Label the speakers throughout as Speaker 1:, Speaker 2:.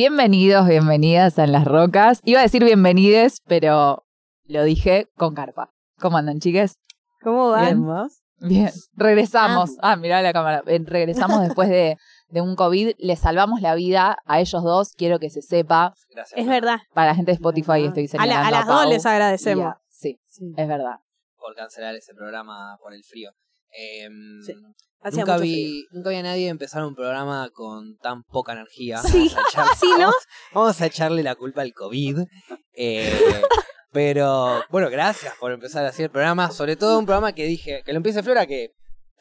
Speaker 1: Bienvenidos, bienvenidas a En las Rocas. Iba a decir bienvenides, pero lo dije con carpa. ¿Cómo andan, chiques?
Speaker 2: ¿Cómo van?
Speaker 1: Bien. Bien. Regresamos. Ah, mirá la cámara. Eh, Regresamos después de, de un COVID. Les salvamos la vida a ellos dos. Quiero que se sepa.
Speaker 3: Gracias.
Speaker 2: Es verdad.
Speaker 1: Para la gente de Spotify estoy
Speaker 2: A,
Speaker 1: señalando
Speaker 2: la- a las
Speaker 1: Pau
Speaker 2: dos les
Speaker 1: y
Speaker 2: agradecemos.
Speaker 1: a- Sí,
Speaker 3: eh,
Speaker 1: es verdad.
Speaker 3: Por cancelar ese programa por el frío. Em,
Speaker 4: Sí, Hacía
Speaker 3: nunca,
Speaker 4: mucho
Speaker 3: vi, nunca vi a nadie empezar un programa con tan poca energía.
Speaker 2: Sí.
Speaker 3: Vamos a echar-
Speaker 2: Sí, ¿no?
Speaker 3: vamos, vamos a echarle la culpa al COVID. Eh, pero bueno, gracias por empezar así el programa. Sobre todo un programa que dije, que lo empiece Flora, que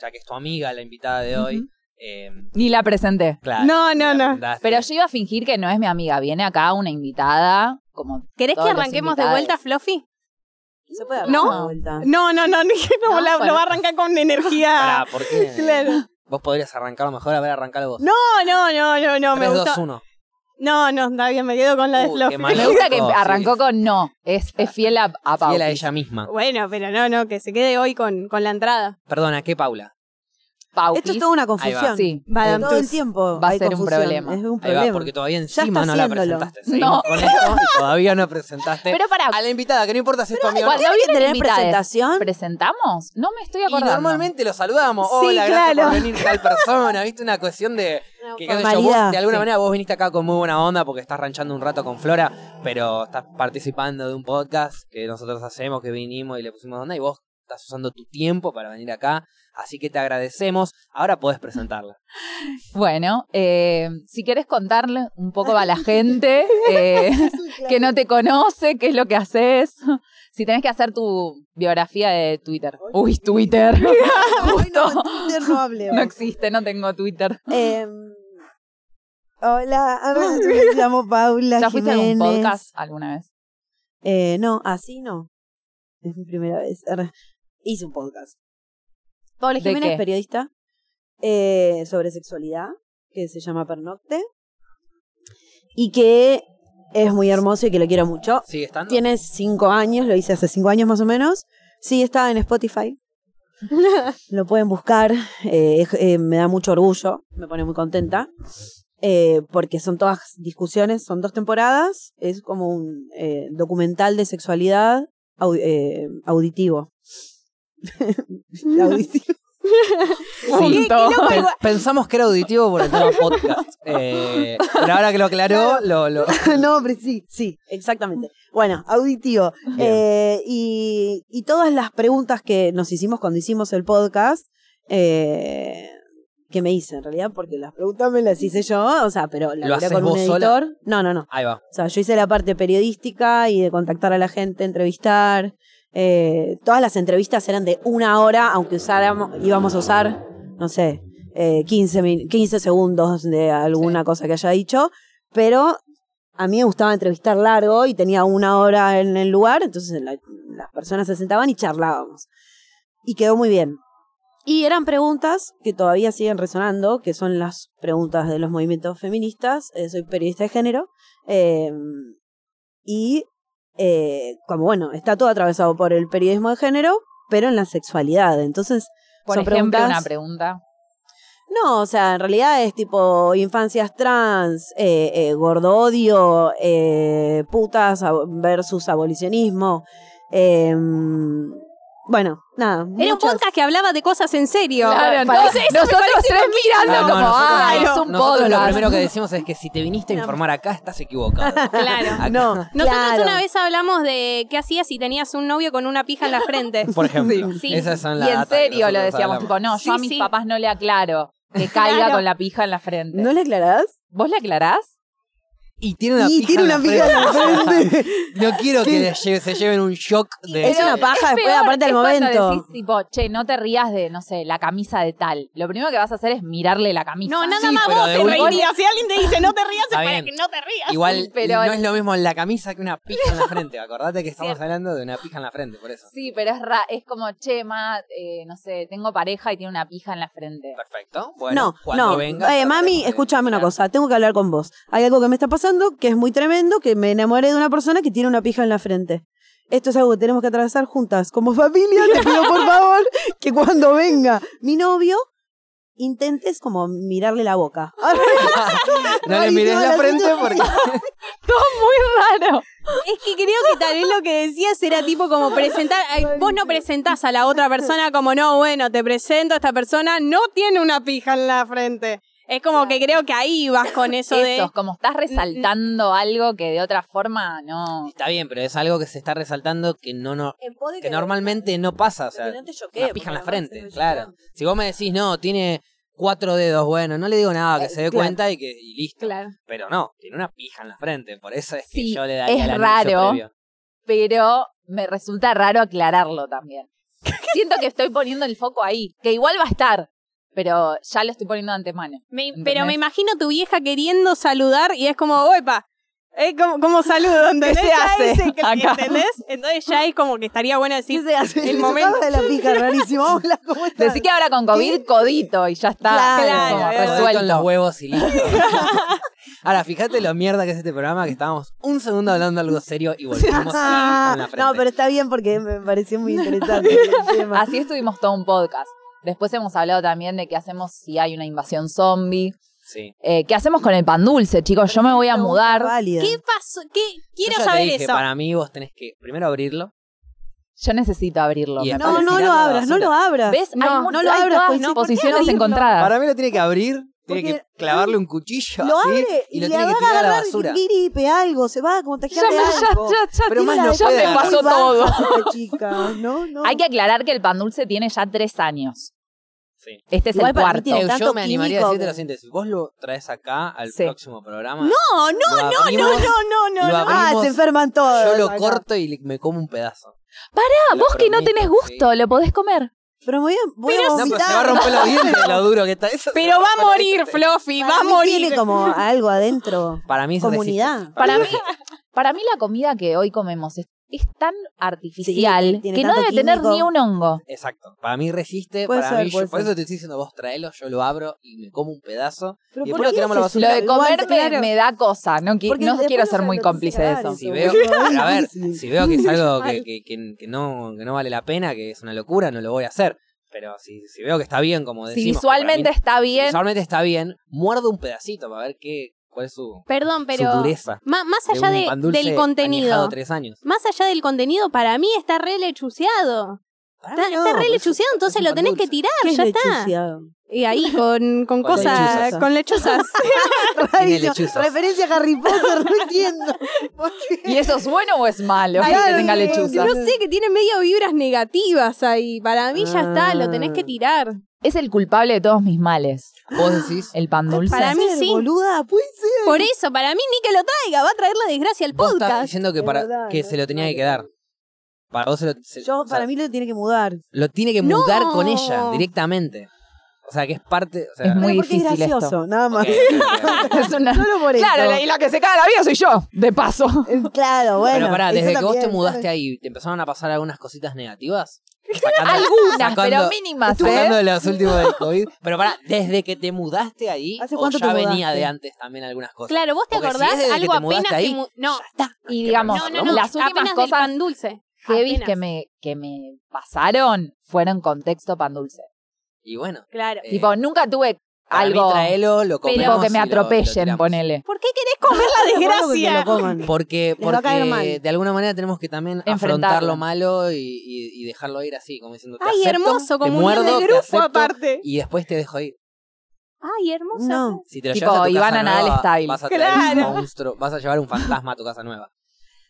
Speaker 3: ya que es tu amiga la invitada de hoy.
Speaker 1: Ujú.
Speaker 3: em,
Speaker 1: Ni la presenté.
Speaker 3: claro,
Speaker 2: No, no,
Speaker 3: la
Speaker 2: no.
Speaker 3: presentaste.
Speaker 1: Pero yo iba a fingir que no es mi amiga. Viene acá una invitada, como
Speaker 2: ¿Querés que
Speaker 1: Todos los
Speaker 2: arranquemos de
Speaker 1: invitados.
Speaker 2: vuelta, Fluffy?
Speaker 4: frío. ¿Se puede hablar
Speaker 2: ¿No?
Speaker 4: de una vuelta?
Speaker 2: No, no, no, ni- no,
Speaker 1: No,
Speaker 2: la-
Speaker 1: bueno.
Speaker 2: lo va a arrancar con energía.
Speaker 3: Pará, ¿por qué?
Speaker 2: Claro.
Speaker 3: Vos podrías arrancarlo mejor, a ver, arrancalo vos.
Speaker 2: No, no, no, no, no, me
Speaker 3: 3, 2,
Speaker 2: gustó.
Speaker 3: 1.
Speaker 2: No, no, está bien, me quedo con la de
Speaker 3: Uh, qué
Speaker 2: Fluffy.
Speaker 3: mal.
Speaker 1: Me gusta que
Speaker 3: Sí.
Speaker 1: arrancó con no. Es, es fiel a, a Pau.
Speaker 3: Fiel a ella misma.
Speaker 2: Bueno, pero no, no, que se quede hoy con, con la entrada.
Speaker 3: Perdona, ¿qué Paula?
Speaker 1: Pautis.
Speaker 4: Esto es toda una confusión.
Speaker 1: Sí.
Speaker 2: Madame
Speaker 4: Todo el
Speaker 2: Tuss.
Speaker 4: tiempo
Speaker 1: Va a
Speaker 4: hay
Speaker 1: ser un
Speaker 4: confusión.
Speaker 1: problema.
Speaker 4: Es un
Speaker 3: Ahí
Speaker 4: problema.
Speaker 3: va, porque todavía encima
Speaker 4: está
Speaker 3: no la
Speaker 4: haciéndolo.
Speaker 3: presentaste. Seguimos
Speaker 1: No.
Speaker 3: con esto y todavía no presentaste
Speaker 1: Pero para
Speaker 3: a la invitada, que no importa si es tu amiga o
Speaker 1: igual
Speaker 3: no.
Speaker 4: ¿Tiene que
Speaker 1: vienen
Speaker 4: tener
Speaker 1: invitades.
Speaker 4: presentación?
Speaker 1: presentamos. No me estoy
Speaker 3: Y
Speaker 1: acordando.
Speaker 3: normalmente lo saludamos.
Speaker 2: Sí,
Speaker 3: Hola, gracias
Speaker 2: claro.
Speaker 3: por venir tal persona. ¿Viste? Una cuestión de. Que, qué sé yo,
Speaker 4: formalidad.
Speaker 3: vos, de alguna
Speaker 4: Sí.
Speaker 3: manera vos viniste acá con muy buena onda porque estás ranchando un rato con Flora, pero estás participando de un podcast que nosotros hacemos, que vinimos y le pusimos onda, y vos estás usando tu tiempo para venir acá. Así que te agradecemos. Ahora podés presentarla.
Speaker 1: Bueno, eh, si querés contarle un poco a la gente eh, que no te conoce, qué es lo que haces. Si tenés que hacer tu biografía de Twitter. Uy, Twitter.
Speaker 4: Hoy no,
Speaker 1: Justo.
Speaker 4: en Twitter no hablemos.
Speaker 1: No existe, no tengo Twitter.
Speaker 4: Eh, hola, a ver, me llamo Paula
Speaker 1: ¿Ya fuiste a algún
Speaker 4: Jiménez.
Speaker 1: podcast alguna vez?
Speaker 4: Eh, no, así no. Es mi primera vez. Arre. Hice un podcast. Paula
Speaker 1: ¿De
Speaker 4: Jiménez,
Speaker 1: qué?
Speaker 4: periodista, eh, sobre sexualidad, que se llama Pernocte, y que es muy hermoso y que lo quiero mucho.
Speaker 3: ¿Sigue estando?
Speaker 4: Tiene cinco años, lo hice hace cinco años más o menos. Sí, está en Spotify. lo pueden buscar. eh, es- eh, me da mucho orgullo, me pone muy contenta. eh, porque son todas discusiones, son dos temporadas. Es como un eh, documental de sexualidad au- eh, auditivo. auditivo.
Speaker 1: Punto.
Speaker 3: Pe- Pensamos que era auditivo por el tema podcast. Eh, pero ahora que lo aclaró, lo, lo-
Speaker 4: no, pero sí, sí, exactamente. Bueno, auditivo. Eh, y, y todas las preguntas que nos hicimos cuando hicimos el podcast, eh, que me hice en realidad, porque las preguntas me las hice yo, o sea, pero la
Speaker 3: ¿Lo
Speaker 4: hablé
Speaker 3: haces
Speaker 4: con un
Speaker 3: vos
Speaker 4: editor.
Speaker 3: sola?
Speaker 4: No, no, no.
Speaker 3: Ahí va.
Speaker 4: O sea, yo hice la parte periodística y de contactar a la gente, entrevistar. Eh, todas las entrevistas eran de una hora, aunque usáramos, íbamos a usar, no sé, eh, 15, min- 15 segundos de alguna cosa que haya dicho. Pero a mí me gustaba entrevistar largo y tenía una hora en el lugar, entonces la- las personas se sentaban y charlábamos. Y quedó muy bien. Y eran preguntas que todavía siguen resonando, que son las preguntas de los movimientos feministas. Eh, soy periodista de género. Eh, y eh, como bueno, está todo atravesado por el periodismo de género, pero en la sexualidad. Entonces,
Speaker 1: Por
Speaker 4: son
Speaker 1: ejemplo,
Speaker 4: preguntas-
Speaker 1: una pregunta.
Speaker 4: no, o sea, en realidad es tipo infancias trans, eh, eh, gordodio, eh, putas ab- versus abolicionismo. eh, bueno,
Speaker 2: Era
Speaker 4: nada.
Speaker 2: un
Speaker 4: muchas-
Speaker 2: podcast que hablaba de cosas en serio.
Speaker 1: Claro, entonces nosotros tres mirando
Speaker 3: No, no,
Speaker 1: como,
Speaker 3: nosotros
Speaker 1: ah,
Speaker 3: no-
Speaker 1: es un
Speaker 3: nosotros
Speaker 1: podcast.
Speaker 3: Lo primero que decimos es que si te viniste a
Speaker 4: No.
Speaker 3: informar acá, estás equivocado.
Speaker 2: Claro.
Speaker 3: Acá-
Speaker 4: No,
Speaker 2: Nosotros
Speaker 4: claro.
Speaker 2: una vez hablamos de qué hacías si tenías un novio con una pija en la frente.
Speaker 3: Por ejemplo,
Speaker 2: Sí.
Speaker 3: esas son las
Speaker 1: Y en
Speaker 3: datas que
Speaker 1: serio lo
Speaker 3: nosotros
Speaker 1: decíamos,
Speaker 3: hablamos.
Speaker 1: tipo, no,
Speaker 2: Sí,
Speaker 1: yo a mis
Speaker 2: sí.
Speaker 1: papás no le aclaro que caiga
Speaker 2: Claro.
Speaker 1: con la pija en la frente.
Speaker 4: ¿No le aclarás?
Speaker 1: ¿Vos le aclarás?
Speaker 3: Y tiene una
Speaker 4: y
Speaker 3: pija
Speaker 4: tiene
Speaker 3: en
Speaker 4: una
Speaker 3: la
Speaker 4: pija en la
Speaker 3: frente.
Speaker 4: frente.
Speaker 3: No quiero que le lleve- se lleven un shock de.
Speaker 4: es una paja después,
Speaker 1: Peor
Speaker 4: aparte del
Speaker 1: es cuando
Speaker 4: momento.
Speaker 1: Decís, tipo, che, no te rías de, no sé, la camisa de tal. Lo primero que vas a hacer es mirarle la camisa.
Speaker 2: No, nada
Speaker 3: Sí,
Speaker 2: más
Speaker 3: pero
Speaker 2: vos
Speaker 3: de
Speaker 2: te
Speaker 3: última-
Speaker 2: reirías. Si alguien te dice no te rías, es
Speaker 3: Está
Speaker 2: para
Speaker 3: bien.
Speaker 2: que no te rías.
Speaker 3: Igual
Speaker 1: pero-
Speaker 3: no es lo mismo la camisa que una pija en la frente. Acordate que estamos hablando de una pija en la frente, por eso.
Speaker 1: Sí, pero es, ra- es como, che, ma, eh, no sé, tengo pareja y tiene una pija en la frente.
Speaker 3: Perfecto. Bueno,
Speaker 4: no,
Speaker 3: cuando
Speaker 4: no.
Speaker 3: vengas,
Speaker 4: Eh, mami,
Speaker 3: trataremos de
Speaker 4: escúchame una
Speaker 3: mirar.
Speaker 4: cosa. Tengo que hablar con vos. Hay algo que me está pasando que es muy tremendo, que me enamoré de una persona que tiene una pija en la frente. Esto es algo que tenemos que atravesar juntas. Como familia, te pido por favor que cuando venga mi novio intentes como mirarle la boca.
Speaker 3: No le mires la frente porque.
Speaker 1: Muy raro.
Speaker 2: Es que creo que tal vez lo que decías era tipo como presentar. ay, Vos no presentás a la otra persona como, no, bueno, te presento a esta persona, no tiene una pija en la frente. Es como que creo que ahí vas con eso,
Speaker 1: Eso, como estás
Speaker 4: Mm,
Speaker 1: resaltando algo que de otra forma no.
Speaker 3: Está bien, pero es algo que se está resaltando que no, no que normalmente no pasa. O sea, una pija en la frente, claro. Si vos me decís, no, tiene cuatro dedos, bueno, no le digo nada, que
Speaker 4: Eh,
Speaker 3: se dé
Speaker 4: claro.
Speaker 3: cuenta y que y
Speaker 2: de.
Speaker 3: listo.
Speaker 2: Claro.
Speaker 3: Pero no, tiene una pija en la frente, por eso es que
Speaker 1: Sí,
Speaker 3: yo le daría
Speaker 1: es
Speaker 3: el anuncio
Speaker 1: raro.
Speaker 3: previo.
Speaker 1: Pero me resulta raro aclararlo también. Siento que estoy poniendo el foco ahí, que igual va a estar, pero ya lo estoy poniendo de antemano.
Speaker 2: Me-
Speaker 1: ¿Entendés?
Speaker 2: pero me imagino tu vieja queriendo saludar y es como, opa, eh, ¿cómo, cómo saludo? ¿Entendés?
Speaker 1: se
Speaker 2: Ya
Speaker 1: hace
Speaker 2: ese que-
Speaker 1: acá?
Speaker 2: ¿Entendés? Entonces ya es como que estaría bueno decir el momento.
Speaker 4: de la pija, rarísimo. Hola, ¿cómo estás?
Speaker 1: Decí que ahora con COVID, codito, y ya está.
Speaker 4: Claro.
Speaker 1: como
Speaker 2: Claro,
Speaker 3: Te doy con los
Speaker 1: resuelto.
Speaker 3: huevos y listo. Ahora, fíjate lo mierda que es este programa, que estábamos un segundo hablando algo serio y volvimos
Speaker 4: Ah,
Speaker 3: en la frente.
Speaker 4: no, pero está bien porque me pareció muy interesante el tema.
Speaker 1: Así estuvimos todo un podcast. Después hemos hablado también de qué hacemos si hay una invasión zombie.
Speaker 3: Sí.
Speaker 1: Eh, ¿Qué hacemos con el pan dulce, chicos? Yo me voy a mudar.
Speaker 4: Válida.
Speaker 2: ¿Qué pasó? ¿Qué? Quiero
Speaker 3: Yo ya te
Speaker 2: saber
Speaker 3: dije,
Speaker 2: eso.
Speaker 3: Para mí vos tenés que primero abrirlo.
Speaker 1: Yo necesito abrirlo.
Speaker 3: Y
Speaker 4: No,
Speaker 3: aparte
Speaker 4: no
Speaker 3: tirarlo
Speaker 4: lo
Speaker 3: a la
Speaker 4: abras, no
Speaker 3: basura.
Speaker 4: lo abras.
Speaker 1: ¿Ves?
Speaker 2: No,
Speaker 1: hay mu-
Speaker 4: no lo
Speaker 1: hay
Speaker 4: abras,
Speaker 1: todas
Speaker 4: coincido. ¿Por qué
Speaker 1: posiciones
Speaker 4: abrirlo?
Speaker 1: encontradas.
Speaker 3: Para mí lo tiene que abrir, tiene
Speaker 4: Porque-
Speaker 3: que clavarle un cuchillo
Speaker 4: Lo
Speaker 3: así
Speaker 4: abre
Speaker 3: y
Speaker 4: le
Speaker 3: lo tiene que
Speaker 4: agarra,
Speaker 3: tirar a la
Speaker 4: agarra,
Speaker 3: basura.
Speaker 4: gripe, algo, se va a contagiar
Speaker 1: Ya
Speaker 4: de
Speaker 1: me- ya-
Speaker 4: algo.
Speaker 1: ya- ya
Speaker 3: Pero
Speaker 1: tiene
Speaker 3: más
Speaker 1: la-
Speaker 3: no
Speaker 1: ya
Speaker 3: puede
Speaker 1: me
Speaker 3: agarrar.
Speaker 1: pasó
Speaker 4: Muy baja
Speaker 1: todo.
Speaker 4: esta chica, no, no.
Speaker 1: Hay que aclarar que el pan dulce tiene ya tres años.
Speaker 3: Sí.
Speaker 1: Este es
Speaker 4: Igual
Speaker 1: el
Speaker 4: para mí
Speaker 1: cuarto.
Speaker 4: tiene-
Speaker 3: Eh,
Speaker 4: tanto
Speaker 3: yo me animaría a
Speaker 4: químico
Speaker 3: decirte
Speaker 4: que-
Speaker 3: lo siguiente, si vos lo traes acá al
Speaker 1: Sí.
Speaker 3: próximo programa,
Speaker 2: No, no,
Speaker 3: lo
Speaker 2: no,
Speaker 3: abrimos,
Speaker 2: no, no,
Speaker 3: lo
Speaker 2: no.
Speaker 4: Ah,
Speaker 3: abrimos,
Speaker 4: se enferman todos.
Speaker 3: yo lo
Speaker 4: acá.
Speaker 3: corto y le- me como un pedazo.
Speaker 1: Pará,
Speaker 3: Lo
Speaker 1: Ah, vos que no
Speaker 3: prometo,
Speaker 1: tenés
Speaker 3: sí.
Speaker 1: gusto, lo podés comer.
Speaker 4: Pero me voy a, voy a
Speaker 2: Pero
Speaker 3: No, pero
Speaker 4: vomitar.
Speaker 3: se va a romper los dientes, lo duro que está eso. se
Speaker 2: Pero va a
Speaker 3: romper los
Speaker 2: morir,
Speaker 3: dientes.
Speaker 2: Fluffy,
Speaker 4: Para
Speaker 2: va a
Speaker 4: mí
Speaker 2: morir.
Speaker 4: Tiene como algo adentro.
Speaker 3: Para mí se
Speaker 4: Comunidad.
Speaker 3: resiste.
Speaker 1: Para mí, para mí la comida que hoy comemos es, es tan artificial
Speaker 4: Sí, tiene
Speaker 1: que no
Speaker 4: tanto
Speaker 1: debe tener
Speaker 4: químico.
Speaker 1: ni un hongo.
Speaker 3: Exacto. Para mí resiste,
Speaker 4: Puede
Speaker 3: para
Speaker 4: ser,
Speaker 3: mí yo-
Speaker 4: puede
Speaker 3: por
Speaker 4: ser.
Speaker 3: eso te estoy diciendo, vos traelo, yo lo abro y me como un pedazo.
Speaker 4: Pero
Speaker 3: Y
Speaker 4: ¿por
Speaker 3: después lo
Speaker 4: qué
Speaker 3: tiramos a la
Speaker 4: haces
Speaker 1: Lo
Speaker 3: basura.
Speaker 1: de
Speaker 4: eso?
Speaker 1: comer
Speaker 4: Igual,
Speaker 1: me,
Speaker 4: claro.
Speaker 1: me da cosa, no, qui-
Speaker 4: Porque
Speaker 1: no
Speaker 4: después
Speaker 1: quiero
Speaker 4: no
Speaker 1: ser
Speaker 4: sabes
Speaker 1: muy
Speaker 4: lo que
Speaker 1: cómplice de
Speaker 4: será
Speaker 1: eso.
Speaker 4: eso.
Speaker 3: Si veo,
Speaker 4: Ay,
Speaker 3: a ver,
Speaker 4: sí.
Speaker 3: si veo que es algo que,
Speaker 4: Mal.
Speaker 3: que- que- que no, que no vale la pena, que es una locura, no lo voy a hacer. Pero si, si veo que está bien, como
Speaker 1: Si
Speaker 3: decimos. que para mí-
Speaker 1: visualmente está bien,
Speaker 3: visualmente está bien, muerdo un pedacito para ver qué, cuál es su,
Speaker 2: Perdón,
Speaker 3: su
Speaker 2: pero
Speaker 3: dureza.
Speaker 2: ma- más allá
Speaker 3: un
Speaker 2: de-
Speaker 3: pan dulce
Speaker 2: del
Speaker 3: añejado
Speaker 2: contenido,
Speaker 3: tres años.
Speaker 2: más allá del contenido, para mí está re lechuceado.
Speaker 3: Pará,
Speaker 2: Está,
Speaker 3: Ah, no,
Speaker 2: está re
Speaker 3: pero eso-
Speaker 2: lechuceado, entonces
Speaker 3: un
Speaker 2: lo
Speaker 3: pan
Speaker 2: tenés que
Speaker 3: dulce.
Speaker 2: tirar,
Speaker 4: ¿Qué es
Speaker 2: ya está.
Speaker 4: lechuciado?
Speaker 2: Y ahí con, con
Speaker 3: Con
Speaker 2: cosas,
Speaker 4: lechuzas.
Speaker 2: con lechuzas.
Speaker 3: Tiene
Speaker 4: Rarísimo.
Speaker 3: lechuzas.
Speaker 4: Referencia a Harry Potter, no entiendo. ¿Por qué?
Speaker 1: ¿y eso es bueno o es malo
Speaker 4: Claro,
Speaker 1: que tenga
Speaker 4: sí,
Speaker 1: lechuza?
Speaker 4: no
Speaker 2: No sé, que tiene medio vibras negativas ahí. Para mí ya está,
Speaker 3: Ah.
Speaker 2: lo tenés que tirar.
Speaker 1: Es el culpable de todos mis males,
Speaker 3: Vos decís,
Speaker 1: el pan dulce.
Speaker 2: Para mí
Speaker 4: Ser
Speaker 2: sí.
Speaker 4: boluda, puede ser.
Speaker 2: Por eso, para mí ni que lo traiga, va a traer la desgracia al
Speaker 3: vos estás
Speaker 2: podcast.
Speaker 3: diciendo que,
Speaker 4: Es
Speaker 3: para,
Speaker 4: verdad,
Speaker 3: que
Speaker 4: no,
Speaker 3: se lo tenía
Speaker 4: no,
Speaker 3: que
Speaker 4: no.
Speaker 3: quedar. Para vos se lo, se-
Speaker 4: Yo,
Speaker 3: o sea,
Speaker 4: para mí lo tiene que mudar.
Speaker 3: lo tiene que
Speaker 2: No.
Speaker 3: mudar con ella directamente. O sea, que es parte... O sea,
Speaker 1: Es muy
Speaker 4: Pero porque es
Speaker 1: difícil esto.
Speaker 4: gracioso, nada
Speaker 3: ok,
Speaker 4: más.
Speaker 3: ok, ok.
Speaker 1: Es una-
Speaker 4: Solo por eso.
Speaker 1: Claro, la- y la que se cae la vida soy yo, de paso.
Speaker 4: Eh, Claro, bueno.
Speaker 3: Pero pará,
Speaker 4: eso
Speaker 3: desde que vos te
Speaker 4: también,
Speaker 3: mudaste
Speaker 4: ¿sabes?
Speaker 3: ahí, ¿te empezaron a pasar algunas cositas negativas? Sacando-
Speaker 1: Algunas, pero
Speaker 3: sacando-
Speaker 1: mínimas,
Speaker 3: Estuve
Speaker 1: ¿eh?
Speaker 3: hablando de los últimos del COVID. Pero pará, desde que te mudaste ahí,
Speaker 4: ¿Hace
Speaker 3: o
Speaker 4: cuánto te
Speaker 3: ya venía
Speaker 4: mudaste?
Speaker 3: de antes también algunas cosas.
Speaker 2: Claro, vos te
Speaker 3: Porque si
Speaker 2: acordás
Speaker 3: es desde que
Speaker 2: algo
Speaker 3: te
Speaker 2: apenas
Speaker 3: mudaste ahí,
Speaker 2: que mu- no,
Speaker 1: Y digamos,
Speaker 2: no, no, no,
Speaker 1: las últimas
Speaker 2: apenas del
Speaker 1: cosas
Speaker 2: pan dulce.
Speaker 1: heavy
Speaker 2: Apenas.
Speaker 1: que me, que me pasaron fueron contexto pan dulce.
Speaker 3: Y bueno,
Speaker 2: Claro.
Speaker 3: eh,
Speaker 1: tipo, nunca tuve
Speaker 3: para mí
Speaker 1: algo
Speaker 3: traelo, lo
Speaker 1: tipo
Speaker 3: comemos
Speaker 1: que
Speaker 3: y
Speaker 1: me
Speaker 3: lo-
Speaker 1: atropellen,
Speaker 3: lo tiramos.
Speaker 1: ponele.
Speaker 2: ¿Por qué querés comer la
Speaker 4: Es raro que te
Speaker 2: desgracia?
Speaker 4: lo coman.
Speaker 3: Porque,
Speaker 4: Les va a caer
Speaker 3: porque
Speaker 4: mal.
Speaker 3: de alguna manera tenemos que también
Speaker 1: Enfrentarlo.
Speaker 3: afrontar lo malo y, y- y dejarlo ir así, como diciendo, te
Speaker 2: Ay,
Speaker 3: acepto,
Speaker 2: hermoso,
Speaker 3: te
Speaker 2: como
Speaker 3: muerdo,
Speaker 2: un
Speaker 3: te
Speaker 2: grupo
Speaker 3: acepto,
Speaker 2: aparte.
Speaker 3: Y después te dejo ir.
Speaker 2: Ay, hermoso.
Speaker 4: No.
Speaker 3: Si te lo
Speaker 1: Tipo,
Speaker 3: llevas a tu
Speaker 1: Ivana
Speaker 3: casa
Speaker 1: Nadal
Speaker 3: nueva,
Speaker 1: style.
Speaker 3: vas a traer
Speaker 2: Claro.
Speaker 3: un monstruo, vas a llevar un fantasma a tu casa nueva.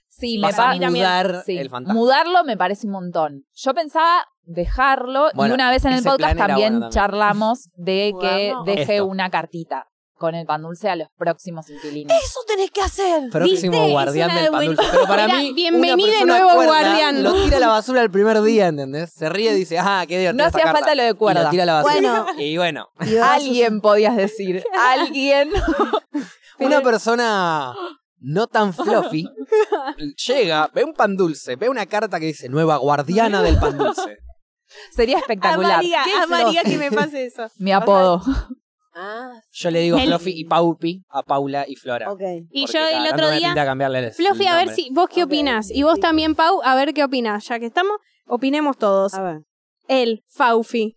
Speaker 1: Sí, me
Speaker 3: Vas a
Speaker 1: pasa.
Speaker 2: también.
Speaker 3: mudar
Speaker 1: Sí,
Speaker 3: el fantasma.
Speaker 1: Mudarlo me parece un montón. Yo pensaba dejarlo
Speaker 3: Bueno,
Speaker 1: y una vez en el
Speaker 3: ese
Speaker 1: podcast
Speaker 3: plan era
Speaker 1: también,
Speaker 3: bueno también.
Speaker 1: charlamos de que
Speaker 2: Mudarnos.
Speaker 1: deje
Speaker 3: Esto.
Speaker 1: una cartita con el pan dulce a los próximos inquilinos.
Speaker 4: Eso tenés que hacer.
Speaker 3: Próximo
Speaker 2: ¿Viste?
Speaker 3: guardián
Speaker 2: Es una
Speaker 3: del pan
Speaker 2: buen-
Speaker 3: dulce. Pero para
Speaker 2: Mirá,
Speaker 3: mí,
Speaker 2: bienvenido
Speaker 3: una persona
Speaker 2: nuevo
Speaker 3: cuerda
Speaker 2: guardián.
Speaker 3: Lo tira a la basura el primer día, ¿entendés? Se ríe y dice, ah, qué divertido.
Speaker 1: No hacía falta lo de
Speaker 3: Y
Speaker 1: cuerda.
Speaker 3: lo tira a la basura.
Speaker 4: Bueno.
Speaker 3: Y bueno,
Speaker 4: Y vas-
Speaker 1: Alguien podías decir, alguien.
Speaker 3: una persona no tan fluffy llega, ve un pan dulce, ve una carta que dice nueva guardiana del pan dulce.
Speaker 1: Sería espectacular.
Speaker 2: Amaría,
Speaker 1: ¿Qué es
Speaker 2: amaría
Speaker 1: lo-
Speaker 2: que me pase eso.
Speaker 1: Mi apodo.
Speaker 4: Ah,
Speaker 3: Yo le digo
Speaker 2: El-
Speaker 3: fluffy y paupi a Paula y Flora.
Speaker 4: ok.
Speaker 2: Y
Speaker 3: Porque
Speaker 2: yo
Speaker 3: cada
Speaker 2: el
Speaker 3: tanto
Speaker 2: otro
Speaker 3: me
Speaker 2: día,
Speaker 3: pinta cambiarle el-
Speaker 2: Fluffy,
Speaker 3: el
Speaker 2: a ver
Speaker 3: nombre.
Speaker 2: si vos qué
Speaker 4: Ok,
Speaker 2: opinás. Y vos
Speaker 4: sí.
Speaker 2: también, Pau, a ver qué opinás. Ya que estamos, opinemos todos.
Speaker 4: A ver.
Speaker 2: El Faufi.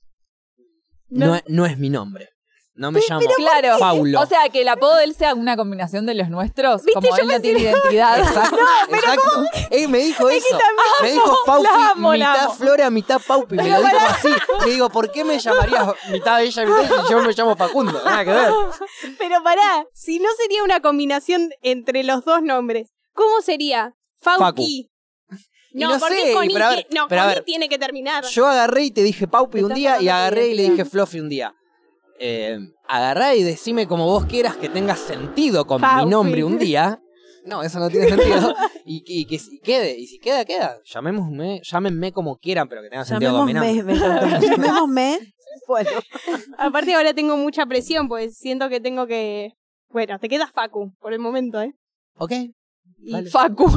Speaker 3: No, es- no es mi nombre. No me llamo
Speaker 1: Claro.
Speaker 3: Faulo.
Speaker 1: O sea, que el apodo de él sea una combinación de los nuestros.
Speaker 2: Viste,
Speaker 1: como
Speaker 2: yo
Speaker 1: él no tiene identidad.
Speaker 3: Exacto, exacto. Eh, me dijo eso. Me dijo Faufi,
Speaker 1: la amo, la
Speaker 3: mitad
Speaker 1: amo.
Speaker 3: Flora, mitad Paupi. Me lo dijo así. Le digo, ¿por qué me llamarías mitad ella, mitad ella? Y Yo me llamo Facundo. Nada que ver.
Speaker 2: Pero pará, si no sería una combinación entre los dos nombres, ¿cómo sería? Fauqui.
Speaker 3: Y
Speaker 2: No,
Speaker 3: no
Speaker 2: porque
Speaker 3: sé,
Speaker 2: con I
Speaker 3: pero a ver,
Speaker 2: tie- no,
Speaker 3: pero a
Speaker 2: con I
Speaker 3: ver.
Speaker 2: tiene que terminar.
Speaker 3: Yo agarré y te dije Paupi
Speaker 4: Te
Speaker 3: un
Speaker 4: estás
Speaker 3: día y
Speaker 4: matando
Speaker 3: agarré
Speaker 4: tu
Speaker 3: y le
Speaker 4: identidad.
Speaker 3: dije Fluffy un día. Eh, agarrá y decime como vos quieras que tenga sentido con
Speaker 2: Paupi.
Speaker 3: mi nombre un día. No, eso no tiene sentido. Y, y que si quede, y si queda, queda. Llamémosme, llámenme como quieran, pero que tenga sentido con mi nombre.
Speaker 4: Llamémosme, me encantó. Llamémosme. Bueno,
Speaker 2: Aparte ahora tengo mucha presión, pues siento que tengo que... Bueno, te quedas Facu por el momento, ¿eh?
Speaker 3: ¿Ok? Vale.
Speaker 1: Facu.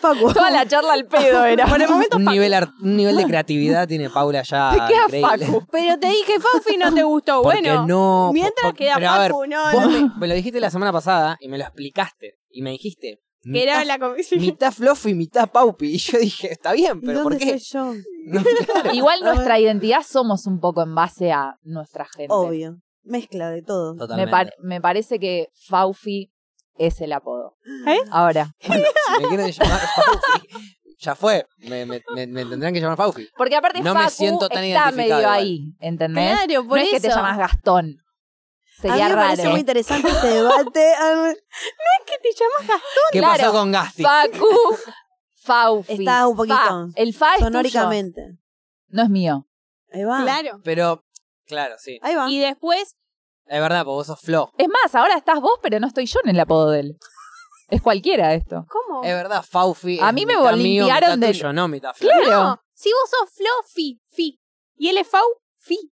Speaker 4: Facu.
Speaker 1: Toda la charla al pedo era.
Speaker 2: Por el momento
Speaker 3: Un
Speaker 2: Facu.
Speaker 3: nivel, ar- un nivel de creatividad tiene Paula ya.
Speaker 1: Te queda
Speaker 3: increíble.
Speaker 1: Facu.
Speaker 2: Pero te dije Faufi no te gustó,
Speaker 3: Porque
Speaker 2: bueno.
Speaker 3: no.
Speaker 2: mientras
Speaker 3: porque-
Speaker 2: queda
Speaker 3: pero a ver,
Speaker 2: Facu, no,
Speaker 3: vos
Speaker 2: no
Speaker 3: me, me lo dijiste la semana pasada y me lo explicaste. Y me dijiste.
Speaker 2: Que era
Speaker 3: mitad
Speaker 2: la com-
Speaker 3: mitad fluffy, mitad paupi. Y yo dije, está bien,
Speaker 4: ¿Y
Speaker 3: pero ¿por
Speaker 4: dónde
Speaker 3: qué?
Speaker 4: soy yo?
Speaker 3: No, claro.
Speaker 1: Igual nuestra identidad somos un poco en base a nuestra gente.
Speaker 4: Obvio. Mezcla de todo.
Speaker 1: Me,
Speaker 3: Totalmente.
Speaker 1: par- me parece que Faufi es el apodo.
Speaker 2: ¿Eh?
Speaker 1: Ahora.
Speaker 3: Bueno, si me quieren llamar paupi, ya fue. Me, me- me- me tendrán que llamar paupi.
Speaker 1: Porque aparte
Speaker 3: No me
Speaker 1: Facu
Speaker 3: siento tan
Speaker 1: está
Speaker 3: identificado
Speaker 1: medio
Speaker 3: igual.
Speaker 1: ahí, ¿entendés?
Speaker 2: Claro,
Speaker 1: no
Speaker 2: por
Speaker 1: es que te
Speaker 2: eso.
Speaker 1: llamas Gastón.
Speaker 4: a mí
Speaker 1: Sería
Speaker 4: me parece
Speaker 1: raro. ¿eh?
Speaker 4: muy interesante este debate. Ah,
Speaker 2: que te llamas Gastón.
Speaker 3: ¿Qué
Speaker 1: Claro.
Speaker 3: pasó con Gasti?
Speaker 1: Facu, Faufi.
Speaker 4: Está un poquito
Speaker 1: Fa. El Fa es tuyo.
Speaker 4: Sonóricamente.
Speaker 1: No es mío.
Speaker 4: Ahí va.
Speaker 2: Claro.
Speaker 3: Pero, claro, sí.
Speaker 4: Ahí va.
Speaker 2: Y después,
Speaker 3: Es verdad, porque vos sos Flo.
Speaker 1: Es más, ahora estás vos, pero no estoy yo en el apodo de él. Es cualquiera esto.
Speaker 2: ¿cómo?
Speaker 3: Es verdad, Faufi.
Speaker 1: A
Speaker 3: es
Speaker 1: mí me
Speaker 3: mitad mío,
Speaker 1: limpiaron
Speaker 3: mitad
Speaker 1: del-
Speaker 3: tuyo, no mitad Flo.
Speaker 1: Claro.
Speaker 2: No, si vos sos Fluffy, Fi. Y él es Faufi.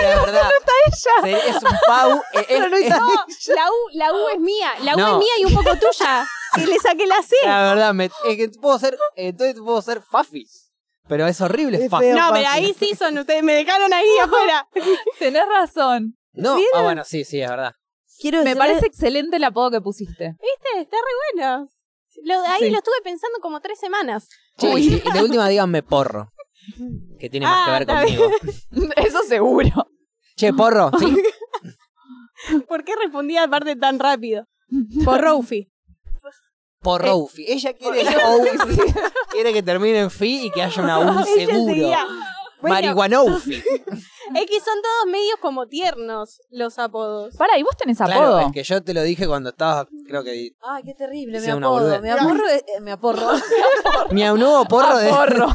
Speaker 3: Pero es verdad. Se- Es un Pau. eh, es- es-
Speaker 2: No, la U, la U es mía. La U
Speaker 3: No.
Speaker 2: es mía y un poco tuya. Que le saqué la C.
Speaker 3: La verdad, me- es que puedo ser. Entonces puedo ser Fafi. Pero es horrible,
Speaker 4: Es
Speaker 3: Fafi.
Speaker 4: feo.
Speaker 2: No, pero ahí sí son ustedes. Me dejaron ahí afuera.
Speaker 1: Tenés razón.
Speaker 3: No, ah, bueno, sí, sí, es verdad.
Speaker 4: Quiero
Speaker 1: Me
Speaker 4: decirle-
Speaker 1: parece excelente el apodo que pusiste.
Speaker 2: ¿Viste? Está re bueno. Lo- ahí
Speaker 1: Sí.
Speaker 2: lo estuve pensando como tres semanas.
Speaker 3: Che,
Speaker 1: Uy.
Speaker 3: y, y de última díganme porro. Que tiene más
Speaker 2: Ah,
Speaker 3: que ver
Speaker 2: está bien.
Speaker 3: conmigo.
Speaker 1: Eso seguro.
Speaker 3: Che, porro, sí.
Speaker 2: ¿Por qué respondía aparte tan rápido? Por Roufi.
Speaker 3: Porroufi. Ella quiere la Oufi. Quiere que termine en fi y que haya una U
Speaker 2: Ella
Speaker 3: seguro.
Speaker 2: seguía. Bueno.
Speaker 3: Marihuanoufi.
Speaker 2: Es que son todos medios como tiernos los apodos.
Speaker 1: Para, ¿y vos tenés apodo?
Speaker 3: Claro, es que yo te lo dije cuando estabas, creo que.
Speaker 4: Ay, qué terrible. Me
Speaker 3: Hice una
Speaker 4: aporro.
Speaker 3: boludez.
Speaker 4: Me aporro. eh, eh, me aporro.
Speaker 3: Mi nuevo porro de.
Speaker 1: Porro.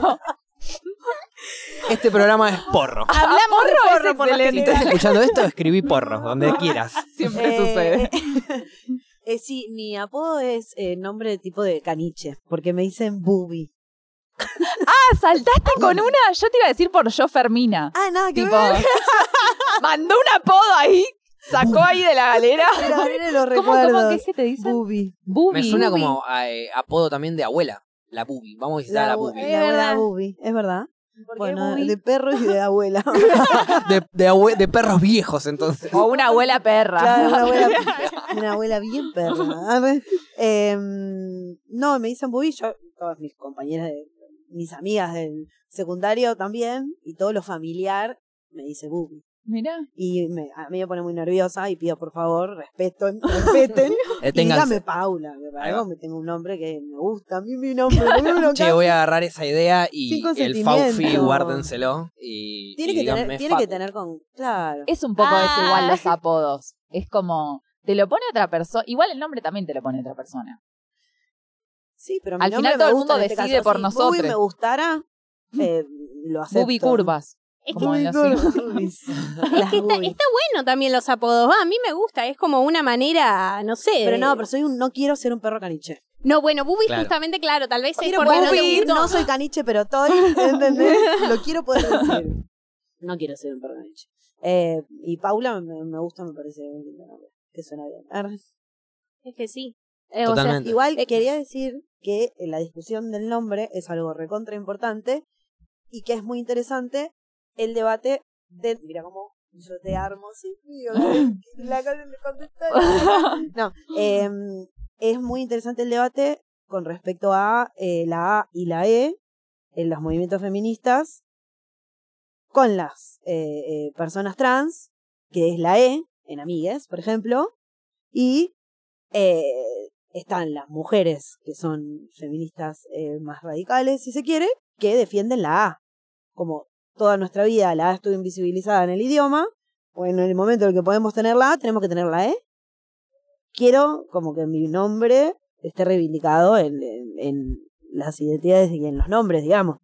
Speaker 3: Este programa es porro.
Speaker 2: Hablamos de
Speaker 1: porro es
Speaker 2: porro por la
Speaker 3: Si
Speaker 1: excelente.
Speaker 2: general.
Speaker 3: estás escuchando esto, escribí porro, donde quieras.
Speaker 1: Siempre
Speaker 4: Eh,
Speaker 1: sucede.
Speaker 4: Eh, sí, mi apodo es eh, nombre de tipo de caniche, porque me dicen Bubi.
Speaker 1: Ah, saltaste con una. Yo te iba a decir por yo Fermina.
Speaker 4: Ah, nada, que
Speaker 1: tipo.
Speaker 4: ver.
Speaker 1: mandó un apodo ahí. Sacó ahí de la galera.
Speaker 4: Pero ahora lo
Speaker 1: ¿Cómo, cómo
Speaker 4: recuerdo.
Speaker 1: que se te dice?
Speaker 4: Bubi.
Speaker 1: Bubi.
Speaker 3: Me suena como eh, apodo también de abuela. La Bubi. Vamos a visitar a la
Speaker 4: bu-
Speaker 3: Bubi.
Speaker 4: la abuela
Speaker 2: verdad.
Speaker 4: Bubi, es verdad.
Speaker 2: ¿Por qué
Speaker 4: Bueno,
Speaker 2: Bubi?
Speaker 4: de perros y de abuela.
Speaker 3: De, de abue- de perros viejos, entonces.
Speaker 1: O una abuela perra.
Speaker 4: Claro, una abuela, una abuela bien perra. A ver, em, no, me dicen Bubi, yo, todas mis compañeras, de- mis amigas del secundario también, y todo lo familiar me dice Bubi.
Speaker 1: Mirá.
Speaker 4: Y me- a mí me pone muy nerviosa y pido por favor, respeto, respeten.
Speaker 3: Eh,
Speaker 4: Y dígame
Speaker 3: ténganse.
Speaker 4: Paula, que para
Speaker 3: Ahí
Speaker 4: algo me tengo un nombre que me gusta. A mí mi nombre, boludo,
Speaker 3: Che, voy a agarrar esa idea y
Speaker 4: Cinco
Speaker 3: el
Speaker 4: sentimientos.
Speaker 3: Faufi, guárdenselo. Y,
Speaker 4: tiene
Speaker 3: y
Speaker 4: que
Speaker 3: díganme
Speaker 4: tener, tiene que
Speaker 3: Facu.
Speaker 4: tener con. Claro.
Speaker 1: Es un poco
Speaker 2: Ah.
Speaker 1: desigual los apodos. Es como. Te lo pone otra persona. Igual el nombre también te lo pone otra persona.
Speaker 4: Sí, pero mi
Speaker 1: Al
Speaker 4: nombre
Speaker 1: final
Speaker 4: me
Speaker 1: todo el
Speaker 4: gusta
Speaker 1: mundo
Speaker 4: en este
Speaker 1: decide
Speaker 4: caso.
Speaker 1: por
Speaker 4: Si
Speaker 1: nosotros. Mm.
Speaker 4: Bubi me gustara, eh, lo acepto.
Speaker 1: Bubi curvas.
Speaker 2: Es
Speaker 1: Como
Speaker 4: Bubi
Speaker 1: en los
Speaker 4: curvas.
Speaker 1: Simpsons.
Speaker 2: Es
Speaker 4: Las
Speaker 2: que está,
Speaker 4: Bubi.
Speaker 2: está bueno también los apodos. Va, a mí me gusta. Es como una manera, no sé.
Speaker 4: Pero no, pero soy un, no quiero ser un perro caniche.
Speaker 2: No, bueno, Bubi
Speaker 3: Claro.
Speaker 2: justamente, claro, tal vez es
Speaker 4: Quiero
Speaker 2: porque
Speaker 4: poder
Speaker 2: no te
Speaker 4: decir,
Speaker 2: gustó.
Speaker 4: no soy caniche, pero estoy, ¿entendés? Lo quiero poder decir. No quiero ser un perro caniche. Eh, y Paula me, me gusta, me parece un lindo nombre, que suena bien. Ar.
Speaker 2: Es que sí. Eh, o sea,
Speaker 3: Totalmente.
Speaker 4: Igual quería decir que eh, la discusión del nombre es algo recontra importante y que es muy interesante el debate de. Mira cómo yo te armo, sí, mío, la cosa me contestó. No, eh, es muy interesante el debate con respecto a eh, la A y la E en los movimientos feministas con las eh, eh, personas trans, que es la E, en Amigues, por ejemplo, y eh, están las mujeres, que son feministas eh, más radicales, si se quiere, que defienden la A. Como toda nuestra vida la A estuvo invisibilizada en el idioma, o en el momento en el que podemos tener la A, tenemos que tener la E. Quiero como que mi nombre esté reivindicado en, en- en las identidades y en los nombres, digamos.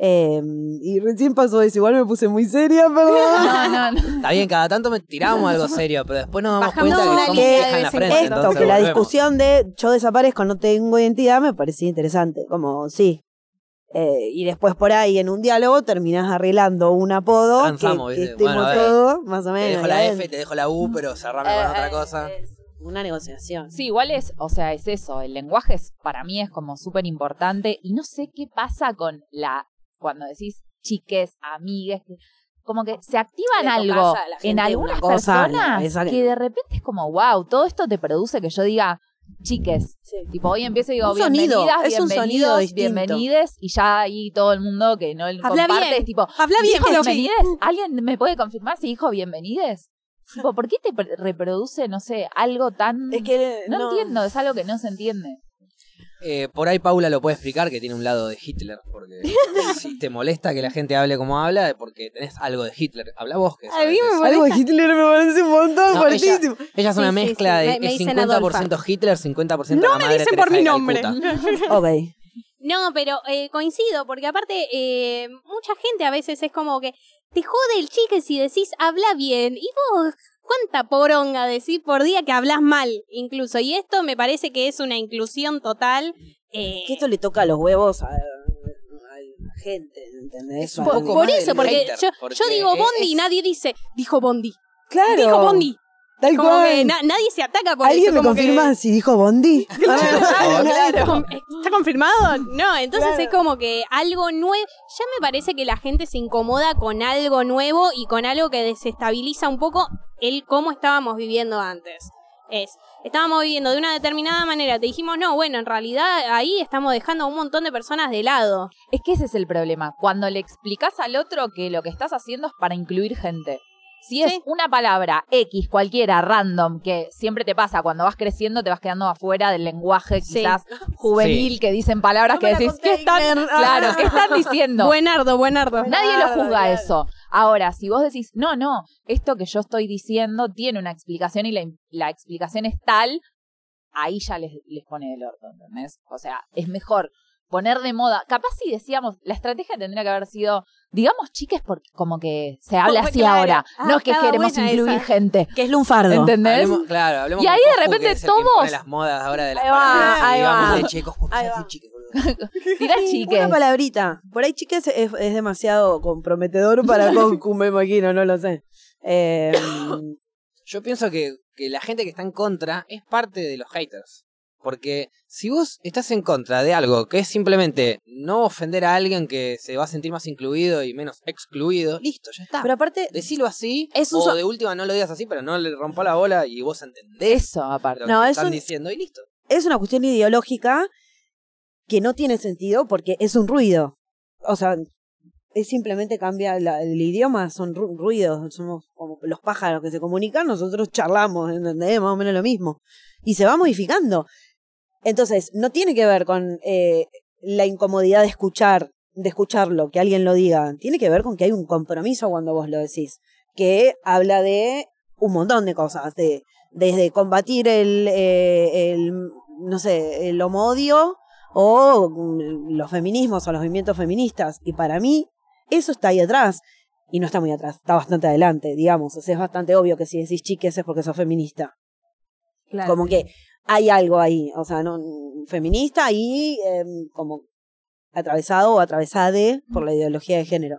Speaker 4: Eh, y recién pasó eso, igual me puse muy seria, perdón.
Speaker 1: No, no, no.
Speaker 3: Está bien, cada tanto me tiramos algo serio, pero después nos damos
Speaker 2: Bajamos
Speaker 3: cuenta
Speaker 4: una
Speaker 3: que somos
Speaker 4: línea
Speaker 3: viejas
Speaker 2: de
Speaker 3: en la
Speaker 2: vez en
Speaker 3: frente.
Speaker 2: cuando.
Speaker 4: Esto,
Speaker 3: entonces
Speaker 4: que la
Speaker 3: volvemos.
Speaker 4: discusión de yo desaparezco, no tengo identidad, me parecía interesante. Como, sí. Eh, y después por ahí en un diálogo terminás arreglando un apodo
Speaker 3: Transamos,
Speaker 4: que, que
Speaker 3: ¿viste?
Speaker 4: estemos
Speaker 3: Bueno, a ver,
Speaker 4: todos más o
Speaker 3: Te
Speaker 4: menos.
Speaker 3: dejo
Speaker 4: ahí
Speaker 3: la
Speaker 4: adentro.
Speaker 3: F, te dejo la U, pero cerrame con otra cosa.
Speaker 4: Una negociación.
Speaker 1: Sí, igual es, o sea, es eso, el lenguaje es, para mí es como súper importante y no sé qué pasa con la, cuando decís chiques, amigues, que- como que se activan
Speaker 4: Le tocás
Speaker 1: algo
Speaker 4: a la gente
Speaker 1: en
Speaker 4: una
Speaker 1: algunas
Speaker 4: cosa en la
Speaker 1: personas
Speaker 4: cabeza que-
Speaker 1: que de repente es como, wow, todo esto te produce que yo diga chiques. Tipo, hoy empiezo y digo,
Speaker 4: Un sonido,
Speaker 1: bienvenidas,
Speaker 4: es un sonido
Speaker 1: bienvenidos,
Speaker 4: distinto.
Speaker 1: bienvenides, y ya ahí todo el mundo que no comparte
Speaker 2: bien.
Speaker 1: es tipo,
Speaker 2: Habla bien,
Speaker 1: ¿Dijo
Speaker 2: Sofi.
Speaker 1: bienvenides? ¿Alguien me puede confirmar si dijo bienvenides? Tipo, ¿por qué te pre- reproduce, no sé, algo tan...
Speaker 4: Es que
Speaker 1: No, entiendo, es algo que no se entiende.
Speaker 3: Eh, por ahí Paula lo puede explicar que tiene un lado de Hitler, porque si te molesta que la gente hable como habla, porque tenés algo de Hitler. Habla vos que
Speaker 2: A mí me
Speaker 3: sabes.
Speaker 4: Algo de Hitler me parece un montón,
Speaker 3: No, ella,
Speaker 4: fuertísimo.
Speaker 3: ella es una
Speaker 2: Sí, sí,
Speaker 3: mezcla
Speaker 2: sí,
Speaker 3: de
Speaker 2: me- me
Speaker 3: es
Speaker 2: dicen
Speaker 3: 50% Hitler, 50%
Speaker 2: No
Speaker 3: la
Speaker 2: me
Speaker 3: madre
Speaker 2: dicen
Speaker 3: Teresa
Speaker 2: por mi
Speaker 3: de
Speaker 2: nombre.
Speaker 3: Calcuta.
Speaker 4: Ok.
Speaker 2: No, pero eh, coincido, porque aparte eh, mucha gente a veces es como que te jode el chique si decís habla bien. Y vos, ¿cuánta poronga decís por día que hablas mal incluso? Y esto me parece que es una inclusión total. eh,
Speaker 4: Que esto le toca los huevos a, a la gente, ¿entendés?
Speaker 3: Es un
Speaker 4: Al-
Speaker 3: poco
Speaker 2: eh, por
Speaker 3: más
Speaker 2: eso,
Speaker 3: del
Speaker 2: porque,
Speaker 3: hater,
Speaker 2: yo,
Speaker 3: porque
Speaker 2: yo digo
Speaker 3: es-
Speaker 2: Bondi y
Speaker 3: es-
Speaker 2: nadie dice, dijo Bondi.
Speaker 4: Claro.
Speaker 2: Dijo Bondi.
Speaker 4: Tal
Speaker 2: Como
Speaker 4: cual.
Speaker 2: que na- nadie se ataca por
Speaker 4: ¿Alguien
Speaker 2: eso,
Speaker 4: me
Speaker 2: como que-
Speaker 4: confirma si dijo Bondi?
Speaker 2: Ah,
Speaker 4: Claro.
Speaker 2: claro. ¿Está confirmado? No, entonces
Speaker 4: Claro.
Speaker 2: es como que algo nuevo. Ya me parece que la gente se incomoda con algo nuevo y con algo que desestabiliza un poco el cómo estábamos viviendo antes. Es, estábamos viviendo de una determinada manera. Te dijimos, no, bueno, en realidad ahí estamos dejando a un montón de personas de lado.
Speaker 1: Es que ese es el problema. Cuando le explicas al otro que lo que estás haciendo es para incluir gente. Si es
Speaker 2: Sí.
Speaker 1: una palabra X, cualquiera, random, que siempre te pasa cuando vas creciendo, te vas quedando afuera del lenguaje
Speaker 2: Sí.
Speaker 1: quizás juvenil que dicen palabras
Speaker 4: No
Speaker 1: que
Speaker 4: me la
Speaker 1: decís,
Speaker 4: conté,
Speaker 1: ¿qué están?
Speaker 4: Igner. Ah.
Speaker 1: Claro, ¿qué están diciendo?
Speaker 2: Buenardo, buenardo.
Speaker 4: Bueno.
Speaker 1: Nadie lo
Speaker 4: Claro,
Speaker 1: juzga
Speaker 4: claro.
Speaker 1: eso. Ahora, si vos decís, no, no, esto que yo estoy diciendo tiene una explicación y la, la explicación es tal, ahí ya les, les pone el orto, ¿entendés? O sea, es mejor poner de moda. Capaz si decíamos, la estrategia tendría que haber sido, digamos, chiques, porque como que se habla
Speaker 2: Como
Speaker 1: así
Speaker 2: claro.
Speaker 1: ahora.
Speaker 2: Ah,
Speaker 1: no es que
Speaker 2: estaba
Speaker 1: queremos
Speaker 2: buena
Speaker 1: incluir
Speaker 2: esa.
Speaker 1: gente.
Speaker 4: Que es lunfardo.
Speaker 1: ¿Entendés?
Speaker 3: Hablemos- claro, hablemos
Speaker 1: Y
Speaker 3: con
Speaker 1: ahí de
Speaker 3: Coscu, que
Speaker 1: repente
Speaker 3: es el que impone
Speaker 1: todos-
Speaker 3: las modas ahora de las
Speaker 4: Ahí va,
Speaker 3: palabras, y
Speaker 4: ahí
Speaker 3: vamos
Speaker 4: va.
Speaker 3: de che, Coscu,
Speaker 4: Ahí
Speaker 3: ya
Speaker 4: va.
Speaker 3: sé, chique, boludo.
Speaker 1: Tirá
Speaker 4: Sí,
Speaker 1: chiques.
Speaker 4: Una palabrita. Por ahí, chiques, es, es demasiado comprometedor para Goku, me imagino, no lo sé. Eh,
Speaker 3: Yo pienso que, que la gente que está en contra es parte de los haters. Porque si vos estás en contra de algo que es simplemente no ofender a alguien que se va a sentir más incluido y menos excluido, listo, ya está.
Speaker 4: pero aparte,
Speaker 3: Decilo así,
Speaker 4: Es un
Speaker 3: o
Speaker 4: so-
Speaker 3: de última no lo digas así, pero no le rompa la bola y vos entendés
Speaker 1: Eso, aparte.
Speaker 3: lo
Speaker 4: No,
Speaker 3: que
Speaker 4: es
Speaker 3: están
Speaker 4: un-
Speaker 3: diciendo y listo.
Speaker 4: es una cuestión ideológica que no tiene sentido porque es un ruido. O sea, es simplemente cambia la- el idioma, son ru- ruidos, somos como los pájaros que se comunican, nosotros charlamos, ¿entendés? Más o menos lo mismo. Y se va modificando. Entonces, no tiene que ver con eh, la incomodidad de escuchar, de escucharlo, que alguien lo diga. Tiene que ver con que hay un compromiso cuando vos lo decís, que habla de un montón de cosas, de desde combatir el, eh, el no sé, el homodio o mm, los feminismos o los movimientos feministas. Y para mí, eso está ahí atrás. Y no está muy atrás, está bastante adelante, digamos. O sea, es bastante obvio que si decís chiques es porque sos feminista. Como que hay algo ahí, o sea, no feminista y eh, como atravesado o atravesade por la ideología de género.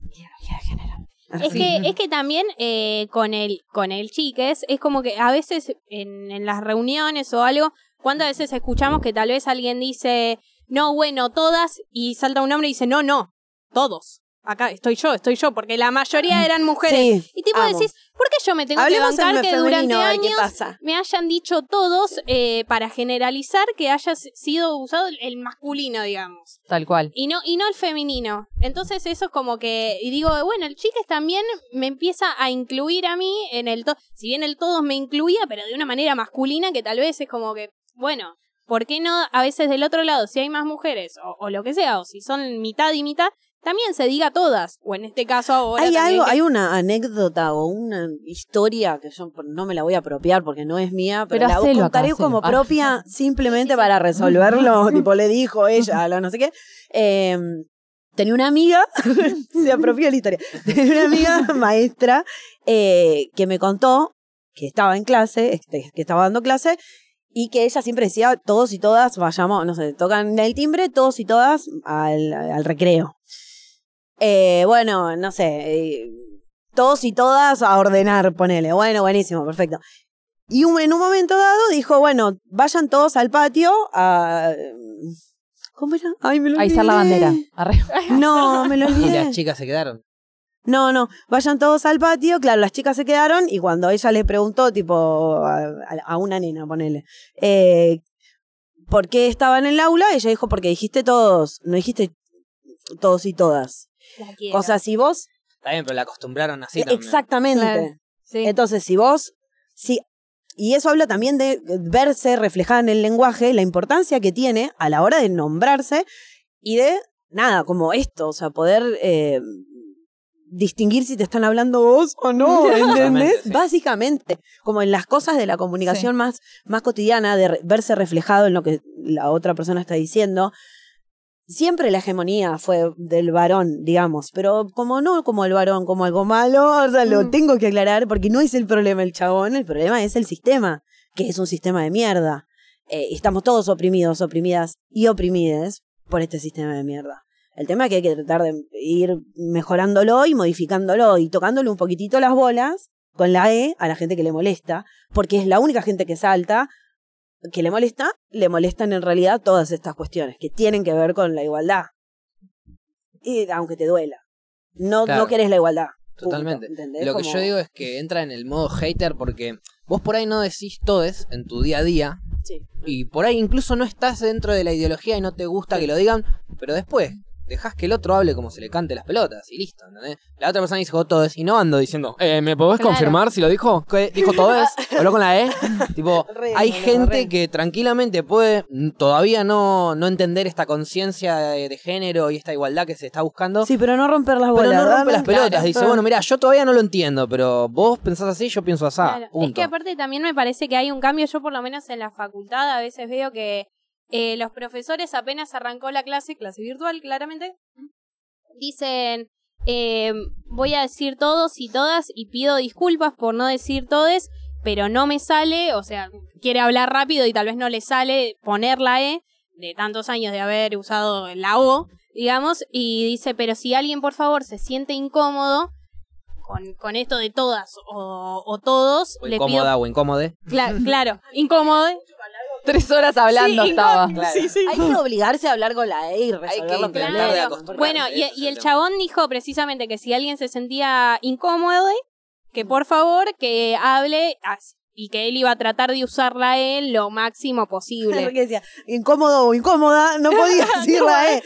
Speaker 4: Ideología de género.
Speaker 2: Es que, es que también eh, con el con el chiques es como que a veces en, en las reuniones o algo, ¿cuántas veces escuchamos que tal vez alguien dice, no, bueno, todas, y salta un hombre y dice, no, no, todos. acá estoy yo, estoy yo, porque la mayoría eran mujeres.
Speaker 4: Mm, Sí,
Speaker 2: Y tipo
Speaker 4: amo.
Speaker 2: decís, ¿por qué yo me tengo
Speaker 4: Hablemos
Speaker 2: que
Speaker 4: en
Speaker 2: bancar que
Speaker 4: femenino,
Speaker 2: durante
Speaker 4: a ver qué
Speaker 2: años
Speaker 4: pasa.
Speaker 2: me hayan dicho todos eh, para generalizar que haya sido usado el masculino, digamos?
Speaker 1: Tal cual.
Speaker 2: Y no, y no el femenino. Entonces eso es como que, y digo, bueno, el chiques también me empieza a incluir a mí en el todo. Si bien el todos me incluía, pero de una manera masculina que tal vez es como que, bueno, ¿por qué no a veces del otro lado, si hay más mujeres o, o lo que sea, o si son mitad y mitad, también se diga todas? O en este caso ahora...
Speaker 4: Hay
Speaker 2: también
Speaker 4: algo,
Speaker 2: que-
Speaker 4: hay una anécdota o una historia que yo no me la voy a apropiar porque no es mía, pero,
Speaker 1: Pero
Speaker 4: la
Speaker 1: hacelo acá,
Speaker 4: contaré
Speaker 1: hacelo.
Speaker 4: como
Speaker 1: Ah.
Speaker 4: propia simplemente para resolverlo. tipo, le dijo ella, lo no sé qué. Eh, tenía una amiga, se apropió la historia. Tenía una amiga maestra eh, que me contó que estaba en clase, este, que estaba dando clase, y que ella siempre decía, todos y todas, vayamos, no sé, tocan el timbre, todos y todas al, al recreo. Eh, bueno, no sé, eh, todos y todas a ordenar, ponele. Bueno, buenísimo, perfecto. Y un- en un momento dado dijo, bueno, vayan todos al patio a... ¿Cómo era? Ay, me lo
Speaker 1: A izar la
Speaker 4: olvidé.
Speaker 1: bandera. Arre.
Speaker 4: No, me lo
Speaker 3: Y
Speaker 4: olvidé.
Speaker 3: las chicas se quedaron.
Speaker 4: No, no, vayan todos al patio. Claro, las chicas se quedaron y cuando ella le preguntó, tipo, a, a- a una nena, ponele, eh, ¿por qué estaba en el aula? Ella dijo, porque dijiste todos, no dijiste todos y todas.
Speaker 2: La quiero.
Speaker 4: O sea, si vos...
Speaker 3: Está bien, pero la acostumbraron así también.
Speaker 4: exactamente.
Speaker 2: Claro, sí.
Speaker 4: Entonces, si vos... Si, y eso habla también de verse reflejada en el lenguaje, la importancia que tiene a la hora de nombrarse y de, nada, como esto, o sea, poder eh, distinguir si te están hablando vos o no, ¿entendés?
Speaker 3: Totalmente, sí.
Speaker 4: Básicamente, como en las cosas de la comunicación más, más cotidiana, de re- verse reflejado en lo que la otra persona está diciendo. Siempre la hegemonía fue del varón, digamos, pero como no como el varón, como algo malo, o sea, lo
Speaker 2: Mm.
Speaker 4: tengo que aclarar porque no es el problema el chabón, el problema es el sistema, que es un sistema de mierda. Eh, estamos todos oprimidos, oprimidas y oprimides por este sistema de mierda. El tema es que hay que tratar de ir mejorándolo y modificándolo y tocándole un poquitito las bolas con la E a la gente que le molesta, porque es la única gente que salta, que le molesta, le molestan en realidad todas estas cuestiones que tienen que ver con la igualdad. Y aunque te duela, no,
Speaker 3: Claro.
Speaker 4: no querés la igualdad. punto,
Speaker 3: Totalmente.
Speaker 4: ¿entendés?
Speaker 3: Lo que
Speaker 4: Como-
Speaker 3: yo digo es que entra en el modo hater porque vos por ahí no decís todes en tu día a día
Speaker 4: Sí.
Speaker 3: y por ahí incluso no estás dentro de la ideología y no te gusta que lo digan, pero después dejás que el otro hable como se le cante las pelotas y listo, ¿entendés? La otra persona dijo todes y no ando diciendo, eh, ¿me podés
Speaker 2: Claro.
Speaker 3: confirmar si lo dijo? ¿Qué? ¿Dijo todes? ¿Habló con la E? tipo,
Speaker 4: Re,
Speaker 3: hay
Speaker 4: boludo,
Speaker 3: gente
Speaker 4: re.
Speaker 3: que tranquilamente puede mm, todavía no, no entender esta conciencia de, de género y esta igualdad que se está buscando.
Speaker 4: Sí, pero no romper las bolas.
Speaker 3: Pero no rompe
Speaker 4: dale.
Speaker 3: las pelotas.
Speaker 4: Claro.
Speaker 3: Dice, bueno, mira, yo todavía no lo entiendo, pero vos pensás así, yo pienso así.
Speaker 2: Claro. Es que aparte también me parece que hay un cambio, yo por lo menos en la facultad a veces veo que eh, los profesores apenas arrancó la clase, clase virtual claramente, dicen, eh, voy a decir todos y todas y pido disculpas por no decir todes, pero no me sale, o sea, quiere hablar rápido y tal vez no le sale poner la E de tantos años de haber usado la O, digamos, y dice, pero si alguien por favor se siente incómodo con, con esto de todas o, o todos,
Speaker 3: O
Speaker 2: le pido...
Speaker 3: incómoda o incómode.
Speaker 2: Cla- claro, incómodo.
Speaker 1: Tres horas hablando
Speaker 2: Sí,
Speaker 1: estaba.
Speaker 4: Hay que obligarse a hablar con la E y resolver los
Speaker 3: intentar
Speaker 4: problemas.
Speaker 3: de acostumbrarse,
Speaker 2: Bueno, y,
Speaker 3: ese es
Speaker 2: y
Speaker 3: el
Speaker 2: el
Speaker 3: tema.
Speaker 2: chabón dijo precisamente que si alguien se sentía incómodo, que por favor que hable así, y que él iba a tratar de usarla él lo máximo posible.
Speaker 4: Porque decía, incómodo o incómoda, no podía decir la E.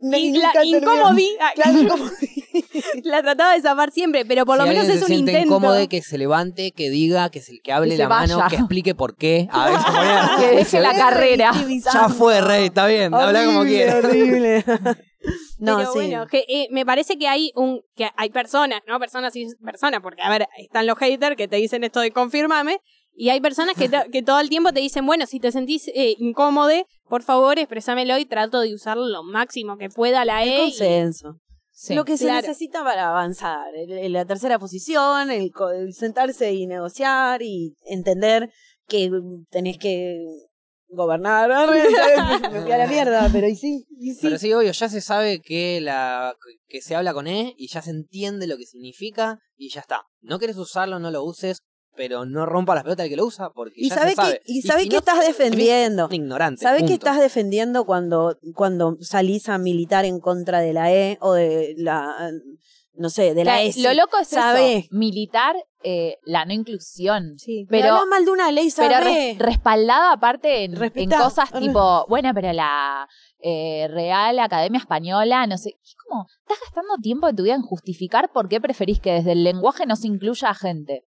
Speaker 4: No,
Speaker 2: Y
Speaker 4: nunca
Speaker 2: la
Speaker 4: terminó.
Speaker 2: incomodí, ah,
Speaker 4: Claro, incomodí.
Speaker 2: la trataba de zafar siempre, pero por lo
Speaker 3: Si
Speaker 2: menos
Speaker 3: alguien
Speaker 2: es
Speaker 3: se
Speaker 2: un
Speaker 3: siente
Speaker 2: intento.
Speaker 3: incómodo, que se levante, que diga, que, se, que hable
Speaker 1: Que se
Speaker 3: la mano,
Speaker 1: vaya.
Speaker 3: que explique por qué. A ver, ponía-
Speaker 1: Que deje la carrera.
Speaker 3: Ya fue, rey, está bien, habla como
Speaker 4: Horrible,
Speaker 3: quieras.
Speaker 4: Horrible. No,
Speaker 2: pero
Speaker 4: sí.
Speaker 2: bueno, que, eh, me parece que hay un que hay personas, ¿no? Personas y personas, porque a ver, están los haters que te dicen esto de confirmame, y hay personas que, to- que todo el tiempo te dicen, bueno, si te sentís eh, incómodo, por favor, expresámelo y trato de usarlo lo máximo que pueda la E. y-
Speaker 4: Consenso.
Speaker 1: Sí.
Speaker 4: Lo que se
Speaker 2: Claro.
Speaker 4: necesita para avanzar, el- el- la tercera posición, el, co- el sentarse y negociar y entender que mm, tenés que gobernar. Me fui a la mierda, pero y sí, y sí.
Speaker 3: Pero sí, obvio, ya se sabe que, la, que se habla con E y ya se entiende lo que significa y ya está. No querés usarlo, no lo uses, pero no rompa las pelotas del que lo usa, porque
Speaker 4: Y
Speaker 3: ya
Speaker 4: sabés
Speaker 3: se sabe.
Speaker 4: que, y sabés
Speaker 3: si
Speaker 4: que
Speaker 3: no,
Speaker 4: estás defendiendo.
Speaker 3: un ignorante.
Speaker 4: Sabés que
Speaker 3: punto.
Speaker 4: estás defendiendo cuando, cuando salís a militar en contra de la E o de la, no sé, de la,
Speaker 1: La-
Speaker 4: S.
Speaker 1: lo loco es
Speaker 4: Sabe.
Speaker 1: eso, militar eh, la no inclusión.
Speaker 4: Sí,
Speaker 1: pero-
Speaker 4: pero hablas mal de una ley,
Speaker 1: Pero
Speaker 4: ¿sabes?
Speaker 1: res- respaldada aparte en, en
Speaker 4: Respetá.
Speaker 1: cosas tipo, bueno, pero la eh, Real Academia Española, no sé, es como, estás gastando tiempo de tu vida en justificar por qué preferís que desde el lenguaje no se incluya a gente.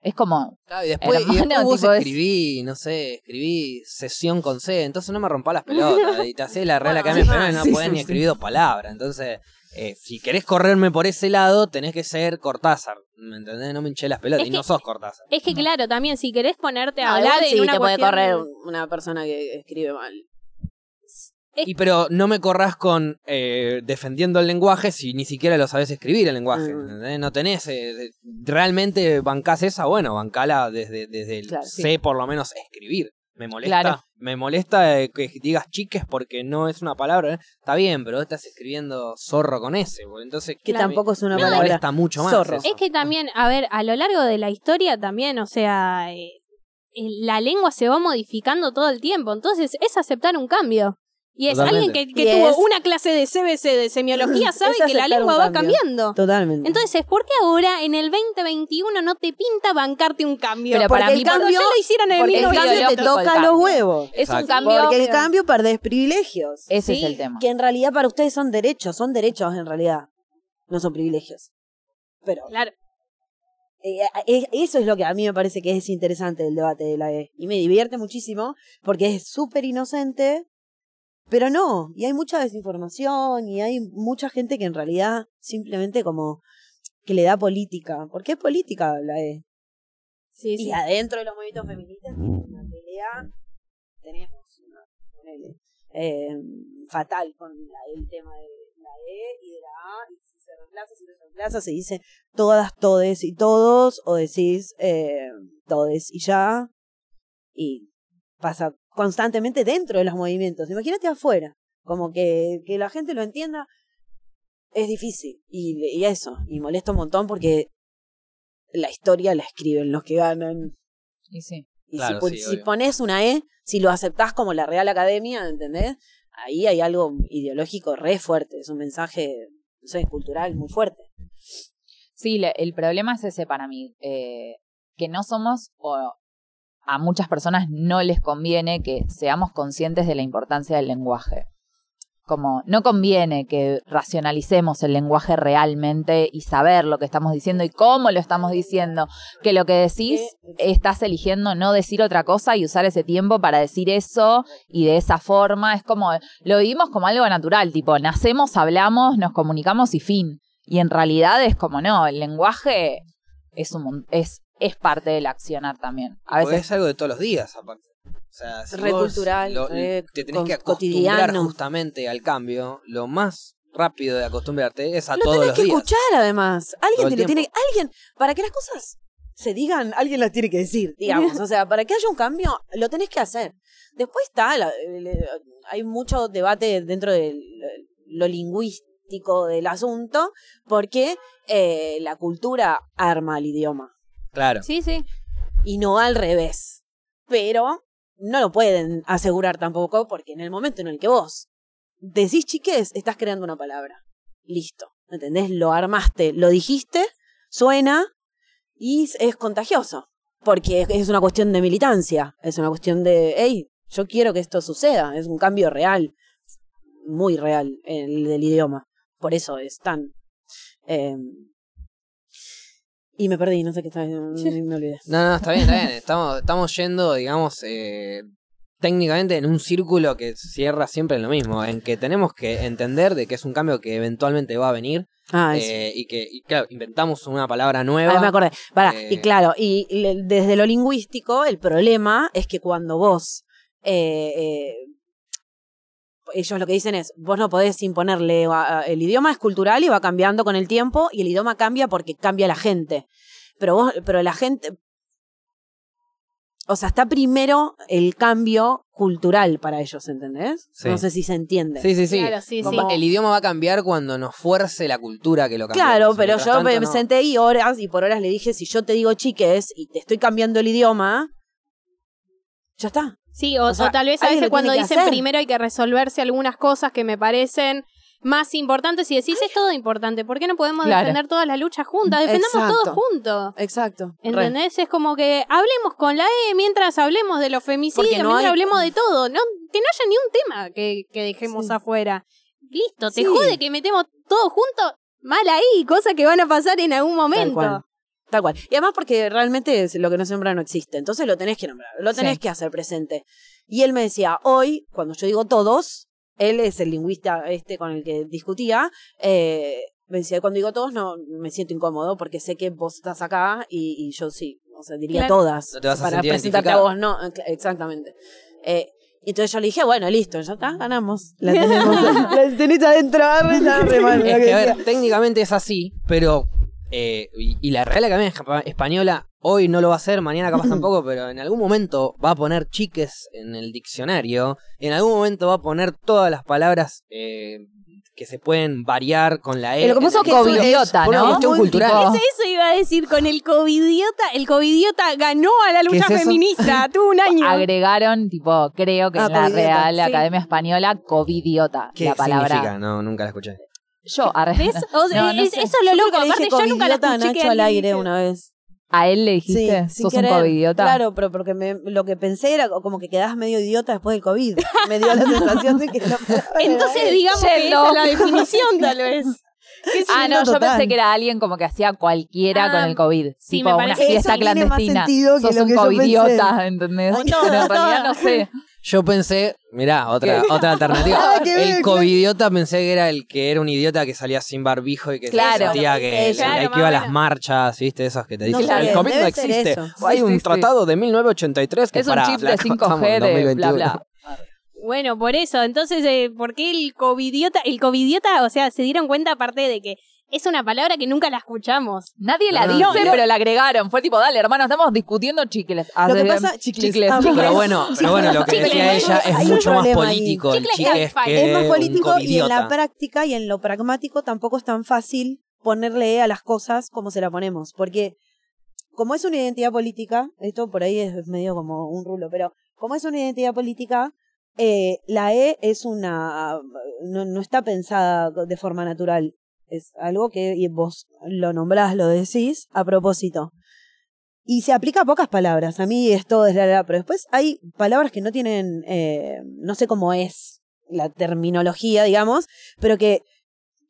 Speaker 1: Es como,
Speaker 3: Claro, y después, y después
Speaker 1: hermano,
Speaker 3: vos
Speaker 1: tipo, es-
Speaker 3: escribí, no sé, escribí sesión con C, entonces no me rompa las pelotas. y te hacés la Real Academia
Speaker 4: sí,
Speaker 3: Española y no
Speaker 4: sí,
Speaker 3: podés
Speaker 4: sí,
Speaker 3: ni
Speaker 4: sí.
Speaker 3: escribir dos palabras. Entonces, eh, si querés correrme por ese lado, tenés que ser Cortázar. ¿Me entendés? No me hinché las pelotas
Speaker 2: Es
Speaker 3: y
Speaker 2: que-
Speaker 3: no sos Cortázar.
Speaker 2: Es que claro, también si querés ponerte a
Speaker 4: No,
Speaker 2: hablar
Speaker 4: igual
Speaker 2: en
Speaker 4: sí
Speaker 2: una
Speaker 4: te puede
Speaker 2: cuestión-
Speaker 4: correr una persona que escribe mal.
Speaker 2: es-
Speaker 3: Y pero no me corras con eh, defendiendo el lenguaje si ni siquiera lo sabes escribir el lenguaje.
Speaker 4: Mm.
Speaker 3: ¿entendés? No tenés. eh, realmente bancás esa, bueno, bancala desde, desde el
Speaker 1: Claro, sí.
Speaker 3: sé por lo menos escribir. Me molesta,
Speaker 1: Claro.
Speaker 3: me molesta eh, que digas chiques porque no es una palabra. ¿eh? Está bien, pero vos estás escribiendo zorro con ese. boludo. Entonces,
Speaker 4: Que
Speaker 3: claro,
Speaker 4: tampoco es una
Speaker 3: me
Speaker 4: palabra.
Speaker 3: molesta mucho más.
Speaker 4: Zorro.
Speaker 3: eso.
Speaker 2: Es que también, a ver, a lo largo de la historia también, o sea, eh, eh, la lengua se va modificando todo el tiempo, entonces es aceptar un cambio. Y es
Speaker 3: Totalmente.
Speaker 2: alguien que, que
Speaker 4: Y
Speaker 2: tuvo
Speaker 4: es-
Speaker 2: una clase de CBC, de semiología,
Speaker 4: Es
Speaker 2: sabe que la
Speaker 4: aceptar
Speaker 2: lengua
Speaker 4: un
Speaker 2: va
Speaker 4: cambio.
Speaker 2: cambiando.
Speaker 4: Totalmente.
Speaker 2: Entonces, ¿por qué ahora en el 2021 no te pinta bancarte un cambio?
Speaker 1: Pero para
Speaker 4: porque el
Speaker 1: mí,
Speaker 2: Cuando
Speaker 4: cambio,
Speaker 2: ya lo hicieron en el
Speaker 4: porque el
Speaker 2: 1900.
Speaker 4: cambio te
Speaker 1: ideológico el
Speaker 4: toca
Speaker 1: cambio.
Speaker 4: los huevos.
Speaker 1: es un
Speaker 3: Exacto.
Speaker 1: cambio,
Speaker 4: Porque el cambio perdés privilegios.
Speaker 1: ese
Speaker 2: Sí.
Speaker 1: es el tema.
Speaker 4: Que en realidad para ustedes son derechos, son derechos en realidad. No son privilegios. Pero
Speaker 2: Claro.
Speaker 4: eh, eh, eso es lo que a mí me parece que es interesante del debate de la E. Y me divierte muchísimo porque es súper inocente, pero no. Y hay mucha desinformación y hay mucha gente que en realidad simplemente como que le da política. Porque es política la E.
Speaker 2: Sí,
Speaker 4: Y
Speaker 2: sí.
Speaker 4: adentro de los movimientos feministas tenemos una pelea, tenemos una ponele, eh, fatal con la- el tema de la E y de la A, y si se reemplaza, si no se reemplaza, se dice todas, todes y todos, o decís eh, todes y ya, y pasa constantemente dentro de los movimientos. Imagínate afuera, como que, que la gente lo entienda. Es difícil, y, y eso, y molesta un montón porque la historia la escriben los que ganan,
Speaker 1: Y sí.
Speaker 4: y
Speaker 3: Claro,
Speaker 4: si, pon-
Speaker 3: sí,
Speaker 4: si
Speaker 3: obvio.
Speaker 4: pones una E, si lo aceptás como la Real Academia, ¿entendés? Ahí hay algo ideológico re fuerte, es un mensaje, no sé, cultural muy fuerte.
Speaker 1: Sí, le- el problema es ese para mí, eh, que no somos, o a muchas personas no les conviene que seamos conscientes de la importancia del lenguaje. Como no conviene que racionalicemos el lenguaje realmente y saber lo que estamos diciendo y cómo lo estamos diciendo, que lo que decís estás eligiendo no decir otra cosa y usar ese tiempo para decir eso y de esa forma es como lo vivimos como algo natural, tipo nacemos, hablamos, nos comunicamos y fin. Y en realidad es como no, el lenguaje es un mon- es es parte del accionar también. A
Speaker 3: Porque
Speaker 1: veces
Speaker 3: es algo de todos los días, aparte. O sea, si
Speaker 4: Re
Speaker 3: vos
Speaker 4: cultural,
Speaker 3: lo-
Speaker 4: re
Speaker 3: te tenés
Speaker 4: cos-
Speaker 3: que acostumbrar
Speaker 4: eh, cotidiano.
Speaker 3: justamente al cambio, lo más rápido de acostumbrarte es a
Speaker 4: Lo
Speaker 3: todos
Speaker 4: tenés
Speaker 3: los
Speaker 4: que
Speaker 3: días.
Speaker 4: escuchar además.
Speaker 3: Todo
Speaker 4: Alguien
Speaker 3: el
Speaker 4: te lo tiene,
Speaker 3: tiempo.
Speaker 4: alguien, para que las cosas se digan, alguien las tiene que decir, digamos. O sea, para que haya un cambio, lo tenés que hacer. Después está, la- el- el- hay mucho debate dentro de lo lingüístico del asunto, porque eh, la cultura arma el idioma.
Speaker 3: Claro.
Speaker 2: Sí, sí.
Speaker 4: y no al revés. Pero no lo pueden asegurar tampoco porque en el momento en el que vos decís chiques, estás creando una palabra. Listo. ¿Entendés? Lo armaste, lo dijiste, suena y es- es contagioso. Porque es- es una cuestión de militancia, es una cuestión de, hey, yo quiero que esto suceda, es un cambio real, muy real el del idioma. Por eso es tan... eh, y me perdí, no sé qué estaba diciendo, me olvidé.
Speaker 3: No, no, está bien, está bien. Estamos, estamos yendo, digamos, eh, técnicamente en un círculo que cierra siempre en lo mismo, en que tenemos que entender de que es un cambio que eventualmente va a venir
Speaker 4: Ah, eso.
Speaker 3: eh, y que, y claro, inventamos una palabra
Speaker 4: Ahí me
Speaker 3: nueva.
Speaker 4: acordé. Pará,
Speaker 3: eh,
Speaker 4: y claro, y le- desde lo lingüístico, el problema es que cuando vos. eh, eh, ellos lo que dicen es: vos no podés imponerle. a- a- el idioma es cultural y va cambiando con el tiempo, y el idioma cambia porque cambia la gente. Pero vos, pero la gente. o sea, está primero el cambio cultural para ellos, ¿entendés?
Speaker 3: Sí.
Speaker 4: No sé si se entiende.
Speaker 3: Sí, sí, sí.
Speaker 2: Claro, sí,
Speaker 3: Como
Speaker 2: sí.
Speaker 3: El idioma va a cambiar cuando nos fuerce la cultura que lo cambie.
Speaker 4: Claro,
Speaker 3: Si
Speaker 4: pero
Speaker 3: mientras
Speaker 4: yo
Speaker 3: tanto,
Speaker 4: me
Speaker 3: no.
Speaker 4: senté y horas y por horas le dije, si yo te digo chiques y te estoy cambiando el idioma, ya está.
Speaker 2: Sí, o,
Speaker 4: O sea,
Speaker 2: o tal vez a veces
Speaker 4: alguien lo tiene
Speaker 2: cuando
Speaker 4: que
Speaker 2: dicen
Speaker 4: hacer.
Speaker 2: primero hay que resolverse algunas cosas que me parecen más importantes y decís es todo importante, ¿por qué no podemos
Speaker 1: Claro.
Speaker 2: defender todas las luchas juntas? Defendamos
Speaker 4: Exacto.
Speaker 2: todos juntos.
Speaker 4: Exacto.
Speaker 2: ¿Entendés? Es como que hablemos con la E mientras hablemos de los femicidios,
Speaker 4: Porque no
Speaker 2: mientras
Speaker 4: hay-
Speaker 2: hablemos de todo. No, que no haya ni un tema que, que dejemos
Speaker 4: Sí.
Speaker 2: afuera. Listo, te
Speaker 4: Sí.
Speaker 2: jode que metemos todos juntos. Mal ahí, cosas que van a pasar en algún
Speaker 4: Tal cual.
Speaker 2: momento.
Speaker 4: Tal cual. Y además porque realmente es lo que no se nombra no existe. Entonces lo tenés que nombrar, lo tenés
Speaker 1: Sí.
Speaker 4: que hacer presente. Y él me decía, hoy, cuando yo digo todos, él es el lingüista este con el que discutía, eh, me decía, cuando digo todos no me siento incómodo porque sé que vos estás acá y, y yo sí, o sea, diría
Speaker 2: Claro.
Speaker 4: todas.
Speaker 3: No te vas a
Speaker 4: para
Speaker 3: sentir
Speaker 4: presentarte a
Speaker 3: identificado.
Speaker 4: vos, no, eh, cl- exactamente. Eh, y entonces yo le dije, bueno, listo, ya está, ganamos. La tenemos, la tenés adentro, agarra, ya, re mal, lo
Speaker 3: Es
Speaker 4: que
Speaker 3: que, a
Speaker 4: decía.
Speaker 3: ver, técnicamente es así, pero. eh, y, y la Real Academia Espa- Española hoy no lo va a hacer, mañana capaz tampoco, pero en algún momento va a poner chiques en el diccionario. En algún momento va a poner todas las palabras eh, que se pueden variar con la E.
Speaker 4: Eh, lo que
Speaker 1: Puso
Speaker 4: pasa es que eso
Speaker 1: covidiota,
Speaker 3: es una
Speaker 1: ¿no?
Speaker 3: cuestión
Speaker 1: Muy
Speaker 3: cultural.
Speaker 1: tipo-
Speaker 4: Este
Speaker 2: Eso iba a decir con el covidiota. El covidiota ganó a la lucha
Speaker 3: es eso?
Speaker 2: feminista. Tuvo un año.
Speaker 1: agregaron, tipo, creo que
Speaker 4: Ah,
Speaker 1: en la
Speaker 4: covidiota,
Speaker 1: Real
Speaker 2: sí.
Speaker 1: Academia Española, covidiota,
Speaker 3: ¿Qué
Speaker 1: la palabra.
Speaker 3: significa? No, nunca la escuché.
Speaker 1: Yo, arre-
Speaker 2: ¿Ves? O sea,
Speaker 1: No, no
Speaker 2: es-
Speaker 1: sé.
Speaker 2: Eso es lo
Speaker 4: Yo creo
Speaker 2: loco.
Speaker 4: que le
Speaker 2: Aparte,
Speaker 4: dije
Speaker 2: yo nunca la
Speaker 4: covidiota a
Speaker 2: escuché que
Speaker 4: Nacho al
Speaker 2: alguien
Speaker 4: aire
Speaker 2: dice-
Speaker 4: una vez.
Speaker 1: a él le
Speaker 4: Sí,
Speaker 1: dijiste,
Speaker 4: sin
Speaker 1: sos
Speaker 4: querer.
Speaker 1: un covidiota.
Speaker 4: Claro, pero porque me- lo que pensé era como que quedabas medio idiota después del COVID. Me dio la sensación de que la palabra
Speaker 2: Entonces,
Speaker 4: era-
Speaker 2: digamos que
Speaker 1: Yendo.
Speaker 2: esa es la definición, tal vez. Qué sé
Speaker 1: Ah, no, yo
Speaker 4: total.
Speaker 1: pensé que era alguien como que hacía cualquiera
Speaker 2: Ah,
Speaker 1: con el COVID.
Speaker 2: sí,
Speaker 1: tipo
Speaker 2: me
Speaker 1: una
Speaker 2: parece-
Speaker 1: fiesta
Speaker 4: Eso tiene más
Speaker 1: clandestina.
Speaker 4: sentido que
Speaker 1: sos
Speaker 4: lo
Speaker 1: un
Speaker 4: que yo
Speaker 1: covidiota, ¿entendés?
Speaker 4: Un todo,
Speaker 1: Pero en realidad no
Speaker 2: todo.
Speaker 1: sé.
Speaker 3: Yo pensé, mirá, otra, otra alternativa.
Speaker 4: Nada que ver,
Speaker 3: el
Speaker 4: claro.
Speaker 3: covidiota pensé que era el que era un idiota que salía sin barbijo y que
Speaker 1: Claro.
Speaker 3: sentía que,
Speaker 4: Eso,
Speaker 3: que
Speaker 2: claro,
Speaker 3: iba a
Speaker 2: más
Speaker 3: las
Speaker 2: o menos.
Speaker 3: marchas, ¿viste? Esos que te
Speaker 4: No
Speaker 3: dicen,
Speaker 1: sé,
Speaker 3: el COVID no
Speaker 4: debe ser
Speaker 3: existe.
Speaker 4: eso.
Speaker 3: Hay
Speaker 1: Sí,
Speaker 3: un
Speaker 1: sí, sí.
Speaker 3: tratado de 1983 que
Speaker 1: Es un
Speaker 3: pará,
Speaker 1: chip de
Speaker 3: flaco, estamos
Speaker 1: 5G
Speaker 3: en
Speaker 1: de eh, bla
Speaker 3: 2021.
Speaker 1: bla.
Speaker 2: Bueno, por eso. Entonces, eh, ¿por qué el covidiota? El covidiota, o sea, se dieron cuenta, aparte de que es una palabra que nunca la escuchamos.
Speaker 1: Nadie la
Speaker 3: No,
Speaker 1: dice,
Speaker 3: no, no.
Speaker 1: pero la agregaron. Fue tipo, dale, hermano, estamos discutiendo chicles. Ah,
Speaker 4: Lo que
Speaker 1: de-
Speaker 4: pasa-
Speaker 1: chicles.
Speaker 4: chicles. Ah,
Speaker 3: Pero bueno, pero bueno, lo que
Speaker 2: Chicle,
Speaker 3: decía
Speaker 2: hay-
Speaker 3: ella es
Speaker 4: hay un
Speaker 3: mucho más
Speaker 4: problema ahí.
Speaker 3: político. El
Speaker 2: Chicle es
Speaker 3: chicle es
Speaker 2: tan
Speaker 3: que
Speaker 4: Es más
Speaker 3: un
Speaker 4: político y en la
Speaker 3: covidiota.
Speaker 4: práctica y en lo pragmático tampoco es tan fácil ponerle E a las cosas como se la ponemos. Porque como es una identidad política, esto por ahí es medio como un rulo, pero como es una identidad política, eh, la E es una. No, no está pensada de forma natural. Es algo que y vos lo nombrás, lo decís a propósito. Y se aplica a pocas palabras. A mí es todo, es la, la, pero después hay palabras que no tienen. eh, no sé cómo es la terminología, digamos, pero que,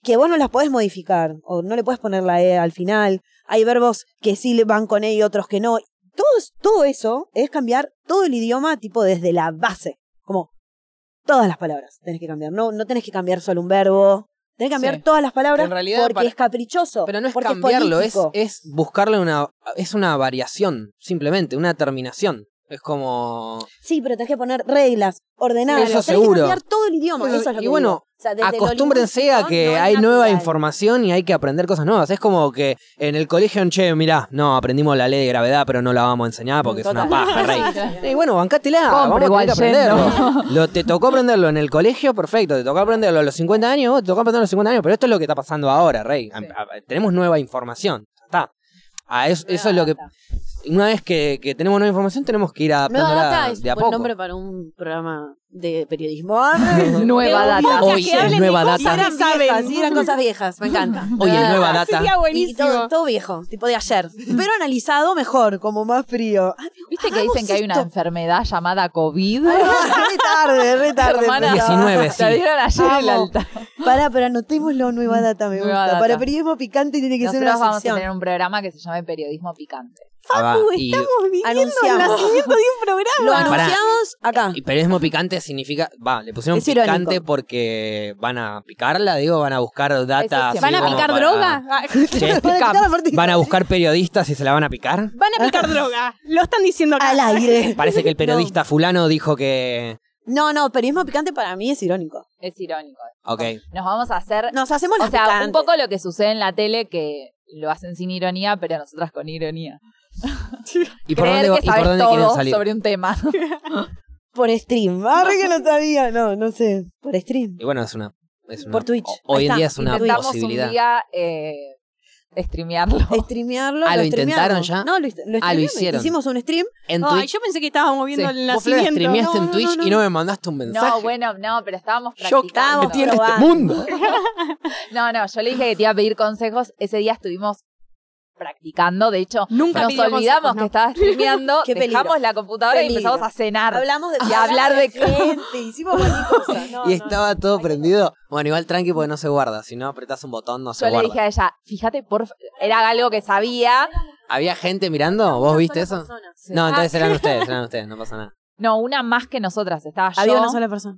Speaker 4: que vos no las podés modificar o no le podés poner la E al final. Hay verbos que sí le van con E y otros que no. Todo, es- todo eso es cambiar todo el idioma, tipo desde la base. Como todas las palabras tenés que cambiar. No, no tenés que cambiar solo un verbo. Tenés que cambiar
Speaker 1: Sí.
Speaker 4: todas las palabras
Speaker 3: En realidad,
Speaker 4: porque
Speaker 3: para-
Speaker 4: es caprichoso.
Speaker 3: Pero no es
Speaker 4: porque
Speaker 3: cambiarlo, es,
Speaker 4: político.
Speaker 3: es buscarle una. Es una variación, simplemente, una terminación. Es como.
Speaker 4: Sí, pero tenés que poner reglas, ordenarlas.
Speaker 3: Eso
Speaker 4: tenés
Speaker 3: seguro.
Speaker 4: que cambiar todo el idioma.
Speaker 3: Eso-
Speaker 4: Eso, es lo
Speaker 3: y
Speaker 4: que
Speaker 3: bueno,
Speaker 4: digo. O sea, desde lo
Speaker 3: Acostúmbrense a
Speaker 4: lingüístico
Speaker 3: que
Speaker 4: no es
Speaker 3: hay nueva
Speaker 4: natural.
Speaker 3: información y hay que aprender cosas nuevas. Es como que en el colegio, che, mirá, no, aprendimos la ley de gravedad, pero no la vamos a enseñar porque es una
Speaker 4: Total.
Speaker 3: paja, rey. Y bueno, bancátela,
Speaker 1: Compre,
Speaker 3: vamos a tener que
Speaker 1: igual yendo.
Speaker 3: aprenderlo. Lo- te tocó aprenderlo en el colegio, perfecto. Te tocó aprenderlo a los 50 años, oh, te tocó aprenderlo a los 50 años, pero esto es lo que está pasando ahora, rey. A- a- tenemos nueva información, ya está. A eso, eso es lo que... Una vez que, que tenemos nueva información, tenemos que ir
Speaker 4: Nueva
Speaker 3: adaptándola
Speaker 4: Data es
Speaker 3: de a
Speaker 4: un buen
Speaker 3: poco.
Speaker 4: nombre para un programa de periodismo.
Speaker 1: Nueva data.
Speaker 3: Hoy es nueva
Speaker 2: cosas
Speaker 3: data.
Speaker 2: que
Speaker 4: Eran
Speaker 2: saben.
Speaker 4: viejas, sí, eran cosas viejas, me encanta.
Speaker 3: Hoy en
Speaker 4: Ah,
Speaker 3: Nueva Data.
Speaker 2: Sería
Speaker 4: Y
Speaker 2: buenísimo.
Speaker 4: todo, todo viejo, tipo de ayer. Pero analizado mejor, como más frío. Ay,
Speaker 1: ¿Viste que dicen que hay una
Speaker 4: esto.
Speaker 1: enfermedad llamada COVID?
Speaker 4: re tarde, re tarde.
Speaker 1: Hermana,
Speaker 4: pero-
Speaker 3: 19, sí.
Speaker 1: La dieron ayer en el
Speaker 4: Amo.
Speaker 1: altar.
Speaker 4: Pará, pero anotémoslo, nueva data, me
Speaker 1: Nueva
Speaker 4: gusta.
Speaker 1: Data.
Speaker 4: Para periodismo picante tiene que
Speaker 1: Nosotros
Speaker 4: ser una
Speaker 1: vamos a
Speaker 4: sección.
Speaker 1: tener un programa que se llame Periodismo Picante.
Speaker 3: Ah, va, y-
Speaker 4: Anunciamos. Lo anunciamos acá.
Speaker 3: Y periodismo picante significa. Va, le pusieron
Speaker 4: Ah. Es
Speaker 3: picante
Speaker 4: irónico.
Speaker 3: porque van a picarla, digo, van a buscar data.
Speaker 1: sí.
Speaker 3: así
Speaker 2: ¿Van a
Speaker 3: como
Speaker 2: picar
Speaker 3: para-
Speaker 2: droga? Ah,
Speaker 3: Sí.
Speaker 4: Para picar a partir-
Speaker 3: ¿Van a buscar periodistas y se la van a picar?
Speaker 2: Van a picar droga. Lo están diciendo acá.
Speaker 4: al aire.
Speaker 3: Parece que el periodista fulano dijo que.
Speaker 4: No, no, periodismo picante para mí es irónico.
Speaker 1: Es irónico.
Speaker 3: Ok.
Speaker 1: Nos vamos a hacer.
Speaker 4: Nos hacemos las
Speaker 1: o sea, un
Speaker 4: picantes.
Speaker 1: poco lo que sucede en la tele que lo hacen sin ironía, pero nosotras con ironía.
Speaker 3: ¿Y por
Speaker 1: Creer
Speaker 3: dónde, va-
Speaker 1: que
Speaker 3: y por
Speaker 1: sabes
Speaker 3: dónde quieren
Speaker 1: todo
Speaker 3: salir?
Speaker 1: sobre un tema.
Speaker 4: Por stream. Ah, re que no sabía. No, no sé. Por stream.
Speaker 3: Y bueno, es una. es una-
Speaker 4: Por Twitch.
Speaker 3: ho- Hoy
Speaker 4: Ahí
Speaker 3: en
Speaker 4: está.
Speaker 3: día es una
Speaker 1: Intentamos
Speaker 3: posibilidad.
Speaker 1: un día eh, streamearlo.
Speaker 4: Streamearlo.
Speaker 3: Ah, ¿lo
Speaker 4: streameamos.
Speaker 3: intentaron ya?
Speaker 4: No, lo, est- lo
Speaker 3: Ah, lo
Speaker 4: streameamos.
Speaker 3: hicieron.
Speaker 4: Hicimos un stream.
Speaker 3: En
Speaker 2: Ay,
Speaker 3: Twitch.
Speaker 2: yo pensé que estábamos viendo
Speaker 3: Sí.
Speaker 2: el
Speaker 3: Vos, Flora,
Speaker 2: nacimiento.
Speaker 3: streameaste en Twitch y no me mandaste un mensaje.
Speaker 1: No, bueno, no, pero estábamos
Speaker 3: Yo que
Speaker 1: practicando.
Speaker 3: me tiene este
Speaker 4: probando.
Speaker 3: mundo.
Speaker 1: No, no, yo le dije que te iba a pedir consejos. Ese día estuvimos practicando. De hecho,
Speaker 2: Nunca
Speaker 1: nos
Speaker 2: pidió
Speaker 1: olvidamos
Speaker 2: consejos, no.
Speaker 1: que estaba streameando.
Speaker 4: Qué peligro.
Speaker 1: dejamos la computadora y
Speaker 4: Peligro.
Speaker 1: empezamos a
Speaker 3: Ah,
Speaker 1: cenar.
Speaker 4: Hablamos de,
Speaker 1: Y hablar
Speaker 4: hablamos
Speaker 1: de-
Speaker 4: gente. Hicimos cualquier cosa. No,
Speaker 3: y
Speaker 4: no,
Speaker 3: estaba todo
Speaker 4: Ay,
Speaker 3: prendido. Bueno, igual tranqui porque no se guarda. Si no apretás un botón, no se
Speaker 1: Yo le
Speaker 3: guarda.
Speaker 1: dije a ella, fíjate, por fa-". era algo que sabía.
Speaker 3: ¿Había gente mirando? ¿Vos viste eso?
Speaker 4: Ah.
Speaker 3: No, entonces eran ustedes, eran ustedes, no pasa nada.
Speaker 1: No, una más que nosotras. Estaba yo.
Speaker 4: Había una sola persona.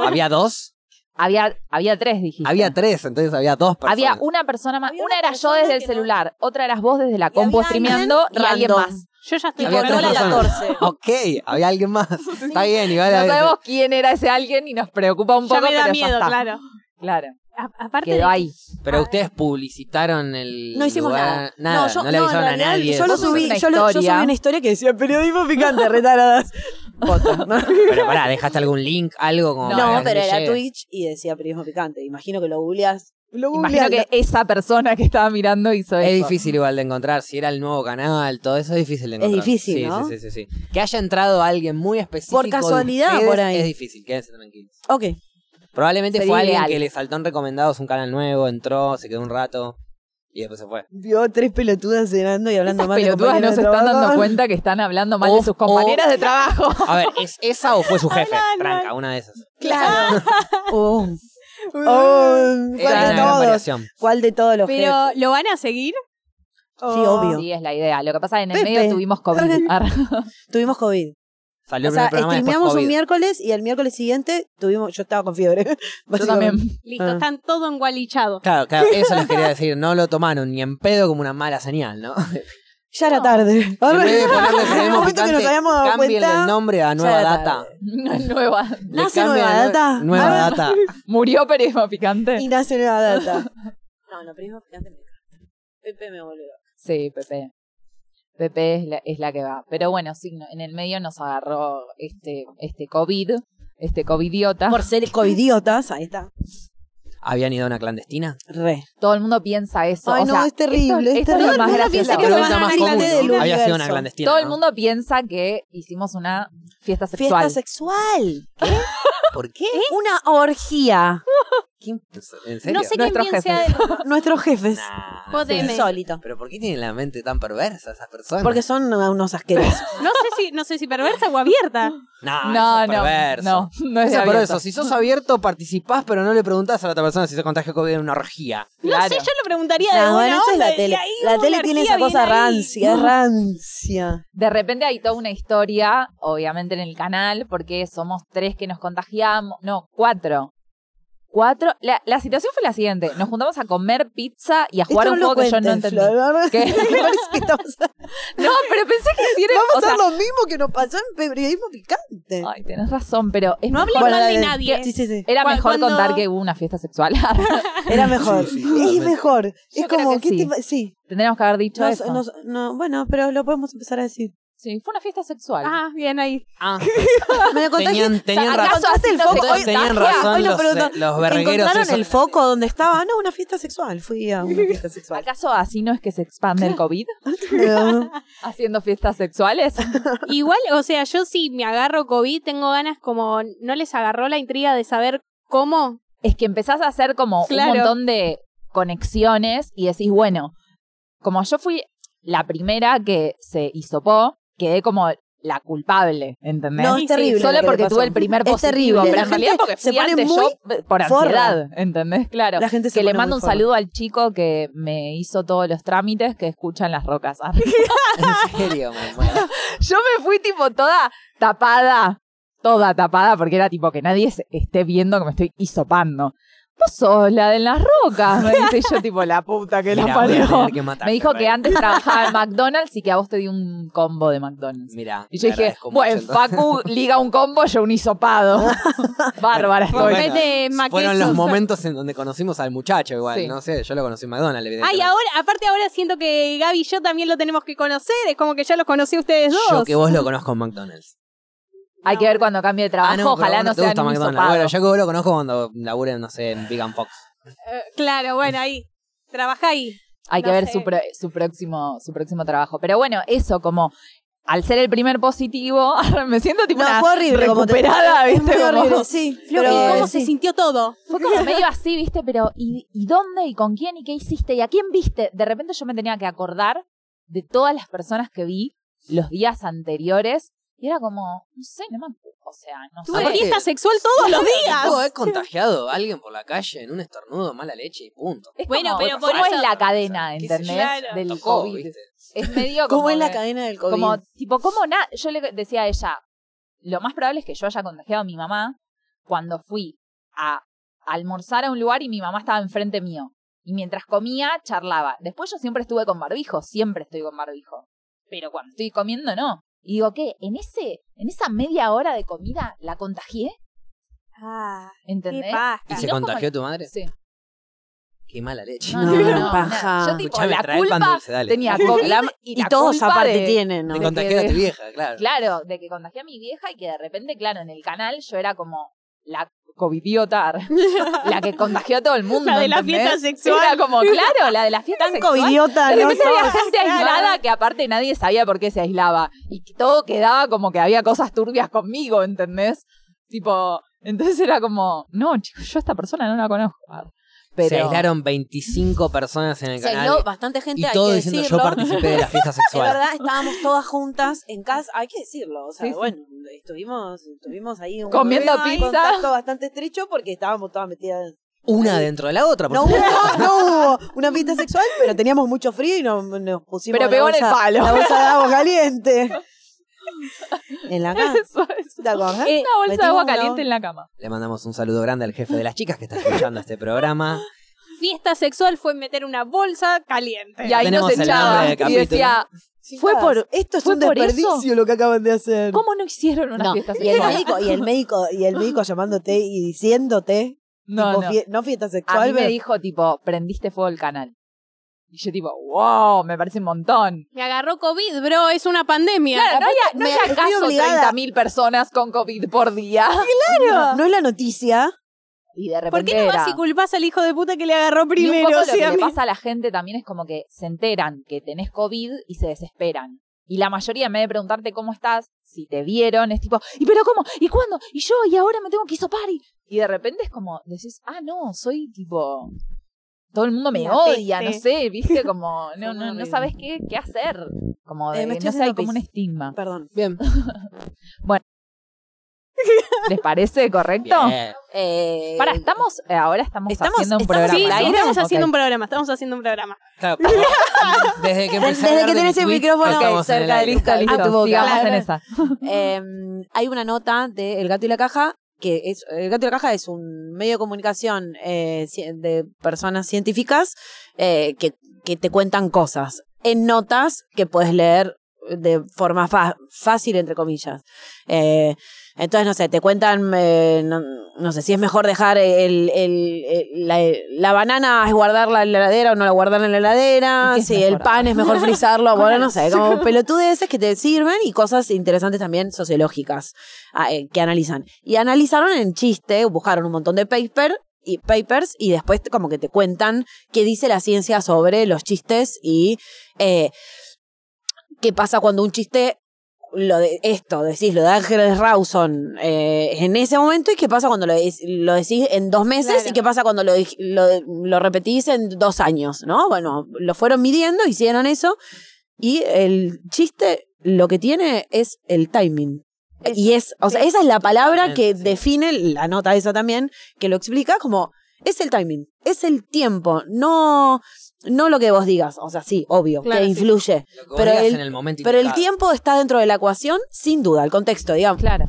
Speaker 3: ¿Había dos?
Speaker 1: había, había tres, dijiste.
Speaker 3: Había tres, entonces había dos personas.
Speaker 1: Había una persona más.
Speaker 4: Había
Speaker 1: una
Speaker 4: una
Speaker 1: era yo
Speaker 4: persona
Speaker 1: desde el
Speaker 4: que no-
Speaker 1: celular, otra eras vos desde la
Speaker 4: Y
Speaker 1: compu
Speaker 4: había
Speaker 1: streameando y
Speaker 4: alguien
Speaker 1: alguien
Speaker 4: random.
Speaker 1: más.
Speaker 2: Yo ya estoy
Speaker 3: Había
Speaker 2: con
Speaker 3: tres
Speaker 2: Lola la
Speaker 3: personas.
Speaker 2: torce.
Speaker 3: Ok, había alguien más. Está bien, igual.
Speaker 1: No
Speaker 3: había-
Speaker 1: sabemos quién era ese alguien y nos preocupa un
Speaker 2: Ya
Speaker 1: poco,
Speaker 2: me da
Speaker 1: pero ya
Speaker 2: miedo,
Speaker 1: está.
Speaker 2: claro.
Speaker 1: Claro,
Speaker 2: A- aparte de
Speaker 1: quedó ahí.
Speaker 3: Pero ustedes publicitaron el.
Speaker 4: No hicimos
Speaker 3: lugar-
Speaker 4: nada.
Speaker 3: Nada, no,
Speaker 4: yo-
Speaker 3: le
Speaker 4: en
Speaker 3: avisaron a
Speaker 4: realidad,
Speaker 3: nadie.
Speaker 4: Yo lo
Speaker 1: Vamos a
Speaker 4: subí,
Speaker 1: hacer una
Speaker 4: yo, lo- yo subí
Speaker 1: historia.
Speaker 4: una historia que decía periodismo picante, retaradas. Bota.
Speaker 3: Pero pará, ¿dejaste algún link, algo como
Speaker 1: No,
Speaker 3: para
Speaker 4: No,
Speaker 3: que
Speaker 4: pero
Speaker 3: le
Speaker 4: era
Speaker 3: llegue?
Speaker 4: Twitch y decía periodismo picante. Imagino que lo googleás. Lo
Speaker 1: Imagino que esa persona que estaba mirando hizo
Speaker 3: Es
Speaker 1: eso.
Speaker 3: difícil igual de encontrar. Si era el nuevo canal, todo eso es difícil de
Speaker 4: Es
Speaker 3: encontrar.
Speaker 4: difícil,
Speaker 3: sí,
Speaker 4: ¿no?
Speaker 3: sí, sí, sí, sí. Que haya entrado alguien muy específico.
Speaker 4: Por casualidad,
Speaker 3: de ustedes
Speaker 4: por ahí.
Speaker 3: Es difícil, quédense tranquilos.
Speaker 4: Ok.
Speaker 3: Probablemente
Speaker 1: Sería
Speaker 3: fue alguien
Speaker 1: ideal.
Speaker 3: que le saltó en recomendados un canal nuevo, entró, se quedó un rato y después se fue.
Speaker 4: Vio tres pelotudas cenando y hablando
Speaker 1: Estas
Speaker 4: mal de
Speaker 1: pelotudas no
Speaker 4: compañeros
Speaker 1: se
Speaker 4: de
Speaker 1: están
Speaker 4: trabajo.
Speaker 1: dando cuenta que están hablando mal
Speaker 3: O-
Speaker 1: de sus compañeras de trabajo.
Speaker 3: A ver, ¿es esa o fue su jefe? Tranca, una de esas.
Speaker 4: Claro. Oh. Oh,
Speaker 3: Era una
Speaker 4: ¿Cuál de
Speaker 3: gran
Speaker 4: todos?
Speaker 3: variación.
Speaker 4: ¿Cuál de todos los
Speaker 2: Pero, ¿lo van a seguir?
Speaker 4: Sí, obvio.
Speaker 1: Sí, es la idea. Lo que pasa es que en el
Speaker 4: Pepe.
Speaker 1: medio tuvimos COVID. Ah, Ar-
Speaker 4: jefes? Tuvimos COVID.
Speaker 3: Salió
Speaker 4: o sea,
Speaker 3: el primer programa después
Speaker 4: streameamos un
Speaker 3: COVID.
Speaker 4: miércoles y el miércoles siguiente tuvimos. Yo estaba con fiebre.
Speaker 1: Yo también.
Speaker 4: básicamente.
Speaker 2: Listo,
Speaker 4: Ah.
Speaker 2: están todo engualichados.
Speaker 3: Claro, claro, eso les quería decir. No lo tomaron ni en pedo como una mala señal, ¿no?
Speaker 4: Ya era tarde.
Speaker 3: En vez de ponerle
Speaker 4: En el
Speaker 3: Seremos
Speaker 4: momento que nos
Speaker 3: Picante,
Speaker 4: habíamos dado
Speaker 3: Cámbienle el
Speaker 4: cuenta.
Speaker 3: nombre a Nueva
Speaker 4: era
Speaker 3: Data.
Speaker 4: tarde.
Speaker 1: Una nueva.
Speaker 3: Le
Speaker 4: ¿Nace
Speaker 3: cambian
Speaker 4: Nueva
Speaker 3: nue-
Speaker 4: Data?
Speaker 3: Nueva
Speaker 4: Ah.
Speaker 3: Data.
Speaker 1: Murió periodismo picante.
Speaker 4: Y nace nueva data. No, no, primo picante me caga. Pepe me volvió.
Speaker 1: Sí, Pepe. Pepe es la, es la que va. Pero bueno, sí, no- en el medio nos agarró este, este COVID, este COVIDiota.
Speaker 4: Por ser covidiotas, ahí está.
Speaker 3: ¿Habían ido a una clandestina?
Speaker 4: Re.
Speaker 1: Todo el mundo piensa eso.
Speaker 4: Ay,
Speaker 1: O
Speaker 4: no,
Speaker 1: sea,
Speaker 4: es
Speaker 1: Esto,
Speaker 4: terrible, es
Speaker 1: esto es
Speaker 4: terrible.
Speaker 1: lo más
Speaker 4: Uno
Speaker 1: gracioso.
Speaker 4: piensa
Speaker 3: La
Speaker 4: que
Speaker 1: Todo el
Speaker 4: van
Speaker 3: pregunta
Speaker 4: a
Speaker 3: más
Speaker 4: una
Speaker 3: común.
Speaker 4: clase
Speaker 3: ¿no?
Speaker 4: del
Speaker 3: Había sido una
Speaker 4: universo.
Speaker 3: clandestina.
Speaker 1: Todo el
Speaker 3: ¿no?
Speaker 1: mundo piensa que hicimos una fiesta sexual.
Speaker 4: Fiesta sexual.
Speaker 3: ¿Por qué?
Speaker 4: Una orgía.
Speaker 3: ¿Quién- ¿En serio?
Speaker 2: No sé quién
Speaker 1: Nuestros
Speaker 2: bien sea de
Speaker 1: jefes.
Speaker 2: los
Speaker 4: Nuestros jefes.
Speaker 3: Nah.
Speaker 2: Jodeme.
Speaker 4: Insólito.
Speaker 3: Pero ¿por qué tienen la mente tan perversa esas personas?
Speaker 4: Porque son unos asquerosos.
Speaker 2: No sé si, no sé si perversa o abierta.
Speaker 3: no, eso
Speaker 1: No,
Speaker 3: es
Speaker 1: no,
Speaker 3: perverso.
Speaker 1: no, no es
Speaker 3: Eso es
Speaker 1: abierto.
Speaker 3: perverso. Si sos abierto, participás, pero no le preguntás a la otra persona si se contagia COVID en una orgía.
Speaker 2: No sé, yo le preguntaría de buena
Speaker 4: No, bueno, eso es
Speaker 2: onda,
Speaker 4: la
Speaker 2: y
Speaker 4: tele.
Speaker 2: ahí
Speaker 4: La
Speaker 2: hubo
Speaker 4: tele
Speaker 2: una
Speaker 4: tiene
Speaker 2: orgía
Speaker 4: esa cosa
Speaker 2: bien ahí.
Speaker 4: rancia, es rancia.
Speaker 1: De repente hay toda una historia, obviamente en el canal, porque somos tres que nos contagiamos, no, cuatro. Cuatro. La, la situación fue la siguiente, nos juntamos a comer pizza y a jugar
Speaker 4: Esto
Speaker 1: un
Speaker 4: no lo
Speaker 1: juego que yo no
Speaker 4: cuenten,
Speaker 1: entendí.
Speaker 4: Flor.
Speaker 1: ¿Qué?
Speaker 4: Me parece que estamos-
Speaker 1: No, pero pensé que hicieron...
Speaker 4: Vamos
Speaker 1: o sea, Ah.
Speaker 4: a hacer lo mismo que nos pasó en periodismo picante.
Speaker 1: Ay, tenés razón, pero es
Speaker 2: No hables
Speaker 1: mejor-
Speaker 2: mal de
Speaker 4: dale.
Speaker 2: nadie.
Speaker 4: Sí, sí, sí.
Speaker 1: era
Speaker 2: Cu-
Speaker 1: mejor
Speaker 2: cuando-
Speaker 1: contar que hubo una fiesta sexual.
Speaker 4: Era mejor.
Speaker 3: Sí, sí,
Speaker 4: es
Speaker 3: totalmente.
Speaker 4: mejor. es
Speaker 1: creo
Speaker 4: como,
Speaker 1: que
Speaker 4: ¿qué
Speaker 1: sí.
Speaker 4: te pa- sí.
Speaker 1: Tendríamos que haber dicho
Speaker 4: Nos-
Speaker 1: eso.
Speaker 4: nos- no, bueno, pero lo podemos empezar a decir.
Speaker 1: Sí, fue una fiesta sexual.
Speaker 2: Ah, bien ahí.
Speaker 3: Ah,
Speaker 4: Me lo contaste.
Speaker 3: tenían, tenían
Speaker 1: ¿acaso
Speaker 3: razón.
Speaker 1: Ah,
Speaker 4: Encontraste
Speaker 1: así
Speaker 4: el
Speaker 1: no
Speaker 4: foco.
Speaker 1: se
Speaker 4: Hoy-
Speaker 3: Entonces tenían
Speaker 4: Ah,
Speaker 3: razón
Speaker 4: hoy nos
Speaker 3: los,
Speaker 4: preguntan,
Speaker 3: eh, los vergueros.
Speaker 4: ¿Encontraron
Speaker 3: esos.
Speaker 4: el foco donde estaba? No, una fiesta sexual. Fui a una fiesta sexual.
Speaker 1: ¿Acaso así no es que se expande el COVID?
Speaker 4: No.
Speaker 1: ¿Haciendo fiestas sexuales?
Speaker 2: Igual, o sea, yo si me agarro COVID, tengo ganas como no les agarró la intriga de saber cómo.
Speaker 1: es que empezás a hacer como
Speaker 2: Claro.
Speaker 1: un montón de conexiones y decís, bueno, como yo fui la primera que se hisopó, quedé como la culpable, ¿entendés?
Speaker 4: No,
Speaker 2: Sí,
Speaker 4: es
Speaker 2: sí,
Speaker 4: terrible. lo
Speaker 1: Solo
Speaker 4: que
Speaker 1: porque
Speaker 4: pasó.
Speaker 1: tuve el primer
Speaker 4: Es
Speaker 1: positivo,
Speaker 4: terrible.
Speaker 1: pero
Speaker 4: La
Speaker 1: en realidad
Speaker 4: gente
Speaker 1: porque
Speaker 4: se
Speaker 1: fui
Speaker 4: pone
Speaker 1: antes
Speaker 4: muy
Speaker 1: yo por
Speaker 4: forra.
Speaker 1: ansiedad, ¿entendés? Claro.
Speaker 4: La gente se
Speaker 1: Que le
Speaker 4: pone
Speaker 1: mando
Speaker 4: muy
Speaker 1: un
Speaker 4: forra.
Speaker 1: saludo al chico que me hizo todos los trámites que escuchan las rocas.
Speaker 3: En serio, me muero.
Speaker 1: Yo me fui tipo toda tapada, toda tapada, porque era tipo que nadie se esté viendo que me estoy hisopando. vos sos la de las rocas. Me dice y yo, tipo, la puta que la
Speaker 3: Mirá, voy a
Speaker 1: parió.
Speaker 3: tener que matarte,
Speaker 1: Me dijo
Speaker 3: Rey.
Speaker 1: que antes trabajaba en McDonald's y que a vos te dio un combo de McDonald's.
Speaker 3: Mirá.
Speaker 1: Y yo
Speaker 3: te
Speaker 1: dije,
Speaker 3: agradezco mucho,
Speaker 1: bueno,
Speaker 3: entonces.
Speaker 1: Facu liga un combo, yo un hisopado. Bárbara
Speaker 3: Bueno,
Speaker 1: estoy.
Speaker 2: Vez de Mac-
Speaker 3: Fueron los
Speaker 2: queso.
Speaker 3: momentos en donde conocimos al muchacho igual,
Speaker 1: Sí.
Speaker 3: no sé, yo lo conocí en McDonald's.
Speaker 2: Ay,
Speaker 3: evidentemente.
Speaker 2: ahora, aparte ahora siento que Gaby y yo también lo tenemos que conocer. Es como que ya los conocí a ustedes dos.
Speaker 3: Yo que vos lo conozco en McDonald's.
Speaker 1: Hay que ver cuando cambie de trabajo,
Speaker 3: Ah, no, pero
Speaker 1: ojalá
Speaker 3: vos
Speaker 1: no
Speaker 3: te
Speaker 1: sea
Speaker 3: gusta
Speaker 1: un
Speaker 3: McDonald's.
Speaker 1: hisopado.
Speaker 3: Bueno, yo que vos lo conozco cuando laburen, no sé, en Big and Fox.
Speaker 2: Eh, claro, bueno, ahí. Trabaja ahí.
Speaker 1: Hay que
Speaker 2: No
Speaker 1: ver
Speaker 2: sé.
Speaker 1: su, pro- su próximo, su próximo trabajo. Pero bueno, eso como al ser el primer positivo, me siento tipo una
Speaker 4: No, fue horrible. como te-
Speaker 1: recuperada,
Speaker 4: Es
Speaker 1: ¿viste?
Speaker 4: Muy
Speaker 1: Como-
Speaker 4: horrible, sí.
Speaker 2: Flor,
Speaker 4: pero,
Speaker 2: ¿y ¿cómo
Speaker 4: sí.
Speaker 2: se sintió todo?
Speaker 1: Fue como medio así, ¿viste? Pero ¿y, y dónde? ¿Y con quién? ¿Y qué hiciste? ¿Y a quién viste? De repente yo me tenía que acordar de todas las personas que vi los días anteriores y era como, no sé, no me acu- O sea, no
Speaker 2: Tuve
Speaker 3: Aparte-
Speaker 1: sé.
Speaker 2: fiesta sexual todos los
Speaker 3: Pudo
Speaker 2: días.
Speaker 3: haber ¿eh? contagiado a alguien por la calle en un estornudo, mala leche y punto.
Speaker 1: Es
Speaker 2: Bueno,
Speaker 1: como,
Speaker 2: pero por
Speaker 1: ¿cómo
Speaker 2: eso-
Speaker 1: es la cadena,
Speaker 3: O sea, qué sé yo,
Speaker 1: ¿entendés?
Speaker 2: claro.
Speaker 1: Del
Speaker 3: Tocó,
Speaker 1: COVID.
Speaker 3: ¿viste?
Speaker 1: Es medio como
Speaker 4: ¿Cómo es la
Speaker 1: de-
Speaker 4: cadena del COVID?
Speaker 1: Como, tipo, ¿cómo nada? Yo le decía a ella, lo más probable es que yo haya contagiado a mi mamá cuando fui a almorzar a un lugar y mi mamá estaba enfrente mío. Y mientras comía, charlaba. Después yo siempre estuve con barbijo, siempre estoy con barbijo. Pero cuando estoy comiendo, no. Y digo, ¿qué? ¿En, ese, en esa media hora de comida la contagié?
Speaker 2: Ah, qué
Speaker 1: ¿Entendés?
Speaker 3: ¿Y
Speaker 2: paja.
Speaker 3: se
Speaker 1: no, como-
Speaker 3: contagió tu madre?
Speaker 1: Sí.
Speaker 3: Qué mala leche.
Speaker 4: No, no, no, paja.
Speaker 1: Yo, tipo,
Speaker 3: Escuchame,
Speaker 1: la
Speaker 3: trae el pan
Speaker 1: culpa
Speaker 3: dulce, dale.
Speaker 1: tenía COVID y,
Speaker 4: y
Speaker 1: la
Speaker 4: todos
Speaker 1: culpa
Speaker 4: aparte
Speaker 1: de-
Speaker 4: tienen, ¿no?
Speaker 3: Te
Speaker 1: de
Speaker 3: contagió a
Speaker 1: que-
Speaker 3: tu vieja, claro.
Speaker 1: Claro, de que contagié a mi vieja y que de repente, claro, en el canal yo era como la covidiota, la que contagió a todo el mundo.
Speaker 2: La de la
Speaker 1: ¿entendés?
Speaker 2: fiesta sexual.
Speaker 1: Era como, claro, la de la fiesta
Speaker 4: Tan
Speaker 1: sexual.
Speaker 4: covidiota,
Speaker 1: De
Speaker 4: ¿no?
Speaker 1: repente había gente
Speaker 2: Claro.
Speaker 1: aislada que aparte nadie sabía por qué se aislaba. Y que todo quedaba como que había cosas turbias conmigo, ¿entendés? Tipo, entonces era como, no, chicos, yo a esta persona no la conozco. Pero
Speaker 3: Se aislaron 25 personas en el
Speaker 4: Se
Speaker 3: canal.
Speaker 4: aisló bastante gente,
Speaker 3: y
Speaker 4: hay
Speaker 3: todo
Speaker 4: que
Speaker 3: diciendo
Speaker 4: decirlo.
Speaker 3: yo participé de la fiesta
Speaker 4: Es
Speaker 3: sexual.
Speaker 4: verdad, estábamos todas juntas en casa, hay que decirlo, o sea,
Speaker 1: Sí, sí.
Speaker 4: bueno, estuvimos, estuvimos ahí un
Speaker 1: Comiendo
Speaker 4: un
Speaker 1: pizza.
Speaker 4: contacto bastante estrecho porque estábamos todas metidas.
Speaker 3: Una dentro de la otra, Ah, por
Speaker 4: No
Speaker 3: supuesto.
Speaker 4: hubo, no hubo una fiesta sexual, pero teníamos mucho frío y nos, nos pusimos
Speaker 1: Pero
Speaker 4: la
Speaker 1: pegó en el
Speaker 4: bolsa-
Speaker 1: palo.
Speaker 4: La bolsa de agua caliente. En la cama.
Speaker 1: Eso es.
Speaker 4: ¿Te acordás?
Speaker 1: Una bolsa de
Speaker 4: Ah, metimos
Speaker 1: agua
Speaker 4: una-
Speaker 1: caliente en la cama.
Speaker 3: Le mandamos un saludo grande al jefe de las chicas que está escuchando este programa.
Speaker 2: Fiesta sexual fue meter una bolsa caliente.
Speaker 4: Eh,
Speaker 1: Y ahí nos
Speaker 3: tenemos el
Speaker 1: echaba
Speaker 3: nombre del
Speaker 1: y
Speaker 3: capítulo.
Speaker 1: decía,
Speaker 4: Chicas,
Speaker 1: Fue por-
Speaker 4: Esto es
Speaker 1: fue
Speaker 4: un
Speaker 1: por eso.
Speaker 4: desperdicio lo que acaban de hacer.
Speaker 1: ¿cómo no hicieron una
Speaker 4: No,
Speaker 1: fiesta
Speaker 4: y el
Speaker 1: sexual?
Speaker 4: médico, y el médico, y el médico llamándote y diciéndote,
Speaker 1: No,
Speaker 4: tipo,
Speaker 1: no.
Speaker 4: fie- no fiesta sexual,
Speaker 1: A mí me
Speaker 4: pero-
Speaker 1: dijo, tipo, prendiste fuego el canal. Y yo, tipo, wow, me parece un montón.
Speaker 2: Me agarró COVID, bro. Es una pandemia.
Speaker 1: Claro, no hay, no
Speaker 4: me-
Speaker 1: hay
Speaker 4: estoy
Speaker 1: acaso
Speaker 4: obligada.
Speaker 1: 30.000 personas con COVID por día.
Speaker 4: No, no es la noticia.
Speaker 1: Y de
Speaker 2: ¿Por
Speaker 1: repente
Speaker 2: qué no
Speaker 1: era.
Speaker 2: vas y culpás al hijo de puta que le agarró
Speaker 1: Y un
Speaker 2: primero?
Speaker 1: poco
Speaker 2: O sea,
Speaker 1: lo que le
Speaker 2: mi-
Speaker 1: pasa a la gente también es como que se enteran que tenés COVID y se desesperan. Y la mayoría, en vez de preguntarte cómo estás, si te vieron, es tipo, ¿y pero cómo? ¿Y cuándo? ¿Y yo? ¿Y ahora me tengo que hisopar? Y, y de repente es como, decís, ah, no, soy tipo, todo el mundo me
Speaker 2: Una
Speaker 1: odia,
Speaker 2: peste.
Speaker 1: no sé, viste, como, no, no, no
Speaker 4: Horrible.
Speaker 1: sabes qué, qué hacer. Como, de-
Speaker 4: Eh, me estoy
Speaker 1: no sé, hay
Speaker 4: haciendo
Speaker 1: como un
Speaker 4: pis.
Speaker 1: estigma.
Speaker 4: Perdón.
Speaker 3: Bien.
Speaker 1: ¿Les parece correcto?
Speaker 3: Bien.
Speaker 4: Eh,
Speaker 1: Para, estamos, eh, ahora estamos,
Speaker 4: Estamos-
Speaker 1: haciendo un
Speaker 4: estamos
Speaker 1: programa.
Speaker 2: Sí,
Speaker 4: al
Speaker 2: sí,
Speaker 4: aire?
Speaker 2: estamos haciendo
Speaker 1: Ok.
Speaker 2: un programa, estamos haciendo un programa.
Speaker 3: Claro, por- desde que, empecé a
Speaker 4: Desde
Speaker 3: hablar
Speaker 4: que
Speaker 3: de
Speaker 4: tenés
Speaker 3: mi
Speaker 4: el
Speaker 3: tweet,
Speaker 4: micrófono
Speaker 3: estamos
Speaker 4: cerca
Speaker 3: en el aire.
Speaker 4: del
Speaker 1: Listo, listo,
Speaker 4: a tu boca.
Speaker 1: sigamos en
Speaker 4: Claro.
Speaker 1: esa.
Speaker 4: Eh, hay una nota de El Gato y la Caja, que es, El Gato y la Caja es un medio de comunicación eh, ci- de personas científicas eh, que, que te cuentan cosas en notas que puedes leer de forma fa- fácil, entre comillas. Eh, entonces, no sé, te cuentan, eh, no, no sé, si es mejor dejar el, el- el- la, la banana, es guardarla en la heladera o no la guardarla en la heladera,
Speaker 1: ¿Y qué es
Speaker 4: si el
Speaker 1: mejor?
Speaker 4: pan es mejor frizarlo, bueno, no sé, como pelotudeces que te sirven y cosas interesantes también sociológicas ah, eh, que analizan. Y analizaron en chiste, buscaron un montón de paper y papers y después te- como que te cuentan qué dice la ciencia sobre los chistes y eh, qué pasa cuando un chiste lo de esto, decís lo de Ángeles Rawson eh, en ese momento y qué pasa cuando lo, dec- lo decís en dos meses
Speaker 2: Claro.
Speaker 4: y qué pasa cuando lo, dij- lo, lo repetís en dos años, ¿no? Bueno, lo fueron midiendo, hicieron eso y el chiste lo que tiene es el timing.
Speaker 2: Eso,
Speaker 4: y es, o sea,
Speaker 2: sí.
Speaker 4: esa es la palabra que
Speaker 3: Totalmente, sí.
Speaker 4: define la nota esa también, que lo explica como es el timing, es el tiempo, no, no lo que vos digas, o sea, sí, obvio,
Speaker 2: Claro,
Speaker 4: que
Speaker 2: sí.
Speaker 4: influye,
Speaker 3: Lo que vos
Speaker 4: Pero
Speaker 3: digas
Speaker 4: el-
Speaker 3: en el momento
Speaker 4: pero el
Speaker 3: indicado.
Speaker 4: tiempo está dentro de la ecuación, sin duda, el contexto, digamos.
Speaker 1: Claro.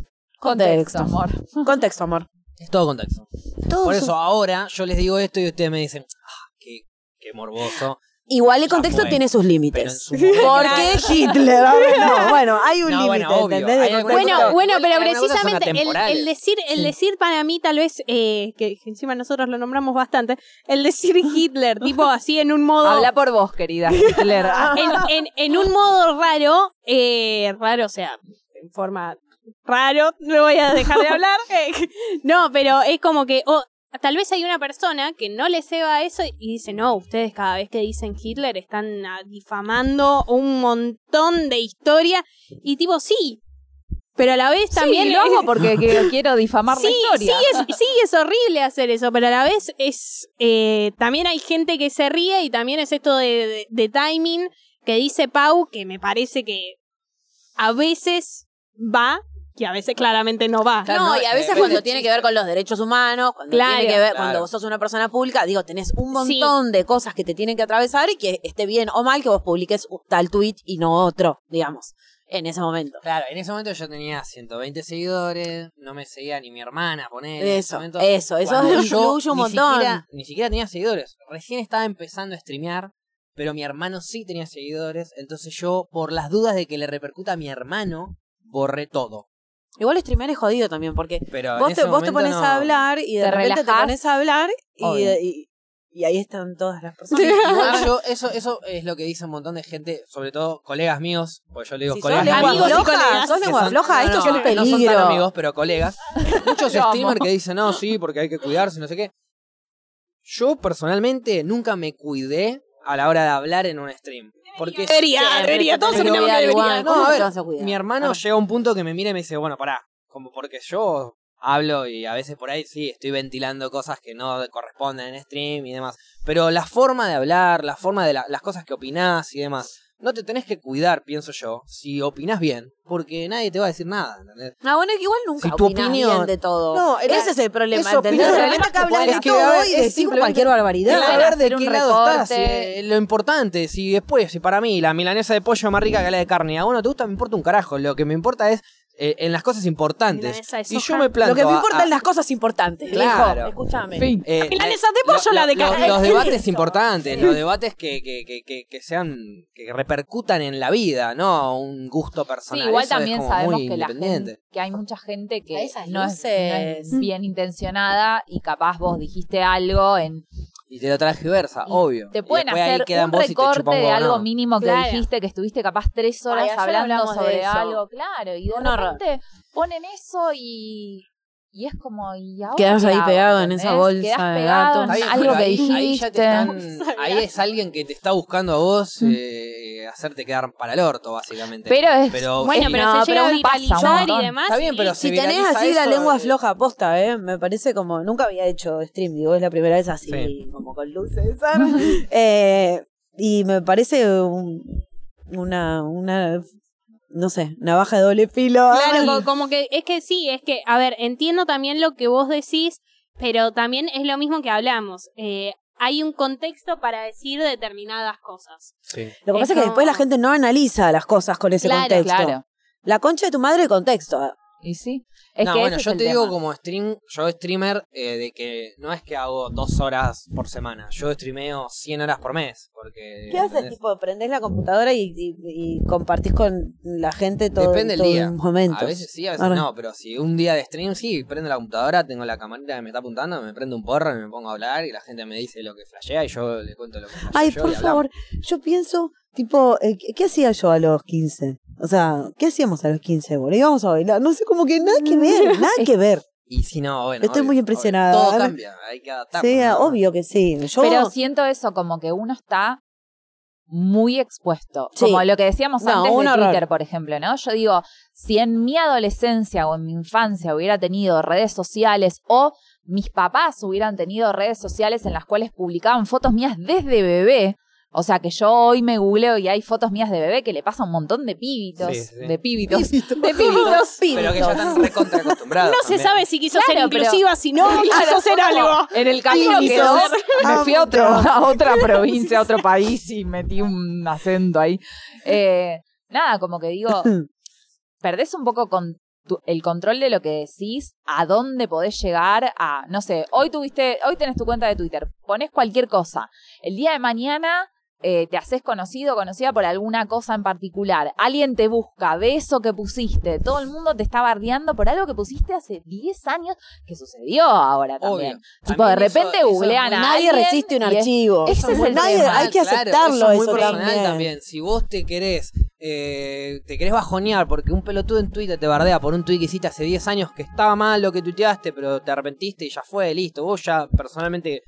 Speaker 1: Contexto,
Speaker 4: Contexto.
Speaker 1: amor.
Speaker 4: Contexto, amor.
Speaker 3: Es todo contexto.
Speaker 4: Todo
Speaker 3: Por
Speaker 4: eso.
Speaker 3: eso ahora yo les digo esto y ustedes me dicen, ah, qué, qué morboso.
Speaker 4: Igual el
Speaker 3: Ya
Speaker 4: contexto
Speaker 3: fue.
Speaker 4: tiene sus
Speaker 3: Pero en
Speaker 4: límites.
Speaker 3: su momento-
Speaker 4: Porque Hitler, a ver, no, bueno, hay un
Speaker 3: No,
Speaker 4: límite,
Speaker 3: bueno, obvio,
Speaker 4: ¿entendés?
Speaker 3: hay
Speaker 4: De
Speaker 3: alguna
Speaker 4: contexto.
Speaker 2: Bueno, bueno,
Speaker 3: Algunas cosas-
Speaker 2: pero
Speaker 3: algunas cosas son
Speaker 2: precisamente el,
Speaker 3: atemporales.
Speaker 2: el decir, el
Speaker 4: Sí.
Speaker 2: decir para mí tal vez eh, que, que encima nosotros lo nombramos bastante, el decir Hitler, tipo así en un modo
Speaker 1: Habla por vos, querida Hitler.
Speaker 4: Ah,
Speaker 2: en, en- en un modo raro, eh, raro, o sea, en forma raro, no voy a dejar de hablar. eh, no, pero es como que oh, tal vez hay una persona que no le ceba eso y dice, no, ustedes cada vez que dicen Hitler están ah, difamando un montón de historia y tipo, sí. Pero a la vez también
Speaker 1: También lo hago porque que- quiero difamar la
Speaker 2: sí,
Speaker 1: historia.
Speaker 2: Sí es, sí, es horrible hacer eso, pero a la vez es. eh, también hay gente que se ríe y también es esto de, de- de timing que dice Pau, que me parece que a veces va y a veces claramente no va.
Speaker 3: Claro,
Speaker 4: no,
Speaker 3: no,
Speaker 4: y a veces
Speaker 3: depende
Speaker 4: cuando
Speaker 3: del
Speaker 4: tiene
Speaker 3: chiste.
Speaker 4: que ver con los derechos humanos, cuando
Speaker 2: Claro.
Speaker 4: tiene que ver,
Speaker 3: Claro.
Speaker 4: cuando vos sos una persona pública, digo, tenés un montón de cosas que te tienen que atravesar y que esté bien o mal que vos publiques tal tweet y no otro, digamos, en ese momento.
Speaker 3: Claro, en ese momento yo tenía 120 seguidores, no me seguía ni mi hermana, poner.
Speaker 4: Eso, eso, eso influye un
Speaker 3: ni
Speaker 4: montón.
Speaker 3: Siquiera, ni siquiera tenía seguidores. Recién estaba empezando a streamear, pero mi hermano sí tenía seguidores. Entonces yo, por las dudas de que le repercuta a mi hermano, borré todo.
Speaker 4: Igual streamear es jodido también, porque
Speaker 3: Pero
Speaker 4: vos
Speaker 3: Ah, en
Speaker 4: te,
Speaker 3: ese
Speaker 4: vos te pones
Speaker 3: momento no-
Speaker 4: a hablar y de
Speaker 1: Te
Speaker 4: repente te
Speaker 1: relajás.
Speaker 4: pones a hablar y,
Speaker 1: Obvio.
Speaker 4: y- y ahí están todas las personas.
Speaker 3: Igual yo- eso, eso es lo que dice un montón de gente, sobre todo colegas míos, porque yo le digo
Speaker 4: Si sos
Speaker 3: colegas
Speaker 4: lengua
Speaker 3: míos.
Speaker 2: amigos y
Speaker 4: floja,
Speaker 2: colegas.
Speaker 4: sos
Speaker 3: que
Speaker 4: lengua
Speaker 3: son-
Speaker 4: floja,
Speaker 3: no,
Speaker 4: esto es
Speaker 3: no,
Speaker 4: un
Speaker 3: No son
Speaker 4: peligro.
Speaker 3: tan amigos, pero colegas. Muchos
Speaker 1: Lo amo.
Speaker 3: streamers que dicen, no, sí, porque hay que cuidarse, no sé qué. Yo personalmente nunca me cuidé a la hora de hablar en un stream. Porque
Speaker 2: Debería, debería, todos
Speaker 3: Pero-
Speaker 2: opinamos que debería.
Speaker 3: No, a ver, mi
Speaker 4: hermano
Speaker 3: hermano
Speaker 4: Ah.
Speaker 3: llega a un punto que me mira y me dice, bueno, pará, como porque yo hablo y a veces por ahí sí estoy ventilando cosas que no corresponden en stream y demás. Pero la forma de hablar, la forma de la- las cosas que opinás y demás, no te tenés que cuidar, pienso yo, si opinás bien, porque nadie te va a decir nada, ¿entendés?
Speaker 4: Ah, bueno, es que igual nunca
Speaker 3: Si tu
Speaker 4: opinás
Speaker 3: opinión-
Speaker 4: bien de todo.
Speaker 3: No, era-
Speaker 4: Ese es el problema,
Speaker 3: es
Speaker 4: ¿entendés?
Speaker 3: opinión.
Speaker 4: De repente acá hablas
Speaker 3: Es
Speaker 4: de
Speaker 3: que,
Speaker 4: todo
Speaker 3: a ver,
Speaker 4: y
Speaker 3: es
Speaker 4: decís
Speaker 3: simplemente-
Speaker 4: cualquier barbaridad.
Speaker 1: Claro,
Speaker 3: Claro, a ver de
Speaker 1: hacer un
Speaker 3: qué lado estás.
Speaker 1: recorte.
Speaker 3: eh, lo importante, si después, si para mí la milanesa de pollo es más rica que la de carne, a uno te gusta, me importa un carajo. Lo que me importa es eh, en las cosas importantes.
Speaker 2: Milanesa de
Speaker 3: Si
Speaker 2: soja.
Speaker 3: yo me planto.
Speaker 4: Lo que me
Speaker 3: a-
Speaker 4: importan
Speaker 3: a-
Speaker 4: las cosas importantes.
Speaker 3: Claro.
Speaker 4: Hijo, escúchame.
Speaker 3: eh,
Speaker 2: milanesa de pollo, la de carne.
Speaker 3: Los
Speaker 4: ¿Qué es
Speaker 3: debates
Speaker 4: eso?
Speaker 3: importantes, los debates que, que, que, que, que sean. que repercutan en la vida, ¿no? Un gusto
Speaker 1: Sí,
Speaker 3: personal.
Speaker 1: igual
Speaker 3: Eso es
Speaker 1: también
Speaker 3: como
Speaker 1: sabemos
Speaker 3: muy
Speaker 1: que, la
Speaker 3: independiente.
Speaker 1: gente, que hay mucha gente
Speaker 4: A
Speaker 1: que
Speaker 4: esas
Speaker 1: no es, no es
Speaker 4: luces.
Speaker 1: bien intencionada y capaz vos dijiste algo en
Speaker 3: Y te lo transversa,
Speaker 1: y
Speaker 3: obvio.
Speaker 1: te
Speaker 3: Y
Speaker 1: pueden
Speaker 3: después ahí
Speaker 1: hacer
Speaker 3: quedan
Speaker 1: un
Speaker 3: vos y te chupa
Speaker 1: recorte
Speaker 3: un
Speaker 1: de
Speaker 3: huevo,
Speaker 1: algo
Speaker 3: ¿no?
Speaker 1: mínimo que
Speaker 2: Claro.
Speaker 1: dijiste que estuviste capaz tres horas
Speaker 4: Ay, ayer
Speaker 1: hablando
Speaker 4: hablamos de
Speaker 1: sobre
Speaker 4: eso.
Speaker 1: algo, claro, y de
Speaker 4: Una ra-
Speaker 1: repente ponen eso y y es como y ahora
Speaker 4: Quedás
Speaker 1: qué
Speaker 4: ahí
Speaker 1: hago,
Speaker 4: pegado en
Speaker 1: ¿entendés?
Speaker 4: esa bolsa
Speaker 1: Quedás
Speaker 4: de
Speaker 1: pegado en
Speaker 4: gatos.
Speaker 3: Está bien,
Speaker 1: algo
Speaker 3: pero
Speaker 1: que
Speaker 3: ahí,
Speaker 1: dijiste.
Speaker 3: ahí ya te están- ahí es alguien que te está buscando a vos eh, hacerte quedar para el orto, básicamente.
Speaker 1: Pero es
Speaker 3: Pero
Speaker 2: Bueno,
Speaker 3: sí,
Speaker 2: pero
Speaker 1: no,
Speaker 2: se llega a
Speaker 1: pero pasa un
Speaker 2: viralizar y
Speaker 1: montón.
Speaker 2: demás.
Speaker 3: Está bien,
Speaker 2: y-
Speaker 3: pero
Speaker 4: Si
Speaker 3: se
Speaker 4: tenés
Speaker 3: viraliza
Speaker 4: así la
Speaker 3: eso,
Speaker 4: lengua
Speaker 3: eh,
Speaker 4: floja, posta, ¿eh? Me parece como. Nunca había hecho stream, digo, es la primera vez así,
Speaker 3: Sí.
Speaker 4: como con luces. eh, y me parece un- una, una. No sé, navaja de doble filo.
Speaker 2: Claro,
Speaker 4: Ay.
Speaker 2: co- como que es que sí, es que, a ver, entiendo también lo que vos decís, pero también es lo mismo que hablamos. Eh, hay un contexto para decir determinadas cosas.
Speaker 3: sí.
Speaker 4: Lo que pasa es que
Speaker 2: Eso-
Speaker 4: después la gente no analiza las cosas con ese
Speaker 2: Claro,
Speaker 4: contexto.
Speaker 1: Claro.
Speaker 4: La concha de tu madre, el contexto.
Speaker 1: Y sí. Es
Speaker 3: no,
Speaker 1: que
Speaker 3: bueno,
Speaker 1: ese
Speaker 3: yo
Speaker 1: es
Speaker 3: te
Speaker 1: el
Speaker 3: digo
Speaker 1: tema.
Speaker 3: como stream, yo streamer eh, de que no es que hago dos horas por semana, yo streameo 100 horas por mes, porque...
Speaker 4: ¿Qué haces?
Speaker 3: ¿entendés?
Speaker 4: Tipo, prendés la computadora y, y- y compartís con la gente todo,
Speaker 3: Depende del
Speaker 4: todo
Speaker 3: día.
Speaker 4: momentos.
Speaker 3: A veces sí, a veces
Speaker 4: Ahora.
Speaker 3: no, pero si un día de stream sí, prendo la computadora, tengo la camarita que me está apuntando, me prendo un porro y me pongo a hablar y la gente me dice lo que flashea y yo le cuento lo que flashea
Speaker 4: Ay,
Speaker 3: yo
Speaker 4: por
Speaker 3: y hablamos.
Speaker 4: favor, yo pienso, tipo, eh, ¿qué- ¿qué hacía yo a los 15? O sea, ¿qué hacíamos a los 15, boludo? Íbamos a bailar, no sé, como que nada que ver, nada que ver.
Speaker 3: Y si no, bueno.
Speaker 4: Estoy
Speaker 3: obvio,
Speaker 4: muy
Speaker 3: obvio.
Speaker 4: impresionada.
Speaker 3: Todo
Speaker 4: Ahora-
Speaker 3: cambia, hay que adaptarse.
Speaker 4: Sí,
Speaker 3: ¿no?
Speaker 4: obvio que sí. Yo,
Speaker 1: Pero siento eso, como que uno está muy expuesto.
Speaker 4: Sí.
Speaker 1: Como lo que decíamos
Speaker 4: No,
Speaker 1: antes
Speaker 4: un
Speaker 1: de
Speaker 4: horror.
Speaker 1: Twitter, por ejemplo, ¿no? Yo digo, si en mi adolescencia o en mi infancia hubiera tenido redes sociales o mis papás hubieran tenido redes sociales en las cuales publicaban fotos mías desde bebé. O sea, que yo hoy me googleo y hay fotos mías de bebé que le pasa a un montón de pibitos.
Speaker 3: Sí, sí.
Speaker 1: De pibitos.
Speaker 4: de pibitos.
Speaker 3: Pero que ya están recontra acostumbrados.
Speaker 2: No se
Speaker 3: también.
Speaker 2: sabe si quiso
Speaker 1: Claro,
Speaker 2: ser
Speaker 1: pero-
Speaker 2: inclusiva, si no, quiso hacer algo.
Speaker 1: En el camino
Speaker 4: Sí,
Speaker 1: que
Speaker 4: sos-
Speaker 1: dos, me fui a, otro,
Speaker 4: otro.
Speaker 1: a otra provincia, a otro país y metí un acento ahí. Eh, nada, como que digo, perdés un poco con tu- el control de lo que decís, a dónde podés llegar, a, no sé, hoy tuviste, hoy tenés tu cuenta de Twitter, pones cualquier cosa, el día de mañana eh, te haces conocido, o conocida por alguna cosa en particular, alguien te busca, ve eso que pusiste, todo el mundo te está bardeando por algo que pusiste hace 10 años que sucedió ahora también.
Speaker 3: Obvio.
Speaker 1: Tipo,
Speaker 3: También
Speaker 1: de
Speaker 3: eso-
Speaker 1: repente
Speaker 3: eso es
Speaker 1: googlean a
Speaker 4: Nadie
Speaker 1: alguien
Speaker 4: resiste un
Speaker 1: y es-
Speaker 4: archivo.
Speaker 1: ese es
Speaker 3: muy
Speaker 1: el
Speaker 4: Nadie-
Speaker 1: tema.
Speaker 4: hay que
Speaker 3: personal, claro,
Speaker 4: aceptarlo
Speaker 3: eso es muy
Speaker 4: eso
Speaker 3: personal
Speaker 4: también.
Speaker 3: Si vos te querés, eh, te querés bajonear porque un pelotudo en Twitter te bardea por un tweet que hiciste hace 10 años que estaba mal lo que tuiteaste, pero te arrepentiste y ya fue, listo. Vos ya personalmente...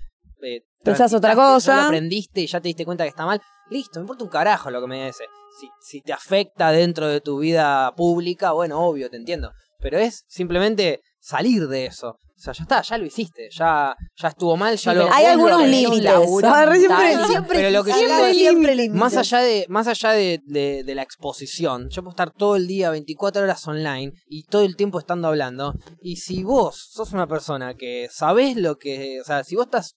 Speaker 3: eh,
Speaker 4: Pensás otra
Speaker 3: transitaste,
Speaker 4: cosa.
Speaker 3: ya lo aprendiste y ya te diste cuenta que está mal. Listo, me importa un carajo lo que me dice. Si, si te afecta dentro de tu vida pública, bueno, obvio, te entiendo. Pero es simplemente salir de eso. O sea, ya está, ya lo hiciste, ya, ya estuvo mal, ya lo...
Speaker 4: Hay
Speaker 3: vos lo
Speaker 4: algunos
Speaker 3: arreglás.
Speaker 4: límites.
Speaker 1: laburo
Speaker 4: Ah, Siempre,
Speaker 1: mental.
Speaker 4: siempre,
Speaker 3: Pero lo que yo
Speaker 4: siempre
Speaker 3: digo es-
Speaker 4: siempre límites.
Speaker 3: Más allá de, más allá de, de- de la exposición, yo puedo estar todo el día, 24 horas online y todo el tiempo estando hablando. Y si vos sos una persona que sabés lo que. O sea, si vos estás.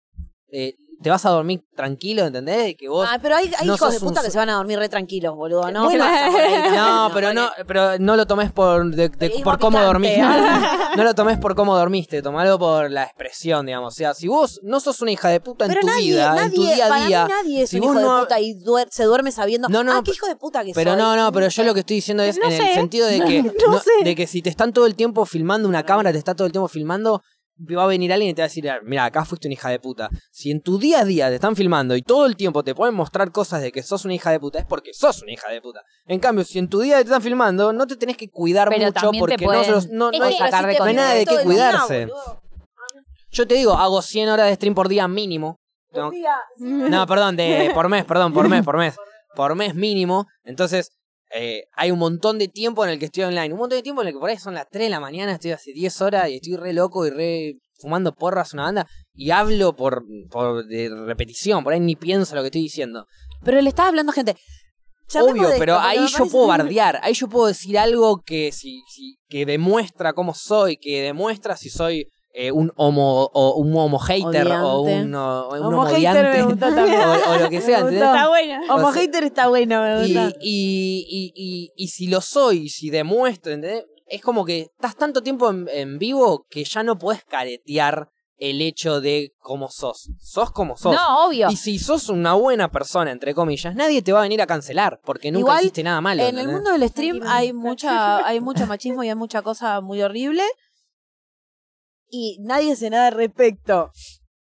Speaker 3: eh, te vas a dormir tranquilo, ¿entendés? Que vos.
Speaker 4: Ah, pero hay, hay
Speaker 3: no
Speaker 4: hijos
Speaker 3: sos
Speaker 4: de puta
Speaker 3: un-
Speaker 4: que se van a dormir re tranquilos, boludo, ¿no?
Speaker 2: Bueno,
Speaker 4: ¿Qué pasa por ahí?
Speaker 3: No, pero no, pero no lo tomes por, de- de-
Speaker 4: Periodismo
Speaker 3: por cómo dormiste.
Speaker 4: picante.
Speaker 3: No lo tomes por cómo dormiste, tomalo por la expresión, digamos. O sea, si vos no sos una hija de puta en
Speaker 4: Pero
Speaker 3: tu
Speaker 4: nadie,
Speaker 3: vida, en tu
Speaker 4: nadie,
Speaker 3: día
Speaker 4: para
Speaker 3: a
Speaker 4: mí
Speaker 3: día.
Speaker 4: nadie es
Speaker 3: si
Speaker 4: un
Speaker 3: vos
Speaker 4: hijo
Speaker 3: no-
Speaker 4: de puta y duer- se duerme sabiendo,
Speaker 3: No, no,
Speaker 4: ah, qué hijo de puta que
Speaker 3: Pero
Speaker 4: soy.
Speaker 3: no, no, pero yo lo que estoy diciendo es
Speaker 2: No
Speaker 3: en el
Speaker 2: sé.
Speaker 3: sentido de que,
Speaker 2: No sé.
Speaker 3: de que si te están todo el tiempo filmando, una cámara te está todo el tiempo filmando, va a venir alguien y te va a decir, mira, acá fuiste una hija de puta. Si en tu día a día te están filmando y todo el tiempo te pueden mostrar cosas de que sos una hija de puta, es porque sos una hija de puta. En cambio, si en tu día te están filmando, no te tenés que cuidar
Speaker 1: Pero
Speaker 3: mucho
Speaker 1: también te
Speaker 3: porque
Speaker 1: pueden-
Speaker 3: no, sos- no,
Speaker 1: es
Speaker 3: no hay-
Speaker 1: que- sacar de
Speaker 3: no hay nada de qué
Speaker 4: Todo el día,
Speaker 3: cuidarse.
Speaker 4: boludo.
Speaker 3: Yo te digo, hago 100 horas de stream por día mínimo. Tengo-
Speaker 4: Un día,
Speaker 3: no, perdón, de, por mes, perdón, por mes, por mes. Por mes mínimo. Entonces, eh, hay un montón de tiempo en el que estoy online. Un montón de tiempo en el que por ahí son las 3 de la mañana, estoy hace 10 horas y estoy re loco y re fumando porras una banda. Y hablo por, por de repetición, por ahí ni pienso lo que estoy diciendo.
Speaker 4: Pero le estás hablando a gente. Llamemos
Speaker 3: Obvio,
Speaker 4: de esto,
Speaker 3: pero
Speaker 4: porque
Speaker 3: ahí
Speaker 4: me
Speaker 3: yo
Speaker 4: parece-
Speaker 3: puedo bardear, ahí yo puedo decir algo que, si, si- que demuestra cómo soy, que demuestra si soy eh, un homo o un homo hater o
Speaker 4: Odiante.
Speaker 3: un, o- un
Speaker 4: Homo
Speaker 3: homo
Speaker 4: hater me
Speaker 3: odiante,
Speaker 4: gustó también.
Speaker 3: o, o lo que sea,
Speaker 4: Me
Speaker 3: ¿entendés?
Speaker 4: gustó.
Speaker 2: Está bueno.
Speaker 4: Homo
Speaker 3: O sea,
Speaker 4: hater está bueno, me
Speaker 3: Y,
Speaker 4: gusta.
Speaker 3: y- y- y- y si lo soy, si demuestro, ¿entendés? Es como que estás tanto tiempo en, en vivo que ya no puedes caretear el hecho de cómo sos. Sos como sos.
Speaker 1: No, obvio.
Speaker 3: Y si sos una buena persona, entre comillas, nadie te va a venir a cancelar porque nunca
Speaker 4: Igual,
Speaker 3: hiciste nada malo.
Speaker 4: En el
Speaker 3: ¿entendés?
Speaker 4: mundo del stream hay mucha, hay mucho machismo y hay mucha cosa muy horrible. Y nadie hace nada al respecto.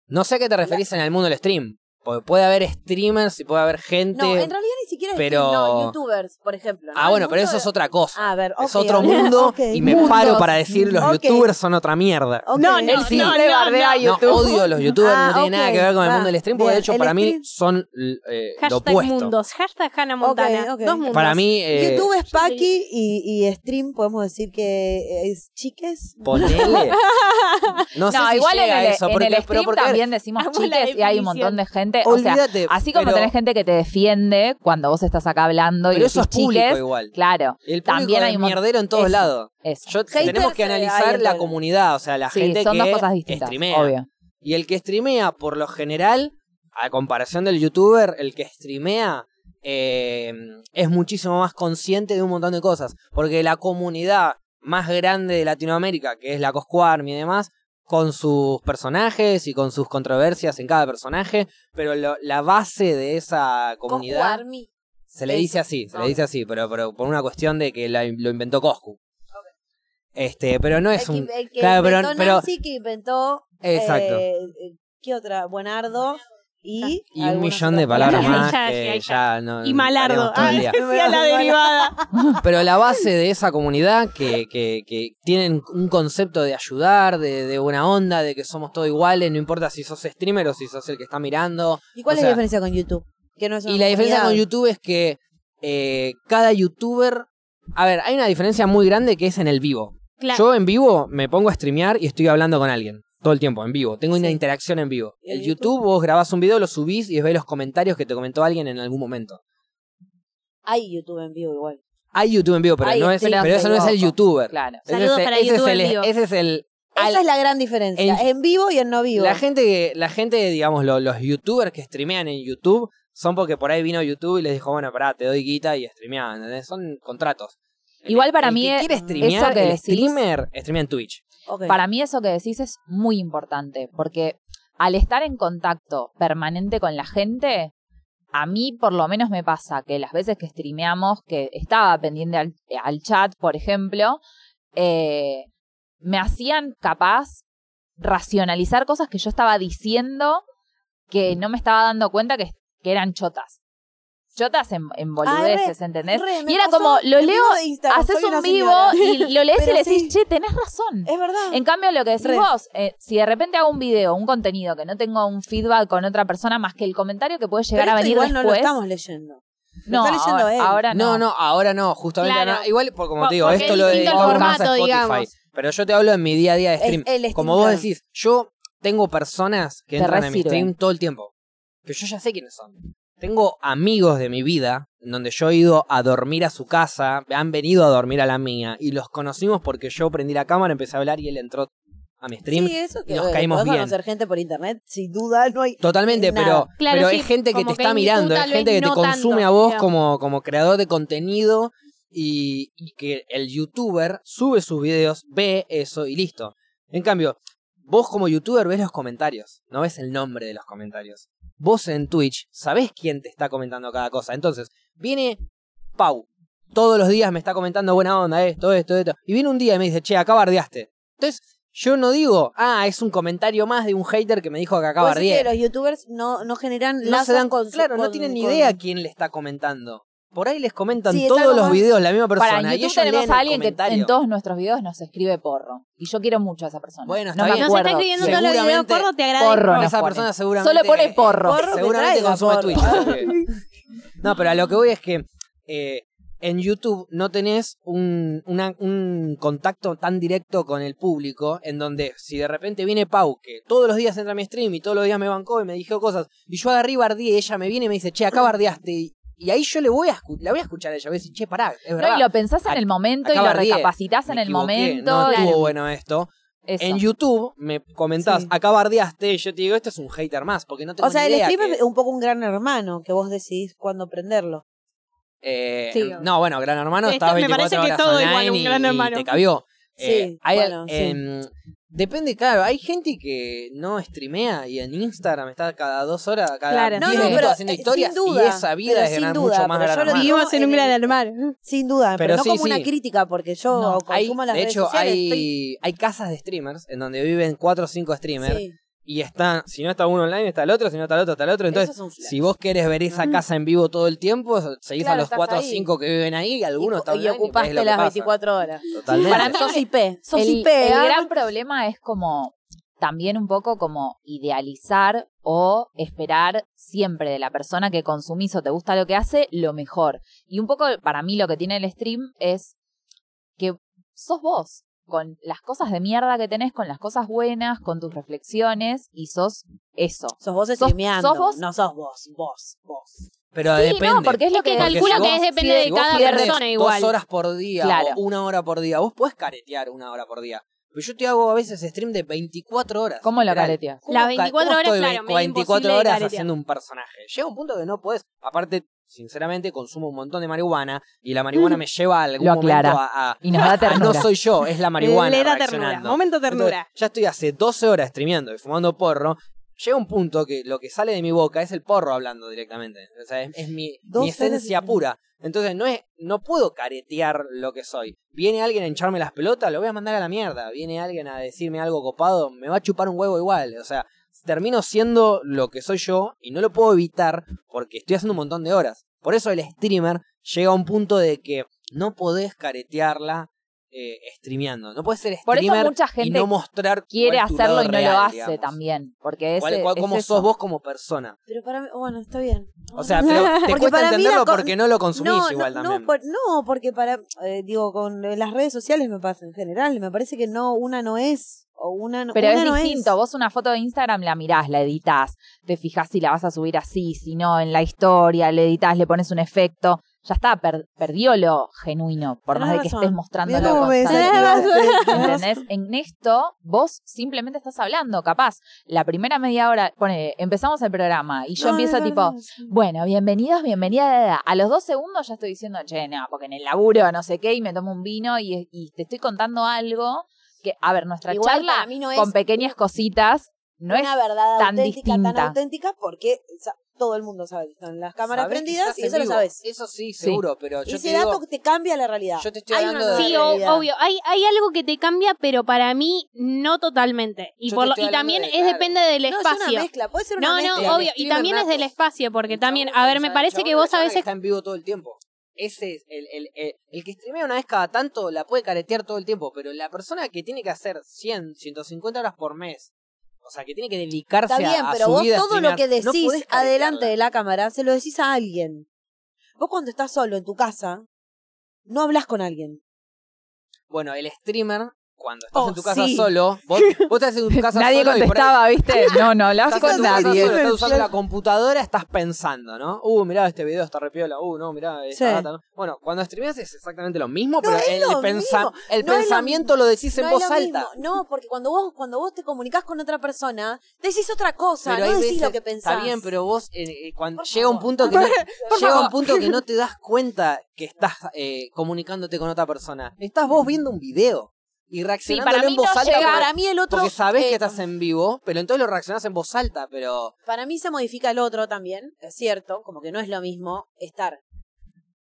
Speaker 3: No sé a qué te referís en el mundo del stream. Porque puede haber streamers y puede haber gente.
Speaker 4: No, en realidad ni siquiera es
Speaker 3: pero-
Speaker 4: stream, no, youtubers, por ejemplo. ¿no?
Speaker 3: ah, bueno,
Speaker 4: El
Speaker 3: pero
Speaker 4: mundo
Speaker 3: eso es
Speaker 4: de-
Speaker 3: otra cosa.
Speaker 4: Ah, a ver,
Speaker 3: es
Speaker 4: ok,
Speaker 3: otro
Speaker 4: ok,
Speaker 3: mundo
Speaker 4: ok.
Speaker 3: y me
Speaker 4: Mundos.
Speaker 3: paro para decir los
Speaker 4: Ok.
Speaker 3: youtubers son otra mierda.
Speaker 4: Ok.
Speaker 2: No, no,
Speaker 4: Él sí.
Speaker 2: no,
Speaker 4: Re
Speaker 2: no,
Speaker 4: bardea a
Speaker 2: no.
Speaker 3: No,
Speaker 4: YouTube.
Speaker 3: odio a los youtubers,
Speaker 4: Ah,
Speaker 3: no tiene nada
Speaker 4: ok,
Speaker 3: que ver con el
Speaker 4: va.
Speaker 3: mundo del stream, porque de
Speaker 4: Bien,
Speaker 3: hecho
Speaker 4: el
Speaker 3: para mí
Speaker 4: stream-
Speaker 3: son eh, lo
Speaker 2: Hashtag
Speaker 3: opuesto.
Speaker 2: mundos. Hashtag Hannah Montana.
Speaker 4: ok.
Speaker 2: Dos mundos.
Speaker 3: Para mí, eh,
Speaker 4: YouTube es Paki y, y stream podemos decir que es chiques.
Speaker 3: ponele. No,
Speaker 1: No,
Speaker 3: sé si
Speaker 1: igual en
Speaker 3: llega
Speaker 1: el,
Speaker 3: a eso,
Speaker 1: en
Speaker 3: porque,
Speaker 1: el
Speaker 3: pero
Speaker 1: stream
Speaker 3: porque
Speaker 1: también decimos
Speaker 2: Amo la
Speaker 1: chiques y hay un
Speaker 2: definición.
Speaker 1: montón de gente. O sea,
Speaker 3: olvídate.
Speaker 1: así como
Speaker 3: Eh, pero,
Speaker 1: tenés gente que te defiende cuando vos estás acá hablando y
Speaker 3: pero eso es
Speaker 1: decís
Speaker 3: público
Speaker 1: chiques,
Speaker 3: igual.
Speaker 1: claro,
Speaker 3: El público
Speaker 1: también
Speaker 3: es
Speaker 1: hay un mon-
Speaker 3: mierdero en todos
Speaker 1: eso.
Speaker 3: lados.
Speaker 1: eso.
Speaker 3: Yo-
Speaker 4: Haters,
Speaker 3: tenemos que
Speaker 4: eh, hay
Speaker 3: analizar
Speaker 4: en
Speaker 3: la
Speaker 4: todo.
Speaker 3: comunidad, o sea, la
Speaker 1: Sí,
Speaker 3: gente
Speaker 1: son
Speaker 3: que
Speaker 1: dos cosas distintas,
Speaker 3: streamea.
Speaker 1: obvio.
Speaker 3: Y el que streamea, por lo general, a comparación del youtuber, el que streamea eh, es muchísimo más consciente de un montón de cosas. Porque la comunidad más grande de Latinoamérica, que es la Coscuarmi y demás, con sus personajes y con sus controversias en cada personaje, pero lo- la base de esa comunidad
Speaker 4: Coscuarmi.
Speaker 3: se le
Speaker 4: Eso.
Speaker 3: dice así, se
Speaker 4: Ah.
Speaker 3: le dice así, pero, pero por una cuestión de que la- lo inventó Coscu. Este, pero no es
Speaker 4: El que-
Speaker 3: un.
Speaker 4: el que
Speaker 3: claro, pero-
Speaker 4: inventó
Speaker 3: pero-
Speaker 4: Nancy, que inventó.
Speaker 3: Exacto.
Speaker 4: eh, eh, ¿Qué otra? Buenardo. Y,
Speaker 3: Y un
Speaker 4: algunas
Speaker 3: millón
Speaker 4: otras
Speaker 3: de palabras
Speaker 2: Ahí
Speaker 3: más
Speaker 2: ya, ahí
Speaker 3: que
Speaker 2: ya.
Speaker 3: ya no.
Speaker 2: Y Malardo.
Speaker 3: estaríamos todo
Speaker 2: Ah,
Speaker 3: el día.
Speaker 2: decía la derivada.
Speaker 3: Pero la base de esa comunidad que, que, que tienen un concepto de ayudar, de, de buena onda, de que somos todos iguales, no importa si sos streamer o si sos el que está mirando.
Speaker 4: ¿Y cuál
Speaker 3: O
Speaker 4: es
Speaker 3: sea,
Speaker 4: la diferencia con YouTube? Que no es una
Speaker 3: Y la diferencia con
Speaker 4: comunidad.
Speaker 3: YouTube es que eh, cada youtuber. A ver, hay una diferencia muy grande que es en el vivo.
Speaker 2: Claro.
Speaker 3: Yo en vivo me pongo a streamear y estoy hablando con alguien. Todo el tiempo, en vivo. Tengo una
Speaker 4: Sí.
Speaker 3: interacción en vivo.
Speaker 4: ¿Y en
Speaker 3: El YouTube, vos grabás un video, lo subís y ves los comentarios que te comentó alguien en algún momento.
Speaker 4: Hay YouTube en vivo igual.
Speaker 3: Hay YouTube en vivo, pero,
Speaker 4: Hay
Speaker 3: no es,
Speaker 4: stream
Speaker 3: pero
Speaker 4: en
Speaker 3: eso no es el
Speaker 4: vivo.
Speaker 3: youtuber.
Speaker 1: Claro.
Speaker 3: Ese
Speaker 2: Saludos
Speaker 3: es-
Speaker 2: para
Speaker 3: ese
Speaker 2: YouTube
Speaker 3: es el-
Speaker 2: en vivo.
Speaker 3: Ese es el... al-
Speaker 4: Esa es la gran diferencia.
Speaker 3: en-
Speaker 4: En, vivo y en no vivo.
Speaker 3: la gente, que- la gente, digamos, lo- los youtubers que streamean en YouTube son porque por ahí vino YouTube y les dijo, bueno, pará, te doy guita y streameaban. Son contratos.
Speaker 1: Igual para
Speaker 3: El
Speaker 1: mí
Speaker 3: que
Speaker 1: es-
Speaker 3: quiere streamear,
Speaker 1: eso que
Speaker 3: el
Speaker 1: decís-
Speaker 3: streamer, streamea en Twitch.
Speaker 4: Ok.
Speaker 1: Para mí eso que decís es muy importante, porque al estar en contacto permanente con la gente, a mí por lo menos me pasa que las veces que streameamos, que estaba pendiente al, al chat, por ejemplo, eh, me hacían capaz racionalizar cosas que yo estaba diciendo que no me estaba dando cuenta que, que eran chotas. Chotas en, en boludeces, ¿entendés?
Speaker 4: Re, me
Speaker 1: y era
Speaker 4: pasó
Speaker 1: como, lo
Speaker 4: en
Speaker 1: leo,
Speaker 4: vivo de Instagram,
Speaker 1: haces
Speaker 4: soy una
Speaker 1: un vivo
Speaker 4: señora.
Speaker 1: y lo lees y
Speaker 4: Pero
Speaker 1: le decís,
Speaker 4: sí.
Speaker 1: che, tenés razón.
Speaker 4: Es verdad.
Speaker 1: En cambio, lo que decís
Speaker 4: Re.
Speaker 1: vos, eh, si de repente hago un video, un contenido que no tengo un feedback con otra persona más que el comentario que puede
Speaker 4: Pero
Speaker 1: llegar a
Speaker 4: esto
Speaker 1: venir
Speaker 4: igual
Speaker 1: después.
Speaker 4: no lo estamos leyendo.
Speaker 1: No,
Speaker 4: está leyendo
Speaker 1: ahora,
Speaker 4: él.
Speaker 1: ahora
Speaker 3: No,
Speaker 1: no.
Speaker 3: no, ahora no, justamente
Speaker 2: Claro.
Speaker 3: ahora- Igual, por- como
Speaker 2: Por-
Speaker 3: te digo,
Speaker 2: porque
Speaker 3: esto
Speaker 2: es
Speaker 3: lo
Speaker 2: distinto
Speaker 3: dedicamos
Speaker 2: el
Speaker 3: más a
Speaker 2: formato,
Speaker 3: Spotify.
Speaker 2: digamos.
Speaker 3: Pero yo te hablo en mi día a día de stream.
Speaker 4: el stream,
Speaker 3: como vos
Speaker 4: claro.
Speaker 3: decís, yo tengo personas que
Speaker 1: Te
Speaker 3: entran a mi
Speaker 1: resirven.
Speaker 3: stream todo el tiempo. Que yo ya sé quiénes son. Tengo amigos de mi vida, en donde yo he ido a dormir a su casa, han venido a dormir a la mía, y los conocimos porque yo prendí la cámara, empecé a hablar y él entró a mi stream.
Speaker 4: Sí, eso que
Speaker 3: y nos
Speaker 4: eh,
Speaker 3: caímos
Speaker 4: podés
Speaker 3: bien.
Speaker 4: conocer gente por internet, sin duda no hay.
Speaker 3: Totalmente,
Speaker 4: Nada.
Speaker 3: pero,
Speaker 2: Claro,
Speaker 3: pero
Speaker 2: sí,
Speaker 3: es gente que te
Speaker 2: como que
Speaker 3: está
Speaker 2: en
Speaker 3: mirando,
Speaker 2: YouTube
Speaker 3: es
Speaker 2: tal vez
Speaker 3: gente que te
Speaker 2: no
Speaker 3: consume
Speaker 2: tanto,
Speaker 3: a vos
Speaker 2: digamos.
Speaker 3: como, como creador de contenido y, y que el youtuber sube sus videos, ve eso y listo. En cambio, vos como youtuber ves los comentarios, no ves el nombre de los comentarios. Vos en Twitch sabés quién te está comentando cada cosa. Entonces, viene Pau, todos los días me está comentando buena onda, esto, esto, esto. Y viene un día y me dice, che, acá bardeaste. Entonces, yo no digo, ah, es un comentario más de un hater que me dijo que acá
Speaker 4: Puede ser
Speaker 3: bardeé
Speaker 4: que los youtubers no, no generan
Speaker 3: no
Speaker 4: lazos
Speaker 3: se dan
Speaker 4: con su-
Speaker 3: claro, no
Speaker 4: con-
Speaker 3: tienen ni
Speaker 4: con-
Speaker 3: idea quién le está comentando. Por ahí les comentan
Speaker 4: Sí, es algo
Speaker 3: todos los
Speaker 4: más-
Speaker 3: videos la misma persona.
Speaker 1: Para en
Speaker 3: y ellos
Speaker 1: YouTube tenemos
Speaker 3: leen
Speaker 1: a
Speaker 3: el
Speaker 1: alguien que
Speaker 3: comentario.
Speaker 1: en todos nuestros videos nos escribe porro. Y yo quiero mucho a esa persona.
Speaker 3: Bueno, está
Speaker 1: no me
Speaker 3: bien.
Speaker 2: Nos
Speaker 1: acuerdo.
Speaker 2: está escribiendo
Speaker 1: quién.
Speaker 2: todos los videos,
Speaker 3: Seguramente-
Speaker 2: porro, te agradezco.
Speaker 1: Porro nos
Speaker 3: Esa
Speaker 1: pone.
Speaker 3: persona seguramente.
Speaker 1: Solo le pone porro.
Speaker 4: Porro que
Speaker 3: seguramente
Speaker 4: traiga,
Speaker 3: consume
Speaker 4: porro.
Speaker 3: Twitch. porque- no, pero a lo que voy es que eh, en YouTube no tenés un, una- un contacto tan directo con el público, en donde si de repente viene Pau, que todos los días entra a mi stream y todos los días me bancó y me dijo cosas, y yo agarré y bardeé, y ella me viene y me dice, che, acá bardeaste. Y, y ahí yo le voy a escu- la voy a escuchar a ella, voy a decir, che, pará, es verdad.
Speaker 1: No, y lo pensás en el momento y
Speaker 3: acá
Speaker 1: lo
Speaker 3: bardié,
Speaker 1: recapacitas
Speaker 3: me
Speaker 1: en el
Speaker 3: equivoqué,
Speaker 1: momento.
Speaker 3: No
Speaker 1: y-
Speaker 3: estuvo bueno esto.
Speaker 1: eso.
Speaker 3: En YouTube me comentás,
Speaker 4: Sí.
Speaker 3: acá bardeaste, y yo te digo, este es un hater más, porque no tengo
Speaker 4: O sea,
Speaker 3: ni
Speaker 4: el
Speaker 3: idea
Speaker 4: stream
Speaker 3: que
Speaker 4: es un poco un gran hermano que vos decidís cuándo prenderlo.
Speaker 3: Eh,
Speaker 2: Sí.
Speaker 3: no, bueno, Gran Hermano
Speaker 2: Esto-
Speaker 3: estaba
Speaker 2: me
Speaker 3: 24
Speaker 2: parece que
Speaker 3: horas
Speaker 2: todo
Speaker 3: online
Speaker 2: igual, un
Speaker 3: y-
Speaker 2: Gran
Speaker 3: y
Speaker 2: Hermano.
Speaker 3: te cabió.
Speaker 4: Sí,
Speaker 3: Eh, hay-
Speaker 4: bueno, sí.
Speaker 3: em, Depende, claro, hay gente que no streamea y en Instagram está cada dos horas, cada
Speaker 2: Claro.
Speaker 3: diez
Speaker 2: No, no,
Speaker 3: minutos
Speaker 4: pero,
Speaker 3: haciendo
Speaker 4: eh,
Speaker 3: historias
Speaker 4: sin duda,
Speaker 3: y esa vida
Speaker 4: pero
Speaker 3: es ganar
Speaker 4: sin duda,
Speaker 3: mucho más
Speaker 4: pero
Speaker 3: Gran
Speaker 4: yo lo
Speaker 3: Hermano.
Speaker 4: digo-
Speaker 2: Vivimos en un
Speaker 4: en el-
Speaker 2: gran hermano.
Speaker 4: Sin duda, pero,
Speaker 3: Pero
Speaker 4: no
Speaker 3: sí,
Speaker 4: como
Speaker 3: sí.
Speaker 4: una crítica, porque yo
Speaker 1: No,
Speaker 3: Hay-
Speaker 4: consumo las
Speaker 3: de
Speaker 4: redes
Speaker 3: hecho,
Speaker 4: sociales.
Speaker 3: hay,
Speaker 4: estoy-
Speaker 3: hay casas de streamers en donde viven cuatro o cinco streamers
Speaker 4: Sí,
Speaker 3: y están, si no está uno online, está el otro, si no está el otro, está el otro. Entonces,
Speaker 4: eso es un flash.
Speaker 3: si vos querés ver esa casa en vivo todo el tiempo, seguís
Speaker 4: Claro,
Speaker 3: a los
Speaker 4: estás
Speaker 3: cuatro o
Speaker 4: ahí.
Speaker 3: cinco que viven ahí y alguno
Speaker 4: y,
Speaker 3: está
Speaker 4: y
Speaker 3: online ves
Speaker 4: ocupaste
Speaker 3: lo que
Speaker 4: las
Speaker 3: pasa.
Speaker 4: 24 horas.
Speaker 3: Totalmente.
Speaker 4: Para mí sos IP, sos
Speaker 1: el,
Speaker 4: IP.
Speaker 1: el
Speaker 4: ah.
Speaker 1: gran problema es como también un poco como idealizar o esperar siempre de la persona que consumís o te gusta lo que hace lo mejor. Y un poco para mí lo que tiene el stream es que sos vos, con las cosas de mierda que tenés, con las cosas buenas, con tus reflexiones y sos eso.
Speaker 4: Sos vos streameando,
Speaker 1: sos vos.
Speaker 4: no sos vos, vos, vos.
Speaker 3: Pero
Speaker 1: Sí,
Speaker 3: Ah, depende.
Speaker 1: no, porque es lo
Speaker 2: Es que
Speaker 1: que
Speaker 3: Porque
Speaker 2: calculo
Speaker 3: si
Speaker 2: que
Speaker 3: vos-
Speaker 2: es depende
Speaker 1: si-
Speaker 2: de
Speaker 1: si
Speaker 3: vos
Speaker 2: cada
Speaker 3: pierdes
Speaker 2: persona igual.
Speaker 3: Dos horas por día
Speaker 1: Claro.
Speaker 3: o una hora por día. Vos podés caretear una hora por día. Pero yo te hago a veces stream de 24 horas.
Speaker 1: ¿Cómo lo
Speaker 3: literal.
Speaker 1: careteas?
Speaker 3: ¿Cómo
Speaker 2: Las
Speaker 3: ca-
Speaker 2: 24
Speaker 3: cómo
Speaker 2: horas,
Speaker 3: estoy
Speaker 2: claro, me es
Speaker 3: 24
Speaker 2: imposible
Speaker 3: horas
Speaker 2: caretear.
Speaker 3: haciendo un personaje. Llega un punto que no podés. Aparte, sinceramente, consumo un montón de marihuana y la marihuana me lleva a algún
Speaker 1: Lo
Speaker 3: momento
Speaker 1: aclara.
Speaker 3: a, a- Ah,
Speaker 1: Y nos da
Speaker 3: no
Speaker 1: ternura.
Speaker 3: soy yo, es la marihuana.
Speaker 2: Le da ternura.
Speaker 3: reaccionando.
Speaker 2: Momento ternura.
Speaker 3: Entonces, ya estoy hace 12 horas streameando y fumando porro. Llega un punto que lo que sale de mi boca es el porro hablando directamente. O sea, es, es mi,
Speaker 4: Dos
Speaker 3: mi esencia
Speaker 4: horas de-
Speaker 3: pura. Entonces no es, no puedo caretear lo que soy. Viene alguien a hincharme las pelotas, lo voy a mandar a la mierda. Viene alguien a decirme algo copado, me va a chupar un huevo igual. O sea, termino siendo lo que soy yo y no lo puedo evitar porque estoy haciendo un montón de horas. Por eso el streamer llega a un punto de que no podés caretearla eh, streameando. No puedes ser
Speaker 1: Por
Speaker 3: streamer
Speaker 1: eso mucha
Speaker 3: y
Speaker 1: gente
Speaker 3: no mostrar cuál
Speaker 1: quiere
Speaker 3: es tu
Speaker 1: hacerlo
Speaker 3: lado
Speaker 1: y no
Speaker 3: real,
Speaker 1: lo hace
Speaker 3: digamos.
Speaker 1: también. Porque
Speaker 3: Cuál-
Speaker 1: ese,
Speaker 3: cuál-
Speaker 1: es
Speaker 3: cómo
Speaker 1: eso.
Speaker 3: sos vos como persona.
Speaker 4: Pero para mí, bueno, está bien.
Speaker 3: O sea, pero te
Speaker 4: Porque
Speaker 3: cuesta
Speaker 4: para mí la
Speaker 3: entenderlo
Speaker 4: con-
Speaker 3: porque no lo consumís
Speaker 4: no,
Speaker 3: igual
Speaker 4: no,
Speaker 3: también.
Speaker 4: No, por- no, porque para, eh, digo, con eh, las redes sociales me pasa en general, me parece que no, una no es, o una no
Speaker 1: Pero
Speaker 4: una
Speaker 1: es
Speaker 4: no
Speaker 1: distinto. Vos una foto de Instagram la mirás, la editas, te fijas si la vas a subir así, si no, en la historia, le editas, le pones un efecto. ya está, per- perdió lo genuino, por
Speaker 4: Tenés
Speaker 1: más de que
Speaker 4: razón.
Speaker 1: estés mostrando
Speaker 4: Mirá
Speaker 1: lo
Speaker 4: cómo me
Speaker 1: constante.
Speaker 4: desactivaste.
Speaker 1: ¿Entendés? En esto, vos simplemente estás hablando, capaz. La primera media hora, pone, empezamos el programa y yo
Speaker 4: No,
Speaker 1: empiezo
Speaker 4: es
Speaker 1: tipo,
Speaker 4: verdad, sí.
Speaker 1: bueno, bienvenidos, bienvenida. da, da, da. A los dos segundos ya estoy diciendo, che, no, porque en el laburo no sé qué y me tomo un vino y, y te estoy contando algo que, a ver, nuestra
Speaker 5: Igual para
Speaker 1: charla
Speaker 5: mí no es
Speaker 1: con pequeñas cositas no es
Speaker 4: una verdad
Speaker 1: tan
Speaker 4: auténtica,
Speaker 1: distinta.
Speaker 4: tan auténtica, porque sa- todo el mundo sabe que están las cámaras
Speaker 3: Sabés que
Speaker 4: prendidas
Speaker 3: estás
Speaker 4: y
Speaker 3: en
Speaker 4: eso lo
Speaker 3: vivo.
Speaker 4: sabes.
Speaker 3: Eso sí, seguro, pero
Speaker 4: Y
Speaker 3: yo te
Speaker 4: ese
Speaker 3: digo,
Speaker 4: dato te cambia la realidad.
Speaker 3: yo te estoy
Speaker 4: Hay
Speaker 3: hablando
Speaker 4: una
Speaker 3: de...
Speaker 4: de
Speaker 2: Sí, o-
Speaker 4: realidad.
Speaker 2: obvio. Hay, hay algo que te cambia, pero para mí no totalmente. Y,
Speaker 3: Yo
Speaker 2: por
Speaker 3: te
Speaker 2: lo-
Speaker 3: estoy
Speaker 2: y
Speaker 3: hablando
Speaker 2: también
Speaker 3: de-
Speaker 2: es
Speaker 3: claro.
Speaker 2: depende del
Speaker 4: no, es una
Speaker 2: espacio.
Speaker 4: mezcla, puede ser una
Speaker 2: No,
Speaker 4: mezcla.
Speaker 3: de
Speaker 2: no, obvio. Y
Speaker 3: streamer
Speaker 2: también es del
Speaker 3: natos.
Speaker 2: espacio, porque
Speaker 3: El
Speaker 2: también,
Speaker 3: chabón
Speaker 2: a
Speaker 3: que
Speaker 2: ver, me
Speaker 3: sabe,
Speaker 2: parece
Speaker 3: el
Speaker 2: que
Speaker 3: chabón
Speaker 2: vos a
Speaker 3: sabe
Speaker 2: veces
Speaker 3: Está en vivo todo el tiempo. Ese es el, el, el, el que streamea una vez cada tanto la puede caretear todo el tiempo, pero la persona que tiene que hacer 100, 150 horas por mes, o sea, que tiene que dedicarse
Speaker 4: Está bien,
Speaker 3: a, a
Speaker 4: pero
Speaker 3: su
Speaker 4: vos
Speaker 3: vida a
Speaker 4: todo lo
Speaker 3: streamear,
Speaker 4: que
Speaker 3: no
Speaker 4: decís
Speaker 3: podés caretearla.
Speaker 4: adelante de la cámara se lo decís a alguien. Vos cuando estás solo en tu casa, no hablas con alguien.
Speaker 3: Bueno, el streamer, cuando estás
Speaker 4: Oh,
Speaker 3: en tu casa
Speaker 4: sí.
Speaker 3: solo, vos, vos estás en tu casa
Speaker 1: Nadie
Speaker 3: solo y por ahí-
Speaker 1: contestaba, ¿viste? No, no hablabas
Speaker 3: Estás
Speaker 1: con
Speaker 3: en tu casa
Speaker 1: nadie.
Speaker 3: solo, estás usando la computadora, estás pensando, ¿no? Uh, mirá, este video está repiola. Uh, no, mirá, esta
Speaker 4: Sí.
Speaker 3: data, ¿no? Bueno, cuando streameas es exactamente lo mismo,
Speaker 4: No,
Speaker 3: pero
Speaker 4: es
Speaker 3: el,
Speaker 4: lo
Speaker 3: pensa-
Speaker 4: mismo.
Speaker 3: el
Speaker 4: No es lo
Speaker 3: pensamiento lo, decís en
Speaker 4: No es
Speaker 3: voz
Speaker 4: lo
Speaker 3: alta.
Speaker 4: mismo. No, porque cuando vos, cuando vos te comunicás con otra persona, decís otra cosa,
Speaker 3: Pero
Speaker 4: no
Speaker 3: hay
Speaker 4: decís
Speaker 3: veces-
Speaker 4: lo que pensás.
Speaker 3: Está bien, pero vos eh, eh, cuando
Speaker 4: Por
Speaker 3: llega un
Speaker 4: favor.
Speaker 3: punto que no,
Speaker 4: por
Speaker 3: llega un
Speaker 4: favor.
Speaker 3: punto que no te das cuenta que estás eh, comunicándote con otra persona. Estás vos viendo un video y reaccionándolo
Speaker 1: para mí
Speaker 3: en voz
Speaker 1: no
Speaker 3: alta.
Speaker 1: llega-
Speaker 3: porque-
Speaker 4: Para mí el otro...
Speaker 3: Porque sabés
Speaker 4: eh,
Speaker 3: que estás en vivo, pero entonces lo reaccionás en voz alta, pero
Speaker 4: Para mí se modifica el otro también, es cierto, como que no es lo mismo estar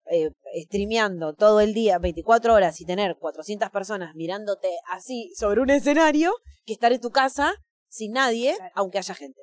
Speaker 4: eh, streameando todo el día, 24 horas y tener 400 personas mirándote así sobre un escenario que estar en tu casa sin nadie, aunque haya gente.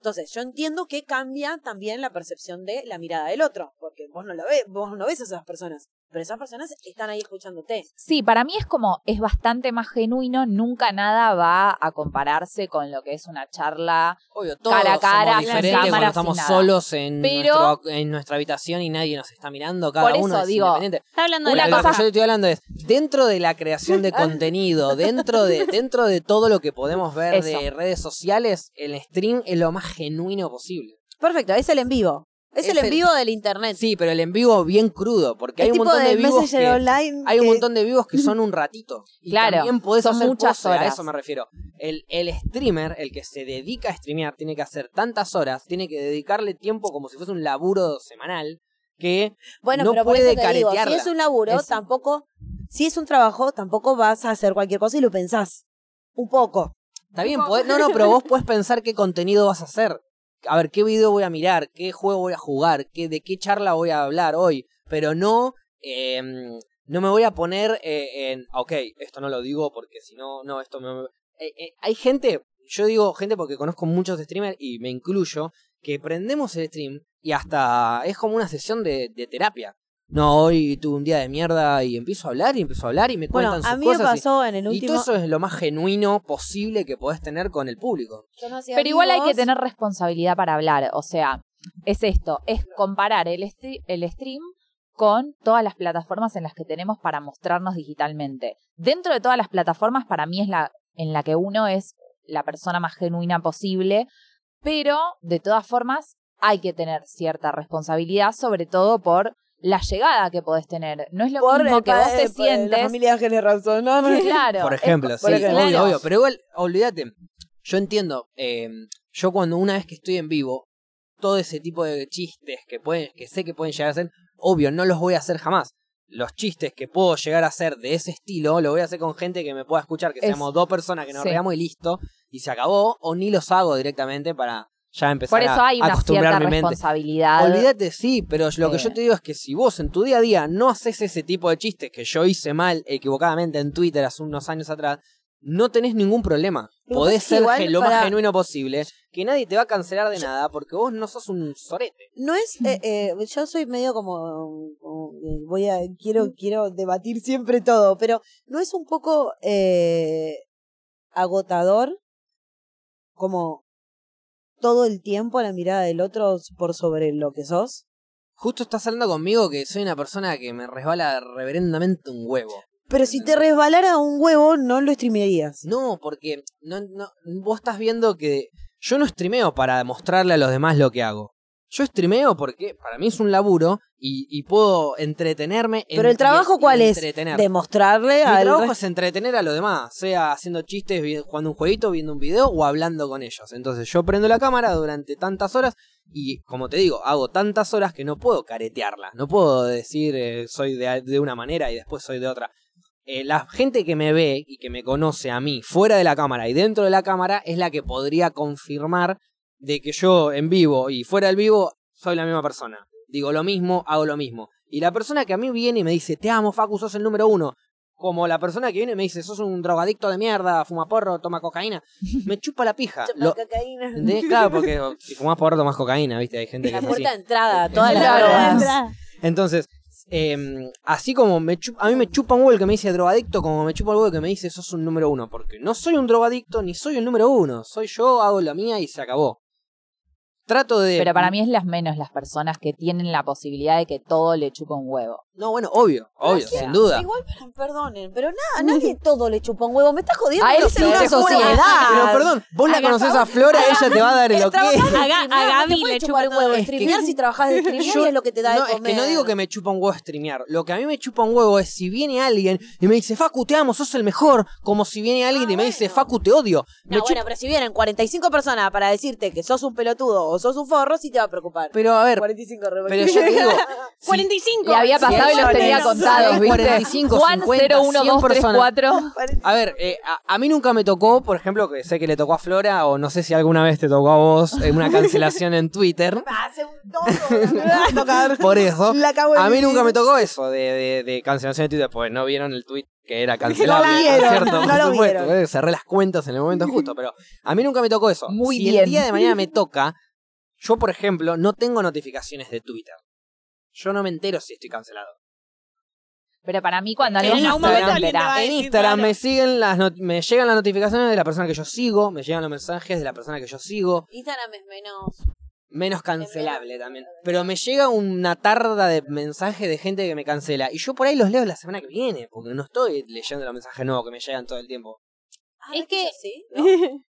Speaker 4: Entonces, yo entiendo que cambia también la percepción de la mirada del otro, porque vos no lo ves, vos no ves a esas personas, pero esas personas están ahí escuchándote.
Speaker 1: Sí, para mí es como, es bastante más genuino, nunca nada va a compararse con lo que es una charla.
Speaker 3: obvio, todos
Speaker 1: Cara a cara,
Speaker 3: somos
Speaker 1: sin
Speaker 3: diferentes
Speaker 1: cámara,
Speaker 3: cuando
Speaker 1: sin
Speaker 3: estamos
Speaker 1: nada.
Speaker 3: solos en,
Speaker 1: Pero-
Speaker 3: nuestro- en nuestra habitación y nadie nos está mirando, cada
Speaker 1: Por eso
Speaker 3: uno es
Speaker 1: digo,
Speaker 3: independiente.
Speaker 2: está hablando de
Speaker 1: una
Speaker 3: Pero
Speaker 2: la
Speaker 3: lo
Speaker 1: cosa- Ah.
Speaker 3: que yo te estoy hablando es, dentro de la creación de contenido, dentro de, dentro de todo lo que podemos ver de
Speaker 1: Eso.
Speaker 3: redes sociales, el stream es lo más genuino posible.
Speaker 4: Perfecto, es el en vivo. Es,
Speaker 3: Es
Speaker 4: el en
Speaker 3: el-
Speaker 4: vivo del internet.
Speaker 3: Sí, pero el en vivo bien crudo, porque hay
Speaker 4: Es
Speaker 3: un
Speaker 4: tipo
Speaker 3: montón de
Speaker 4: del
Speaker 3: vivos
Speaker 4: messenger
Speaker 3: que,
Speaker 4: online.
Speaker 3: hay un
Speaker 4: que-
Speaker 3: montón de vivos que son un ratito. Y
Speaker 1: Claro,
Speaker 3: también podés
Speaker 1: son
Speaker 3: hacer
Speaker 1: muchas
Speaker 3: postre, A
Speaker 1: horas.
Speaker 3: eso me refiero. El, el streamer, el que se dedica a streamear, tiene que hacer tantas horas, tiene que dedicarle tiempo como si fuese un laburo semanal, que
Speaker 4: Bueno,
Speaker 3: no
Speaker 4: pero por
Speaker 3: puede
Speaker 4: eso te digo, si
Speaker 3: caretearla.
Speaker 4: es un laburo,
Speaker 3: Es-
Speaker 4: tampoco, si es un trabajo, tampoco vas a hacer cualquier cosa y lo pensás. Un poco.
Speaker 3: está bien, podés- no, no, pero vos podés pensar qué contenido vas a hacer. A ver, qué video voy a mirar, qué juego voy a jugar, qué, de qué charla voy a hablar hoy, pero no... em, no me voy a poner eh, en, ok, esto no lo digo porque si no, no, esto me... Eh, eh, hay gente, yo digo gente porque conozco muchos streamers y me incluyo, que prendemos el stream y hasta es como una sesión de, de terapia. No, hoy tuve un día de mierda y empiezo a hablar y empiezo a hablar y me
Speaker 4: Bueno, a
Speaker 3: cuentan sus
Speaker 4: mí me
Speaker 3: cosas. y-
Speaker 4: pasó en el
Speaker 3: y,
Speaker 4: último.
Speaker 3: todo eso es lo más genuino posible que podés tener con el público.
Speaker 4: yo no hacía
Speaker 1: Pero igual hay que
Speaker 4: amigos.
Speaker 1: tener responsabilidad para hablar. O sea, es esto, es comparar el, stre- el stream con todas las plataformas en las que tenemos para mostrarnos digitalmente. Dentro de todas las plataformas, para mí es la en la que uno es la persona más genuina posible, pero de todas formas hay que tener cierta responsabilidad, sobre todo por la llegada que podés tener. No es lo
Speaker 4: Por
Speaker 1: mismo
Speaker 4: el
Speaker 1: que
Speaker 4: pa-
Speaker 1: vos te
Speaker 4: eh, por La
Speaker 1: sientes.
Speaker 4: familia Ángeles Rawson, no, no.
Speaker 1: Claro.
Speaker 3: Por ejemplo, sí,
Speaker 4: por ejemplo.
Speaker 3: obvio,
Speaker 1: Claro.
Speaker 3: obvio. Pero igual, olvídate, yo entiendo, eh, yo cuando una vez que estoy en vivo, todo ese tipo de chistes que, pueden, que sé que pueden llegar a ser, obvio, no los voy a hacer jamás. Los chistes que puedo llegar a hacer de ese estilo, lo voy a hacer con gente que me pueda escuchar, que
Speaker 1: Es-
Speaker 3: seamos dos personas que nos
Speaker 1: sí.
Speaker 3: veamos y listo, y se acabó, o ni los hago directamente para ya empezar
Speaker 1: Por eso
Speaker 3: a
Speaker 1: hay una
Speaker 3: acostumbrar
Speaker 1: cierta
Speaker 3: mi mente.
Speaker 1: responsabilidad.
Speaker 3: Olvídate, sí, pero lo que
Speaker 1: Sí.
Speaker 4: Eh.
Speaker 3: yo te digo es que si vos en tu día a día no haces ese tipo de chistes que yo hice mal equivocadamente en Twitter hace unos años atrás, no tenés ningún problema.
Speaker 4: Lo que
Speaker 3: Podés
Speaker 4: pasa es que
Speaker 3: ser
Speaker 4: igual
Speaker 3: ge- lo
Speaker 4: para-
Speaker 3: más genuino posible, que nadie te va a cancelar de nada porque vos no sos un sorete.
Speaker 4: No es, eh, eh, yo soy medio como, como, eh, voy a, quiero, quiero debatir siempre todo, pero no es un poco eh, agotador como todo el tiempo la mirada del otro por sobre lo que sos.
Speaker 3: Justo estás hablando conmigo que soy una persona que me resbala reverendamente un huevo.
Speaker 4: Pero si te resbalara un huevo, no lo streamearías.
Speaker 3: No, porque no, no, vos estás viendo que yo no streameo para mostrarle a los demás lo que hago. Yo streameo porque para mí es un laburo y, y puedo entretenerme.
Speaker 4: Pero el trabajo, ¿cuál es?
Speaker 3: Entretener.
Speaker 4: Demostrarle
Speaker 3: Mi
Speaker 4: al
Speaker 3: trabajo
Speaker 4: resto-
Speaker 3: es entretener a los demás, sea haciendo chistes, vi- jugando un jueguito, viendo un video o hablando con ellos. Entonces yo prendo la cámara durante tantas horas y, como te digo, hago tantas horas que no puedo caretearla. No puedo decir eh, soy de, de una manera y después soy de otra. Eh, la gente que me ve y que me conoce a mí fuera de la cámara y dentro de la cámara es la que podría confirmar de que yo en vivo y fuera del vivo soy la misma persona. Digo lo mismo, hago lo mismo. Y la persona que a mí viene y me dice, te amo, Facu, sos el número uno. Como la persona que viene y me dice, sos un drogadicto de mierda, fuma porro, toma cocaína. Me chupa la pija.
Speaker 4: Chupa
Speaker 3: Lo-
Speaker 4: cocaína.
Speaker 3: ¿entendés? Claro, porque o, si fumás porro, tomás cocaína, ¿viste? Hay gente que
Speaker 4: La
Speaker 3: es así.
Speaker 4: puerta de entrada, todas las
Speaker 1: Claro.
Speaker 4: drogas.
Speaker 3: Entonces, eh, así como me chu- a mí me chupa un huevo el que me dice drogadicto, como me chupa el huevo el que me dice sos un número uno. Porque no soy un drogadicto ni soy el número uno. Soy yo, hago la mía y se acabó. Trato de.
Speaker 1: Pero para mí es las menos las personas que tienen la posibilidad de que todo le chupa un huevo.
Speaker 3: No, bueno, obvio, obvio,
Speaker 1: Gracias.
Speaker 3: sin duda.
Speaker 4: Igual, pero- perdonen, pero nada, a nadie todo le chupa un huevo. Me estás jodiendo.
Speaker 1: A él
Speaker 4: es
Speaker 1: sí,
Speaker 4: una
Speaker 1: te juro.
Speaker 4: sociedad.
Speaker 3: Pero perdón, vos la
Speaker 2: Haga
Speaker 3: conoces a
Speaker 2: favor.
Speaker 3: Flora, ella te va a dar el ok.
Speaker 4: Trabajás de
Speaker 2: A Ga- a
Speaker 4: streamear, no te
Speaker 2: Gaby
Speaker 4: puede
Speaker 2: le
Speaker 4: chupar
Speaker 2: chupa
Speaker 4: un
Speaker 2: todo.
Speaker 4: huevo.
Speaker 2: Es que-
Speaker 4: Streamear si trabajas de streamear y es lo que te da
Speaker 3: no,
Speaker 4: de comer.
Speaker 3: es que no digo que me chupa un huevo streamear. Lo que a mí me chupa un huevo es si viene alguien y me dice, Facu, te amo, sos el mejor. Como si viene alguien y me dice,
Speaker 4: Ah, bueno.
Speaker 3: Facu, te odio. Me
Speaker 4: No,
Speaker 3: chupa-
Speaker 4: bueno, pero si vienen 45 personas para decirte que sos un pelotudo o sos un forro, sí te va a preocupar.
Speaker 3: Pero a ver,
Speaker 4: 45
Speaker 3: pero yo te digo, si-
Speaker 2: 45.
Speaker 1: Le había
Speaker 2: Sí,
Speaker 1: pasado y
Speaker 2: bueno,
Speaker 1: los tenía
Speaker 2: no.
Speaker 1: contados, ¿viste?
Speaker 3: 45,
Speaker 1: Juan
Speaker 3: 50,
Speaker 1: 01234.
Speaker 3: a ver, eh, a, a mí nunca me tocó, por ejemplo, que sé que le tocó a Flora o no sé si alguna vez te tocó a vos en una cancelación en Twitter.
Speaker 4: Hace un tonto, me va a tocar.
Speaker 3: Por eso.
Speaker 4: La acabo de
Speaker 3: A mí
Speaker 4: vivir.
Speaker 3: nunca me tocó eso de, de, de cancelación de Twitter, pues no vieron el tweet que era cancelable.
Speaker 4: No la
Speaker 3: por
Speaker 4: vieron,
Speaker 3: cierto,
Speaker 4: no
Speaker 3: por
Speaker 4: lo
Speaker 3: supuesto,
Speaker 4: vieron.
Speaker 3: eh, Cerré las cuentas en el momento justo, pero a mí nunca me tocó eso.
Speaker 1: Muy
Speaker 3: si
Speaker 1: bien.
Speaker 3: el día de mañana me toca, yo por ejemplo no tengo notificaciones de Twitter. Yo no me entero si estoy cancelado.
Speaker 1: Pero para mí cuando
Speaker 2: En
Speaker 1: alguien
Speaker 2: algún
Speaker 1: se
Speaker 2: momento
Speaker 1: entera-
Speaker 2: alguien te va a
Speaker 3: En
Speaker 2: decir,
Speaker 3: Instagram
Speaker 2: claro.
Speaker 3: me siguen las not- me llegan las notificaciones de la persona que yo sigo, me llegan los mensajes de la persona que yo sigo,
Speaker 4: Instagram es menos.
Speaker 3: menos cancelable también. Pero me llega una tarda de mensajes de gente que me cancela y yo por ahí los leo la semana que viene, porque no estoy leyendo los mensajes nuevos que me llegan todo el tiempo.
Speaker 4: Es que. Sí. Ah, ¿no?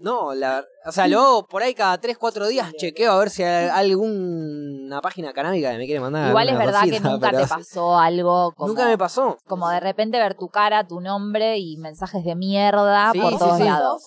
Speaker 3: No, la, o sea, luego por ahí cada 3, 4 días chequeo a ver si hay alguna página canábica que me quiere mandar.
Speaker 1: Igual es
Speaker 3: alguna
Speaker 1: verdad que
Speaker 3: cosita,
Speaker 1: nunca
Speaker 3: pero-
Speaker 1: te pasó algo como,
Speaker 3: Nunca me pasó.
Speaker 1: como de repente ver tu cara, tu nombre y mensajes de mierda
Speaker 3: Sí,
Speaker 1: por
Speaker 3: sí,
Speaker 1: todos
Speaker 3: sí.
Speaker 1: lados.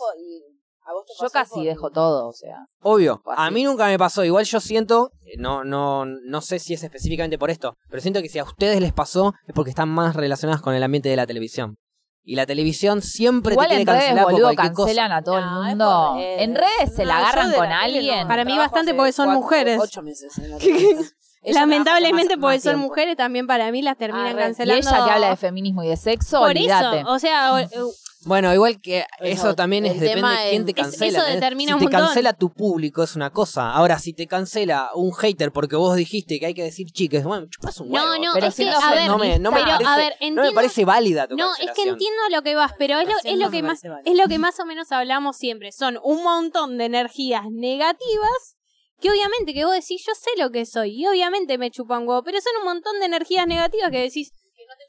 Speaker 4: ¿A vos te
Speaker 1: Yo
Speaker 4: pasó
Speaker 1: casi
Speaker 4: por-
Speaker 1: dejo todo, o sea.
Speaker 3: Obvio,
Speaker 1: Fue
Speaker 3: a
Speaker 1: así.
Speaker 3: mí nunca me pasó. Igual yo siento, eh, no, no, no sé si es específicamente por esto, pero siento que si a ustedes les pasó es porque están más relacionadas con el ambiente de la televisión. Y la televisión siempre
Speaker 1: Igual
Speaker 3: te quiere
Speaker 1: en redes,
Speaker 3: cancelar por
Speaker 1: boludo,
Speaker 3: cualquier
Speaker 1: cancelan
Speaker 3: cosa.
Speaker 1: a todo el
Speaker 4: No, es
Speaker 1: mundo.
Speaker 4: por redes.
Speaker 1: En redes se
Speaker 4: No,
Speaker 1: la
Speaker 4: yo
Speaker 1: agarran
Speaker 4: de
Speaker 1: con
Speaker 4: la tele
Speaker 1: alguien.
Speaker 4: no.
Speaker 2: Para mí
Speaker 4: Trabajo
Speaker 2: bastante
Speaker 4: hace
Speaker 2: porque son
Speaker 4: cuatro,
Speaker 2: mujeres.
Speaker 4: Ocho meses en la televisión. Ella
Speaker 2: Lamentablemente
Speaker 4: trabaja
Speaker 2: porque
Speaker 4: más-
Speaker 2: son
Speaker 4: más tiempo.
Speaker 2: mujeres, también para mí las
Speaker 1: Ah,
Speaker 2: terminan
Speaker 1: re.
Speaker 2: cancelando.
Speaker 1: Y ella que habla de feminismo y de sexo,
Speaker 2: Por
Speaker 1: olvídate.
Speaker 2: eso, o eh, sea, o- o-
Speaker 3: Bueno, igual que
Speaker 4: Eso,
Speaker 3: eso, también es
Speaker 4: el
Speaker 3: depende
Speaker 4: tema
Speaker 3: de quién te
Speaker 4: es-
Speaker 3: cancela.
Speaker 2: eso
Speaker 3: ¿entendés?
Speaker 2: determina
Speaker 3: si
Speaker 2: un
Speaker 3: te
Speaker 2: montón.
Speaker 3: cancela tu público es una cosa. Ahora, si te cancela un hater porque vos dijiste que hay que decir chicas, bueno, chupas un
Speaker 2: No,
Speaker 3: huevo.
Speaker 2: no,
Speaker 1: Pero
Speaker 2: es
Speaker 1: si
Speaker 2: que,
Speaker 1: no
Speaker 2: a
Speaker 1: soy-
Speaker 2: ver,
Speaker 3: no me, no me
Speaker 2: pero,
Speaker 3: parece,
Speaker 2: a ver,
Speaker 3: no me
Speaker 2: entiendo-
Speaker 3: parece válida tu
Speaker 2: No, es que
Speaker 3: cancelación.
Speaker 2: entiendo lo que vas, pero es lo, es
Speaker 4: Cancelación
Speaker 2: lo
Speaker 4: no
Speaker 2: que
Speaker 4: me
Speaker 2: más
Speaker 4: parece válida.
Speaker 2: es lo que más o menos hablamos siempre. Son un montón de energías negativas que obviamente que vos decís, yo sé lo que soy y obviamente me chupa un huevo, pero son un montón de energías negativas que decís,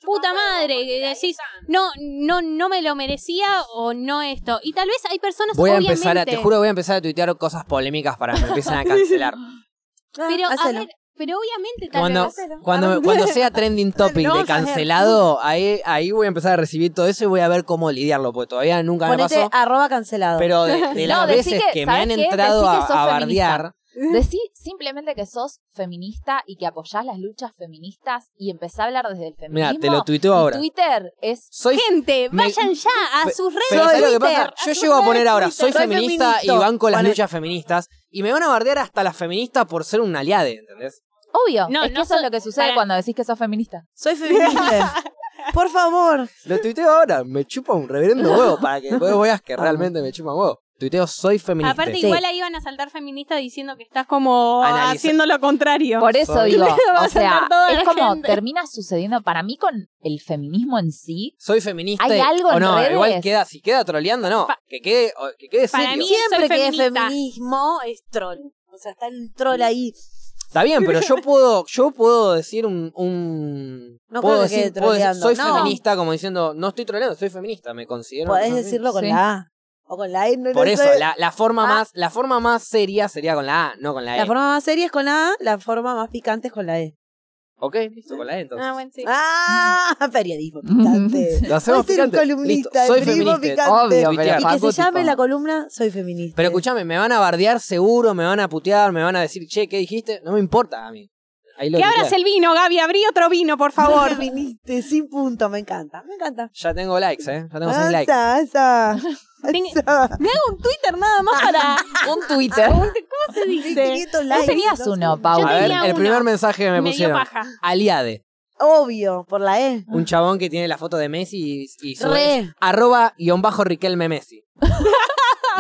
Speaker 2: puta madre, que decís, no, no, no me lo merecía o no esto. Y tal vez hay personas
Speaker 3: Voy a
Speaker 2: obviamente,
Speaker 3: empezar a, te juro, voy a empezar a tuitear cosas polémicas para que me empiecen a cancelar.
Speaker 4: Ah,
Speaker 2: pero a
Speaker 4: hacelo.
Speaker 2: ver, pero obviamente tal
Speaker 3: Cuando,
Speaker 2: vez
Speaker 3: cuando, cuando sea trending topic
Speaker 2: No,
Speaker 3: de
Speaker 2: vamos a ver.
Speaker 3: cancelado, ahí, ahí voy a empezar a recibir todo eso y voy a ver cómo lidiarlo, porque todavía nunca me
Speaker 4: Ponete
Speaker 3: pasó.
Speaker 4: arroba cancelado.
Speaker 3: Pero de, de las
Speaker 1: No, decí
Speaker 3: veces
Speaker 1: que-
Speaker 3: que, me
Speaker 1: ¿sabes
Speaker 3: han
Speaker 1: qué?
Speaker 3: entrado
Speaker 1: Decí
Speaker 3: a,
Speaker 1: que sos
Speaker 3: a
Speaker 1: feminista.
Speaker 3: bardear,
Speaker 1: Decí simplemente que sos feminista y que apoyás las luchas feministas y empezá a hablar desde el feminismo.
Speaker 3: mira, te lo tuiteo
Speaker 1: Y
Speaker 3: ahora.
Speaker 1: Twitter es
Speaker 3: Soy
Speaker 2: gente,
Speaker 3: me-
Speaker 2: vayan ya a
Speaker 3: pe-
Speaker 2: sus redes
Speaker 3: Pero ¿sabes lo que
Speaker 2: Twitter,
Speaker 3: pasa?
Speaker 2: a
Speaker 3: Yo
Speaker 2: sus
Speaker 3: llego a
Speaker 2: redes
Speaker 3: poner ahora,
Speaker 2: Twitter.
Speaker 3: soy feminista
Speaker 4: feminista.
Speaker 3: y banco las
Speaker 4: Poné.
Speaker 3: luchas feministas, y me van a bardear hasta las feministas por ser un aliade, ¿entendés?
Speaker 1: Obvio,
Speaker 2: No,
Speaker 1: es que
Speaker 2: no
Speaker 1: eso es
Speaker 2: so-
Speaker 1: lo que sucede
Speaker 2: para-
Speaker 1: cuando decís que sos feminista.
Speaker 4: Soy feminista. Por favor.
Speaker 3: Lo tuiteo ahora, me chupa un reverendo huevo para que vos veas que realmente me chupa un huevo. Tuiteo, soy feminista.
Speaker 2: Aparte,
Speaker 4: Sí.
Speaker 2: igual ahí van a saltar feministas diciendo que estás como
Speaker 3: Analiza-
Speaker 2: haciendo lo contrario. Ah,
Speaker 1: Por eso
Speaker 3: Soy-
Speaker 1: digo,
Speaker 2: Le va a
Speaker 1: o sea,
Speaker 2: saltar toda
Speaker 1: es
Speaker 2: la
Speaker 1: como
Speaker 2: gente.
Speaker 1: termina sucediendo para mí con el feminismo en sí.
Speaker 3: soy feminista.
Speaker 1: ¿Hay
Speaker 3: y-
Speaker 1: algo
Speaker 3: o
Speaker 1: en
Speaker 3: no,
Speaker 1: redes?
Speaker 3: igual queda, si queda troleando, no.
Speaker 2: Pa-
Speaker 3: que quede, o- que quede
Speaker 2: Para
Speaker 3: serio.
Speaker 2: mí- soy
Speaker 4: Siempre que es
Speaker 2: feminista.
Speaker 4: feminismo es troll. O sea, está el troll ahí.
Speaker 3: Está bien, pero yo puedo, yo puedo decir un, un-
Speaker 4: No
Speaker 3: puedo
Speaker 4: creo que quede
Speaker 3: decir, puedo decir,
Speaker 4: troleando,
Speaker 3: soy
Speaker 4: no.
Speaker 3: feminista, como diciendo, no estoy troleando, soy feminista, me considero.
Speaker 4: Podés
Speaker 3: una feminista.
Speaker 4: decirlo con
Speaker 1: Sí.
Speaker 4: la A. O con la E, no
Speaker 3: Por
Speaker 4: lo
Speaker 3: eso,
Speaker 4: sé.
Speaker 3: la, la forma
Speaker 4: Ah.
Speaker 3: más, la forma más seria sería con la A, no con la E.
Speaker 4: La forma más seria es con la A, la forma más picante es con la E.
Speaker 3: Ok, listo, con la E entonces.
Speaker 2: Ah, bueno, sí.
Speaker 4: ¡Ah! Periodismo picante.
Speaker 3: Lo
Speaker 4: Voy
Speaker 3: hacemos
Speaker 4: a ser
Speaker 3: picante.
Speaker 4: columnista,
Speaker 3: Listo, soy
Speaker 4: el primo
Speaker 3: feminista.
Speaker 4: picante.
Speaker 1: Obvio, pero
Speaker 4: Y que
Speaker 1: Facu,
Speaker 4: se llame
Speaker 1: tipo-
Speaker 4: la columna Soy feminista.
Speaker 3: Pero escúchame, me van a bardear seguro, me van a putear, me van a decir, che, ¿qué dijiste? No me importa a mí. Ahí lo
Speaker 2: Que
Speaker 3: que
Speaker 2: abras
Speaker 3: queda.
Speaker 2: el vino, Gaby, abrí otro vino, por favor.
Speaker 4: Soy feminista, sin punto, me encanta, me encanta. Ah,
Speaker 3: Ya tengo likes, ¿eh? Ya tengo 6 likes.
Speaker 4: Asa, asa,
Speaker 2: Ten-
Speaker 4: asa.
Speaker 2: Me hago un Twitter nada más para.
Speaker 1: Un Twitter.
Speaker 2: ¿Cómo se dice?
Speaker 4: 500
Speaker 1: No
Speaker 4: likes,
Speaker 1: tenías
Speaker 4: no sé.
Speaker 1: uno,
Speaker 2: Yo
Speaker 1: Pau.
Speaker 3: A ver,
Speaker 2: tenía
Speaker 3: el
Speaker 2: uno.
Speaker 3: primer mensaje que me,
Speaker 2: Me dio
Speaker 3: pusieron.
Speaker 2: paja.
Speaker 3: Aliade.
Speaker 4: Obvio, por la E.
Speaker 3: Un chabón que tiene la foto de Messi y, y su
Speaker 4: Re.
Speaker 3: arroba guión bajo Riquelme Messi.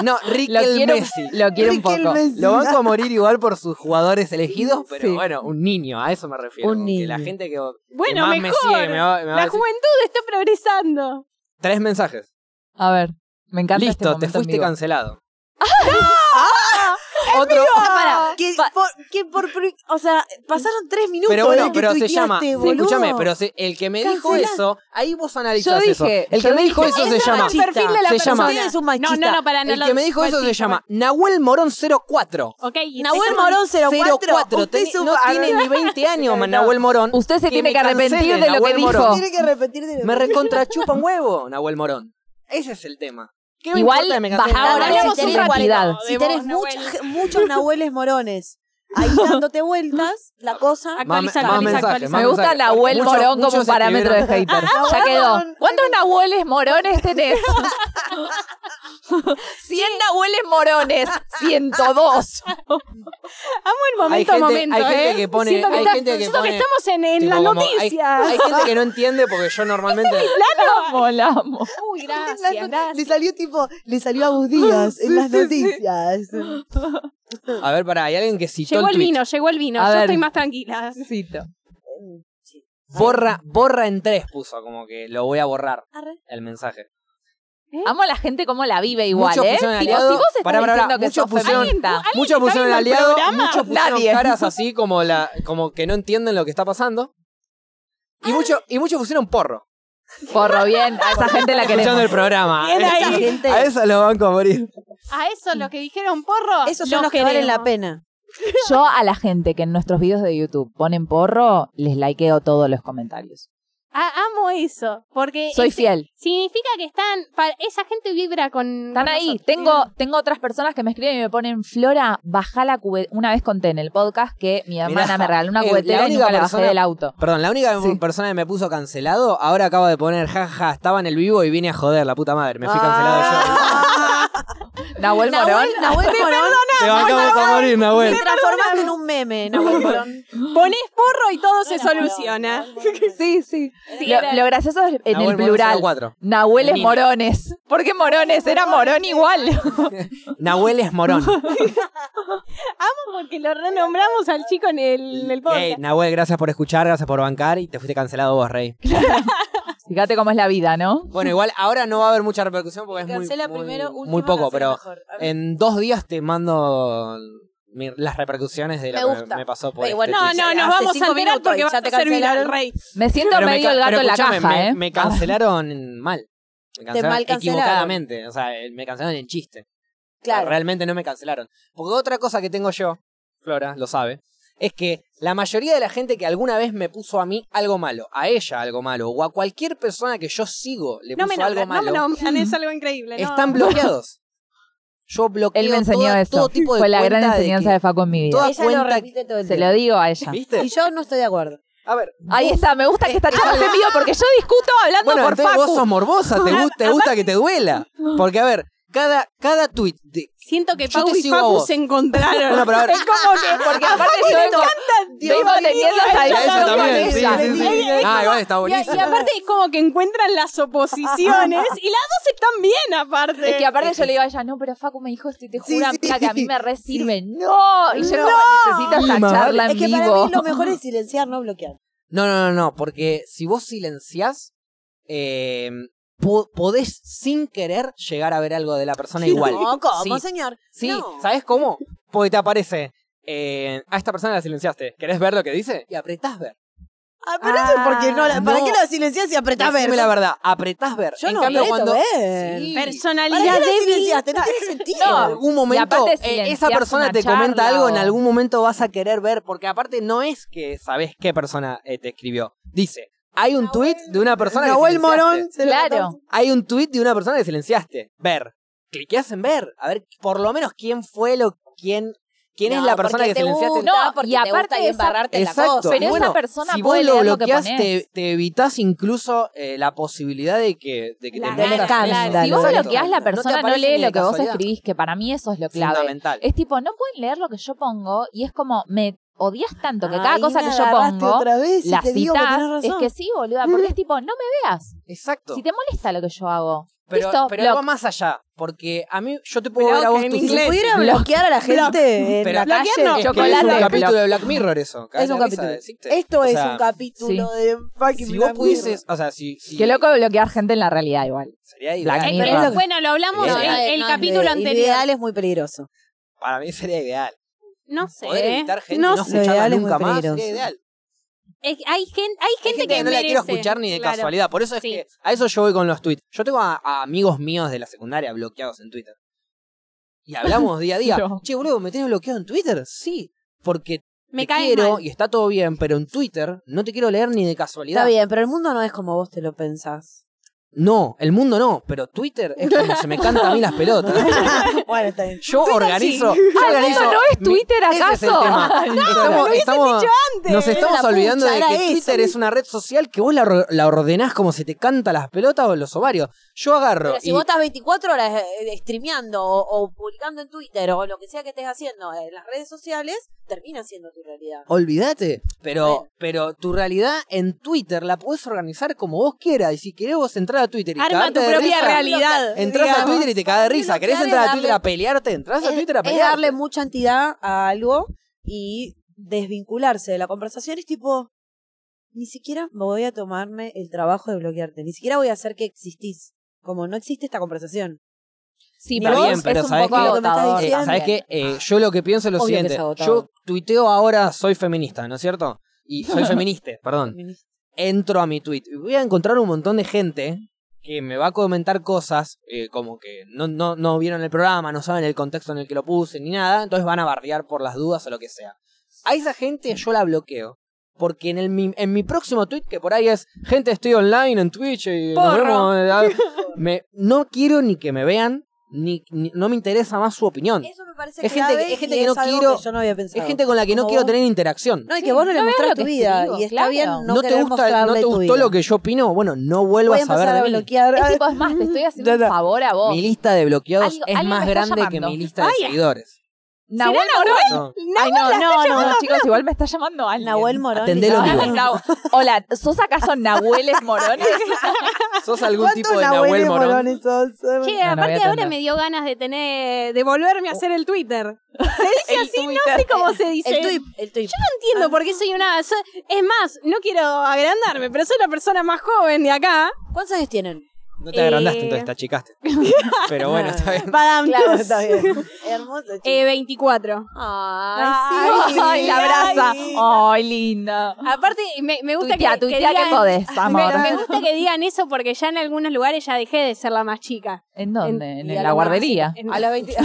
Speaker 3: no,
Speaker 1: Lo
Speaker 3: Riquelme
Speaker 1: quiero,
Speaker 3: Messi.
Speaker 1: lo quiero un
Speaker 4: Riquelme
Speaker 1: poco.
Speaker 4: Messi.
Speaker 3: Lo banco a morir igual por sus jugadores elegidos, pero
Speaker 1: Sí.
Speaker 3: bueno, un niño, a eso me refiero.
Speaker 4: Un
Speaker 3: como que la
Speaker 4: niño.
Speaker 3: gente que, que
Speaker 2: Bueno,
Speaker 3: más me sigue
Speaker 2: mejor.
Speaker 3: me va, me va a
Speaker 2: La
Speaker 3: decir-
Speaker 2: juventud está progresando.
Speaker 3: Tres mensajes.
Speaker 1: A ver, me encanta este
Speaker 3: Listo,
Speaker 1: momento
Speaker 3: te
Speaker 1: en
Speaker 3: fuiste
Speaker 1: vivo.
Speaker 3: cancelado. Ah, Otro,
Speaker 4: Pará, Ah, que, por, que por pri- o sea, pasaron tres minutos.
Speaker 3: pero bueno,
Speaker 4: desde que
Speaker 3: pero se
Speaker 4: tuiteaste,
Speaker 3: llama. sí,
Speaker 4: boludo.
Speaker 3: Escúchame, pero se- el que me dijo
Speaker 4: Cancelá.
Speaker 3: eso, ahí vos analizás
Speaker 1: Yo
Speaker 3: eso.
Speaker 1: dije,
Speaker 3: El
Speaker 1: yo
Speaker 3: que me dijo
Speaker 1: dije,
Speaker 3: eso se
Speaker 4: es
Speaker 3: llama.
Speaker 4: machista.
Speaker 2: El perfil de la
Speaker 3: Se
Speaker 2: persona.
Speaker 3: llama-
Speaker 4: Usted es un machista.
Speaker 2: No, no, no, para no
Speaker 3: El
Speaker 2: lo-
Speaker 3: que me dijo eso se
Speaker 2: machista.
Speaker 3: llama Nahuel Morón 04.
Speaker 2: Ok, y
Speaker 4: Nahuel
Speaker 2: eso-
Speaker 4: Morón 04.
Speaker 3: 04,
Speaker 4: usted
Speaker 3: ten-
Speaker 4: es un-
Speaker 3: no tiene ni 20 años, ma- Nahuel Morón.
Speaker 1: Usted se tiene
Speaker 3: me
Speaker 1: que arrepentir
Speaker 3: cancele,
Speaker 1: de lo
Speaker 3: Nahuel
Speaker 1: que dijo.
Speaker 3: Morón.
Speaker 4: Tiene que repetir de
Speaker 3: Me recontrachupa un huevo, Nahuel Morón. Ese es el tema. ¿Qué me
Speaker 1: Igual,
Speaker 3: importa que me cancelen?
Speaker 1: bajá
Speaker 2: Ahora
Speaker 4: Ahora,
Speaker 2: hablamos
Speaker 4: si
Speaker 2: un
Speaker 4: tenés
Speaker 2: ratito
Speaker 1: cualidad.
Speaker 2: de
Speaker 4: Si
Speaker 2: vos,
Speaker 4: tenés
Speaker 2: Nahuel.
Speaker 4: mucha- muchos Nahueles morones ahí dándote vueltas, la cosa.
Speaker 2: Acá-
Speaker 3: Más-
Speaker 2: Actualiza,
Speaker 3: más
Speaker 2: actualiza,
Speaker 3: mensajes,
Speaker 2: actualiza.
Speaker 3: más
Speaker 1: Me gusta
Speaker 3: mensajes.
Speaker 1: Nahuel
Speaker 3: Muchos-
Speaker 1: Morón como un
Speaker 3: muchos
Speaker 1: parámetro de
Speaker 3: escribieron-
Speaker 1: hater. Ya quedó.
Speaker 4: Morón.
Speaker 1: ¿Cuántos Nahueles morones tenés? 100 Nahueles morones. 102.
Speaker 2: Amo el momento
Speaker 3: Hay
Speaker 2: a
Speaker 3: gente-
Speaker 2: momento,
Speaker 3: hay gente
Speaker 2: ¿eh?
Speaker 3: que pone-
Speaker 2: Siento
Speaker 3: hay
Speaker 2: está-
Speaker 3: gente que
Speaker 2: siento
Speaker 3: pone-
Speaker 2: estamos en, en
Speaker 3: tipo,
Speaker 2: las
Speaker 3: como- hay-
Speaker 2: noticias.
Speaker 3: Hay, gente que no entiende porque yo normalmente.
Speaker 1: Amo, la amo.
Speaker 2: Uy, gracias,
Speaker 4: Le
Speaker 2: gracias.
Speaker 4: salió tipo, le salió a Bus Díaz en las noticias.
Speaker 3: A ver, pará, hay alguien que citó
Speaker 2: Llegó
Speaker 3: el
Speaker 2: el
Speaker 3: tweet.
Speaker 2: vino, llegó el vino.
Speaker 1: A
Speaker 2: Yo
Speaker 1: ver.
Speaker 2: estoy más tranquila.
Speaker 3: Borra, borra en tres puso, como que lo voy a borrar
Speaker 4: Arre.
Speaker 3: el mensaje.
Speaker 1: Amo a la gente como la vive igual,
Speaker 3: Muchos
Speaker 1: ¿eh?
Speaker 3: pusieron
Speaker 1: Tipo, si
Speaker 3: aliado.
Speaker 1: vos estás
Speaker 3: Pará, pará,
Speaker 1: diciendo que
Speaker 3: muchos
Speaker 1: sos
Speaker 3: pusieron-
Speaker 1: feminista.
Speaker 3: Muchos
Speaker 2: está
Speaker 3: pusieron
Speaker 2: viendo el
Speaker 3: aliado,
Speaker 2: programa?
Speaker 3: muchos pusieron
Speaker 1: Nadie.
Speaker 3: caras así como la, como que no entienden lo que está pasando. Y muchos, y muchos pusieron porro.
Speaker 1: Porro bien, a esa gente la
Speaker 3: Escuchando
Speaker 1: queremos.
Speaker 3: el programa.
Speaker 2: Bien
Speaker 3: A
Speaker 2: ahí.
Speaker 3: esa-
Speaker 4: Esa gente-
Speaker 3: A eso lo van a morir.
Speaker 2: A eso, lo que dijeron porro.
Speaker 4: Ah, Esos son los que valen la pena.
Speaker 1: Yo a la gente que en nuestros videos de YouTube ponen porro, les likeo todos los comentarios.
Speaker 2: A- amo eso. Porque
Speaker 1: Soy
Speaker 2: es-
Speaker 1: fiel.
Speaker 2: significa que están. pa- esa gente vibra con.
Speaker 1: Están
Speaker 2: con
Speaker 1: ahí.
Speaker 2: nosotros.
Speaker 1: Tengo, tengo otras personas que me escriben y me ponen, Flora, baja la cubetera. Una vez conté en el podcast que mi hermana me regaló una
Speaker 3: eh, la
Speaker 1: cubetera y
Speaker 3: única
Speaker 1: nunca la bajé
Speaker 3: persona-
Speaker 1: del auto.
Speaker 3: Perdón, la única
Speaker 1: Sí.
Speaker 3: persona que me puso cancelado ahora acaba de poner jaja, estaba en el vivo y vine a joder, la puta madre, me fui cancelado yo.
Speaker 4: Ah.
Speaker 1: Nahuel Morón.
Speaker 4: Nahuel, Nahuel Morón.
Speaker 3: Te bancamos a morir, Nahuel.
Speaker 4: Te transformaste en un meme, Nahuel Morón.
Speaker 2: Ponés porro y todo se soluciona.
Speaker 1: Sí, sí.
Speaker 2: Sí,
Speaker 1: lo,
Speaker 2: era-
Speaker 1: lo gracioso es en
Speaker 3: Nahuel
Speaker 1: el
Speaker 3: Morón
Speaker 1: plural.
Speaker 3: 04.
Speaker 1: Nahueles
Speaker 3: Ni-
Speaker 1: Morones. ¿Por qué Morones? Era Morón igual.
Speaker 3: Nahuel es morón.
Speaker 2: Amo porque lo renombramos al chico en el, en el podcast.
Speaker 3: Ey, Nahuel, gracias por escuchar, gracias por bancar y te fuiste cancelado vos, Rey.
Speaker 1: Fíjate cómo es la vida, ¿no?
Speaker 3: Bueno, igual ahora no va a haber mucha repercusión porque es muy,
Speaker 4: Cancela
Speaker 3: muy-
Speaker 4: primero,
Speaker 3: muy
Speaker 4: última
Speaker 3: poco,
Speaker 4: cancela
Speaker 3: pero
Speaker 4: mejor.
Speaker 3: en dos días te mando mi- las repercusiones de
Speaker 4: Me
Speaker 3: lo que
Speaker 4: gusta.
Speaker 3: me pasó
Speaker 4: Pero
Speaker 3: por este
Speaker 4: igual-
Speaker 2: No,
Speaker 3: tweet.
Speaker 2: no,
Speaker 4: Hace
Speaker 2: nos vamos a
Speaker 4: cinco
Speaker 2: enterar
Speaker 4: minutos
Speaker 2: porque
Speaker 4: y
Speaker 2: va
Speaker 4: ya
Speaker 2: a
Speaker 4: te
Speaker 2: servir al
Speaker 4: cancelaron.
Speaker 2: rey.
Speaker 1: Me siento
Speaker 3: Pero me
Speaker 1: medio
Speaker 3: ca-
Speaker 1: el gato
Speaker 3: pero
Speaker 1: en la
Speaker 3: escúchame,
Speaker 1: caja,
Speaker 3: me,
Speaker 1: ¿eh?
Speaker 3: me cancelaron mal. Me cancelaron,
Speaker 4: mal cancelaron.
Speaker 3: equivocadamente. O sea, eh, me cancelaron en chiste.
Speaker 4: Claro.
Speaker 3: Realmente no me cancelaron. Porque otra cosa que tengo yo, Flora lo sabe, es que la mayoría de la gente que alguna vez me puso a mí algo malo, a ella algo malo, o a cualquier persona que yo sigo le
Speaker 2: No me
Speaker 3: puso
Speaker 2: nombran,
Speaker 3: algo
Speaker 2: no
Speaker 3: malo,
Speaker 2: me nombran, es algo increíble. no.
Speaker 3: están bloqueados. Yo bloqueo
Speaker 1: Él me enseñó
Speaker 3: toda-
Speaker 1: eso.
Speaker 3: todo tipo de
Speaker 1: Fue la gran
Speaker 3: cuenta de
Speaker 1: enseñanza
Speaker 3: que-
Speaker 1: de, Facu en mi vida.
Speaker 3: toda
Speaker 4: Ella lo
Speaker 3: cuenta-
Speaker 4: repite todo el
Speaker 1: Se
Speaker 4: tiempo.
Speaker 1: lo digo a ella.
Speaker 3: ¿Viste?
Speaker 4: Y yo no estoy de acuerdo.
Speaker 3: A ver,
Speaker 1: Ahí está, me gusta que está charlando mío porque yo discuto hablando
Speaker 3: Bueno,
Speaker 1: por
Speaker 3: entonces
Speaker 1: Facu.
Speaker 3: vos sos morbosa, te, gu- te gusta que te duela. Porque, a ver, cada, cada tweet. de-
Speaker 2: Siento que
Speaker 3: Yo
Speaker 2: Pau
Speaker 3: te
Speaker 2: y
Speaker 3: sigo a
Speaker 2: Facu
Speaker 3: vos.
Speaker 2: se encontraron.
Speaker 3: Bueno, pero a ver.
Speaker 2: Es como que.
Speaker 1: Porque aparte yo vengo, vengo teniendo esta
Speaker 2: Ay,
Speaker 3: A ella
Speaker 1: discusión con
Speaker 3: también, sí,
Speaker 1: ella.
Speaker 3: sí, sí. Ah, igual está
Speaker 2: Y, a- y
Speaker 3: buenísimo.
Speaker 2: aparte es como que encuentran las oposiciones y las dos están bien aparte.
Speaker 1: Es que aparte yo le digo a ella, no, pero Facu me dijo esto y te
Speaker 4: Sí,
Speaker 1: jura
Speaker 4: sí.
Speaker 1: amiga, que a mí me re sirve. ¡No! Y yo como necesito esta
Speaker 3: Más vale.
Speaker 1: charla
Speaker 4: Es
Speaker 1: en
Speaker 4: que para
Speaker 1: vivo.
Speaker 4: mí lo mejor es silenciar, no bloquear.
Speaker 3: No, no, no, no, porque si vos silenciás, eh, po- podés sin querer llegar a ver algo de la persona igual.
Speaker 4: No, ¿cómo,
Speaker 3: Sí,
Speaker 4: señor?
Speaker 3: sí,
Speaker 4: No.
Speaker 3: ¿sabés cómo? Porque te aparece. eh, a esta persona la silenciaste. ¿Querés ver lo que dice? Y apretás ver.
Speaker 4: Ah, pero eso es porque no. la- ¿Para
Speaker 3: no.
Speaker 4: qué la silencias y apretás ver?
Speaker 3: Decime la verdad, apretás ver.
Speaker 4: Yo
Speaker 3: en
Speaker 4: no
Speaker 3: cambio,
Speaker 4: apreto
Speaker 3: cuando
Speaker 4: ver.
Speaker 3: Sí.
Speaker 4: ¿Para
Speaker 2: Personalidad
Speaker 4: qué la
Speaker 2: débil.
Speaker 4: silenciaste? No tiene sentido.
Speaker 3: en
Speaker 1: No.
Speaker 3: algún
Speaker 1: Y
Speaker 3: momento
Speaker 1: aparte
Speaker 3: eh, esa
Speaker 1: silenciás
Speaker 3: persona
Speaker 1: una
Speaker 3: te comenta
Speaker 1: charla
Speaker 3: algo,
Speaker 1: o-
Speaker 3: en algún momento vas a querer ver, porque aparte no es que sabes qué persona eh, te escribió. Dice, hay un tweet de una persona que
Speaker 4: Nahuel
Speaker 3: silenciaste.
Speaker 4: Morón.
Speaker 1: Claro.
Speaker 3: Hay un tweet de una persona que silenciaste. Ver. Cliqueás en ver. A ver, por lo menos quién fue lo quién quién es
Speaker 5: No,
Speaker 3: la persona
Speaker 5: porque
Speaker 3: que
Speaker 5: te
Speaker 3: silenciaste.
Speaker 5: gusta,
Speaker 1: No,
Speaker 5: porque
Speaker 1: y
Speaker 5: te gusta
Speaker 1: aparte
Speaker 5: ahí
Speaker 1: esa-
Speaker 5: embarrarte en la
Speaker 3: Exacto.
Speaker 5: cosa.
Speaker 1: Pero
Speaker 3: Bueno,
Speaker 1: esa persona
Speaker 3: si vos
Speaker 1: puede
Speaker 3: lo
Speaker 1: leer lo que
Speaker 3: bloqueás,
Speaker 1: pones.
Speaker 3: te, te evitás incluso eh, la posibilidad de que, de que
Speaker 2: La-
Speaker 3: te
Speaker 2: del
Speaker 3: metas en eso.
Speaker 4: escándalo.
Speaker 1: Si vos
Speaker 3: Exacto.
Speaker 1: bloqueás, la
Speaker 3: No te
Speaker 1: persona no,
Speaker 3: aparece ni
Speaker 1: lee
Speaker 3: de
Speaker 1: lo que vos
Speaker 3: casualidad.
Speaker 1: escribís, que para mí eso es lo clave.
Speaker 3: Fundamental.
Speaker 1: Es tipo, no pueden leer lo que yo pongo y es como, me odias tanto que cada
Speaker 4: Ay,
Speaker 1: cosa
Speaker 4: me
Speaker 1: que yo
Speaker 4: agarraste
Speaker 1: pongo,
Speaker 4: otra vez y
Speaker 1: la
Speaker 4: te digo que
Speaker 1: citas,
Speaker 4: tenés
Speaker 1: es
Speaker 4: razón.
Speaker 1: que sí, boluda, porque es tipo, no me veas.
Speaker 3: Exacto.
Speaker 1: Si te molesta lo que yo hago.
Speaker 3: Pero,
Speaker 1: Listo,
Speaker 3: pero
Speaker 1: block.
Speaker 3: va más allá, porque a mí yo te puedo
Speaker 2: Block
Speaker 3: ver a vos
Speaker 2: en
Speaker 3: tus-
Speaker 4: Si se
Speaker 2: Inglés.
Speaker 4: pudiera
Speaker 3: Block.
Speaker 4: bloquear a la gente en
Speaker 3: Pero
Speaker 4: la
Speaker 2: bloquear
Speaker 4: calle,
Speaker 2: no.
Speaker 3: Es que
Speaker 1: Chocolate
Speaker 3: es un
Speaker 1: de
Speaker 3: capítulo
Speaker 1: block.
Speaker 3: de Black Mirror eso. cagate
Speaker 4: es un
Speaker 3: la risa
Speaker 4: capítulo.
Speaker 3: de decirte.
Speaker 4: Esto
Speaker 3: O
Speaker 4: es
Speaker 3: sea,
Speaker 4: un capítulo de fucking
Speaker 3: Si vos
Speaker 4: Black
Speaker 3: pudieses,
Speaker 4: Mirror.
Speaker 3: o sea, si, si
Speaker 1: Qué loco bloquear gente en la realidad igual.
Speaker 3: sería
Speaker 1: Black
Speaker 3: ideal.
Speaker 1: Mirror.
Speaker 2: Ay,
Speaker 1: Ni
Speaker 2: pero
Speaker 1: raro.
Speaker 2: es- bueno, lo hablamos
Speaker 3: Sí.
Speaker 2: en el
Speaker 5: No, no,
Speaker 2: capítulo
Speaker 4: Eh,
Speaker 2: anterior.
Speaker 4: Ideal es muy peligroso.
Speaker 3: Para mí sería ideal.
Speaker 2: No sé.
Speaker 3: Poder
Speaker 1: Eh,
Speaker 3: evitar gente
Speaker 2: no
Speaker 3: no,
Speaker 2: sé.
Speaker 4: Lo
Speaker 3: escucharla
Speaker 4: ideal es muy
Speaker 3: nunca más
Speaker 4: peligroso.
Speaker 3: sería ideal.
Speaker 2: Es- hay, gente, hay gente
Speaker 3: Hay gente que, no la
Speaker 2: merece.
Speaker 3: quiero escuchar ni de
Speaker 2: Claro.
Speaker 3: casualidad. Por eso es
Speaker 2: Sí.
Speaker 3: que a eso yo voy con los tweets. Yo tengo a, a amigos míos de la secundaria bloqueados en Twitter. Y hablamos día a día.
Speaker 1: No.
Speaker 3: Che, boludo, ¿me tenés bloqueado en Twitter? Sí. Porque
Speaker 2: Me
Speaker 3: te
Speaker 2: cae
Speaker 3: quiero
Speaker 2: mal.
Speaker 3: y está todo bien, pero en Twitter no te quiero leer ni de casualidad.
Speaker 4: Está bien, pero el mundo no es como vos te lo pensás.
Speaker 3: No, el mundo no, pero Twitter es como se me canta a mí las pelotas.
Speaker 4: bueno, está bien.
Speaker 3: Yo organizo. yo organizo
Speaker 1: no es
Speaker 3: mi-
Speaker 1: Twitter,
Speaker 3: ese es el
Speaker 1: ¿acaso?
Speaker 3: tema. Estamos- estamos- nos estamos
Speaker 4: Era la
Speaker 3: olvidando de
Speaker 4: pucha,
Speaker 3: que
Speaker 4: era eso.
Speaker 3: Twitter es una red social que vos la, ro- la ordenás como se te canta las pelotas o los ovarios. Yo agarro
Speaker 4: Pero si
Speaker 3: y
Speaker 4: vos estás 24 horas eh, streameando o, o publicando en Twitter o lo que sea que estés haciendo en las redes sociales, termina siendo tu realidad.
Speaker 3: Olvídate, pero,
Speaker 4: Bueno.
Speaker 3: pero tu realidad en Twitter la podés organizar como vos quieras. Y si querés vos entrar a Twitter y
Speaker 2: Arma tu
Speaker 3: cagarte de
Speaker 2: propia
Speaker 3: risa,
Speaker 2: realidad.
Speaker 3: Entrás a
Speaker 4: digamos.
Speaker 3: Twitter y te cagás de risa.
Speaker 4: Lo que
Speaker 3: ¿Querés
Speaker 4: hagas
Speaker 3: entrar a
Speaker 4: darle-
Speaker 3: Twitter a pelearte? Entrás a
Speaker 4: es,
Speaker 3: Twitter a
Speaker 4: es
Speaker 3: pelearte.
Speaker 4: darle mucha entidad a algo y desvincularse de la conversación es tipo, ni siquiera me voy a tomarme el trabajo de bloquearte, ni siquiera voy a hacer que existís, como no existe esta conversación.
Speaker 1: Sí,
Speaker 3: Está
Speaker 1: pero
Speaker 3: bien,
Speaker 1: vos
Speaker 3: pero
Speaker 1: es un
Speaker 3: ¿sabés
Speaker 1: poco
Speaker 3: qué?
Speaker 4: Lo que me estás
Speaker 1: agotador.
Speaker 3: Eh,
Speaker 4: diciendo.
Speaker 3: ¿Sabes qué? Eh, yo lo que pienso es lo
Speaker 4: Obvio que
Speaker 3: siguiente.
Speaker 4: es agotador.
Speaker 3: Yo tuiteo ahora, soy feminista, ¿no es cierto? Y soy feminista, perdón. Entro a mi tweet y voy a encontrar un montón de gente que me va a comentar cosas eh, como que no, no, no vieron el programa, no saben el contexto en el que lo puse ni nada, entonces van a bardear por las dudas o lo que sea. A esa gente yo la bloqueo. Porque en, el, mi- en mi próximo tweet, que por ahí es, gente, estoy online en Twitch y nos
Speaker 2: Porro.
Speaker 3: vemos", eh, ah, me- no quiero ni que me vean, ni, ni- no me interesa más su opinión.
Speaker 4: Eso me parece
Speaker 3: Es gente-
Speaker 4: clave
Speaker 3: es gente
Speaker 4: y
Speaker 3: que no
Speaker 4: es algo
Speaker 3: quiero-
Speaker 4: que yo no había pensado.
Speaker 3: Es gente con la que no
Speaker 4: Como
Speaker 3: quiero
Speaker 4: vos.
Speaker 3: tener interacción.
Speaker 4: No, y que
Speaker 1: Sí,
Speaker 4: vos no le
Speaker 1: no veas
Speaker 4: mostrás
Speaker 1: lo
Speaker 4: tu
Speaker 1: que
Speaker 4: vida
Speaker 1: escribo,
Speaker 4: y está
Speaker 1: claro.
Speaker 4: bien
Speaker 3: No,
Speaker 4: no,
Speaker 3: te gusta, no te gustó lo que yo opino, bueno, no
Speaker 4: voy
Speaker 3: vuelvas
Speaker 4: a
Speaker 3: a
Speaker 4: empezar
Speaker 3: saber
Speaker 4: a,
Speaker 3: de mí.
Speaker 4: bloquear.
Speaker 1: Es tipo, es más, te estoy haciendo
Speaker 4: Ya
Speaker 1: un
Speaker 4: está.
Speaker 1: favor a vos.
Speaker 3: Mi lista de bloqueados
Speaker 1: Algo-
Speaker 3: es
Speaker 1: alguien
Speaker 3: más
Speaker 1: me está
Speaker 3: grande que
Speaker 1: llamando.
Speaker 3: mi lista de
Speaker 2: Ay,
Speaker 3: seguidores.
Speaker 1: Nahuel,
Speaker 3: No.
Speaker 1: Ay, no, no, no, chicos, igual me está llamando alguien.
Speaker 4: Nahuel Morón.
Speaker 3: Atendelo en vivo.
Speaker 1: Nahu- Hola, ¿sos acaso Nahueles Morones?
Speaker 3: ¿Sos algún tipo de Nahuel Morón?
Speaker 2: Che,
Speaker 1: No, no voy a
Speaker 2: aparte ahora
Speaker 1: atender.
Speaker 2: me dio ganas de tener, de volverme a hacer el Twitter. Se dice así, no sé cómo se dice.
Speaker 4: El tuit, el tuit.
Speaker 2: No entiendo por qué soy una. so- es más, no quiero agrandarme, pero soy la persona más joven de acá.
Speaker 4: ¿Cuántos años tienen?
Speaker 3: No te agrandaste,
Speaker 2: Eh.
Speaker 3: entonces te achicaste. Pero bueno, está bien.
Speaker 2: Madame Tuss.
Speaker 4: está bien. Hermoso. chico.
Speaker 2: Eh, 24.
Speaker 4: Ay, sí.
Speaker 1: Ay, la abraza. Ay, linda.
Speaker 3: Ah.
Speaker 2: Aparte, me, me gusta
Speaker 1: Tuitea,
Speaker 2: que, que
Speaker 1: tuitea que
Speaker 2: digan-
Speaker 1: podés, amor.
Speaker 2: Me, me gusta que digan eso porque ya en algunos lugares ya dejé de ser la más chica.
Speaker 1: ¿En dónde? En,
Speaker 2: En-
Speaker 4: y a
Speaker 1: la
Speaker 4: lo más-
Speaker 1: guardería.
Speaker 2: En-
Speaker 4: A la 20.
Speaker 3: en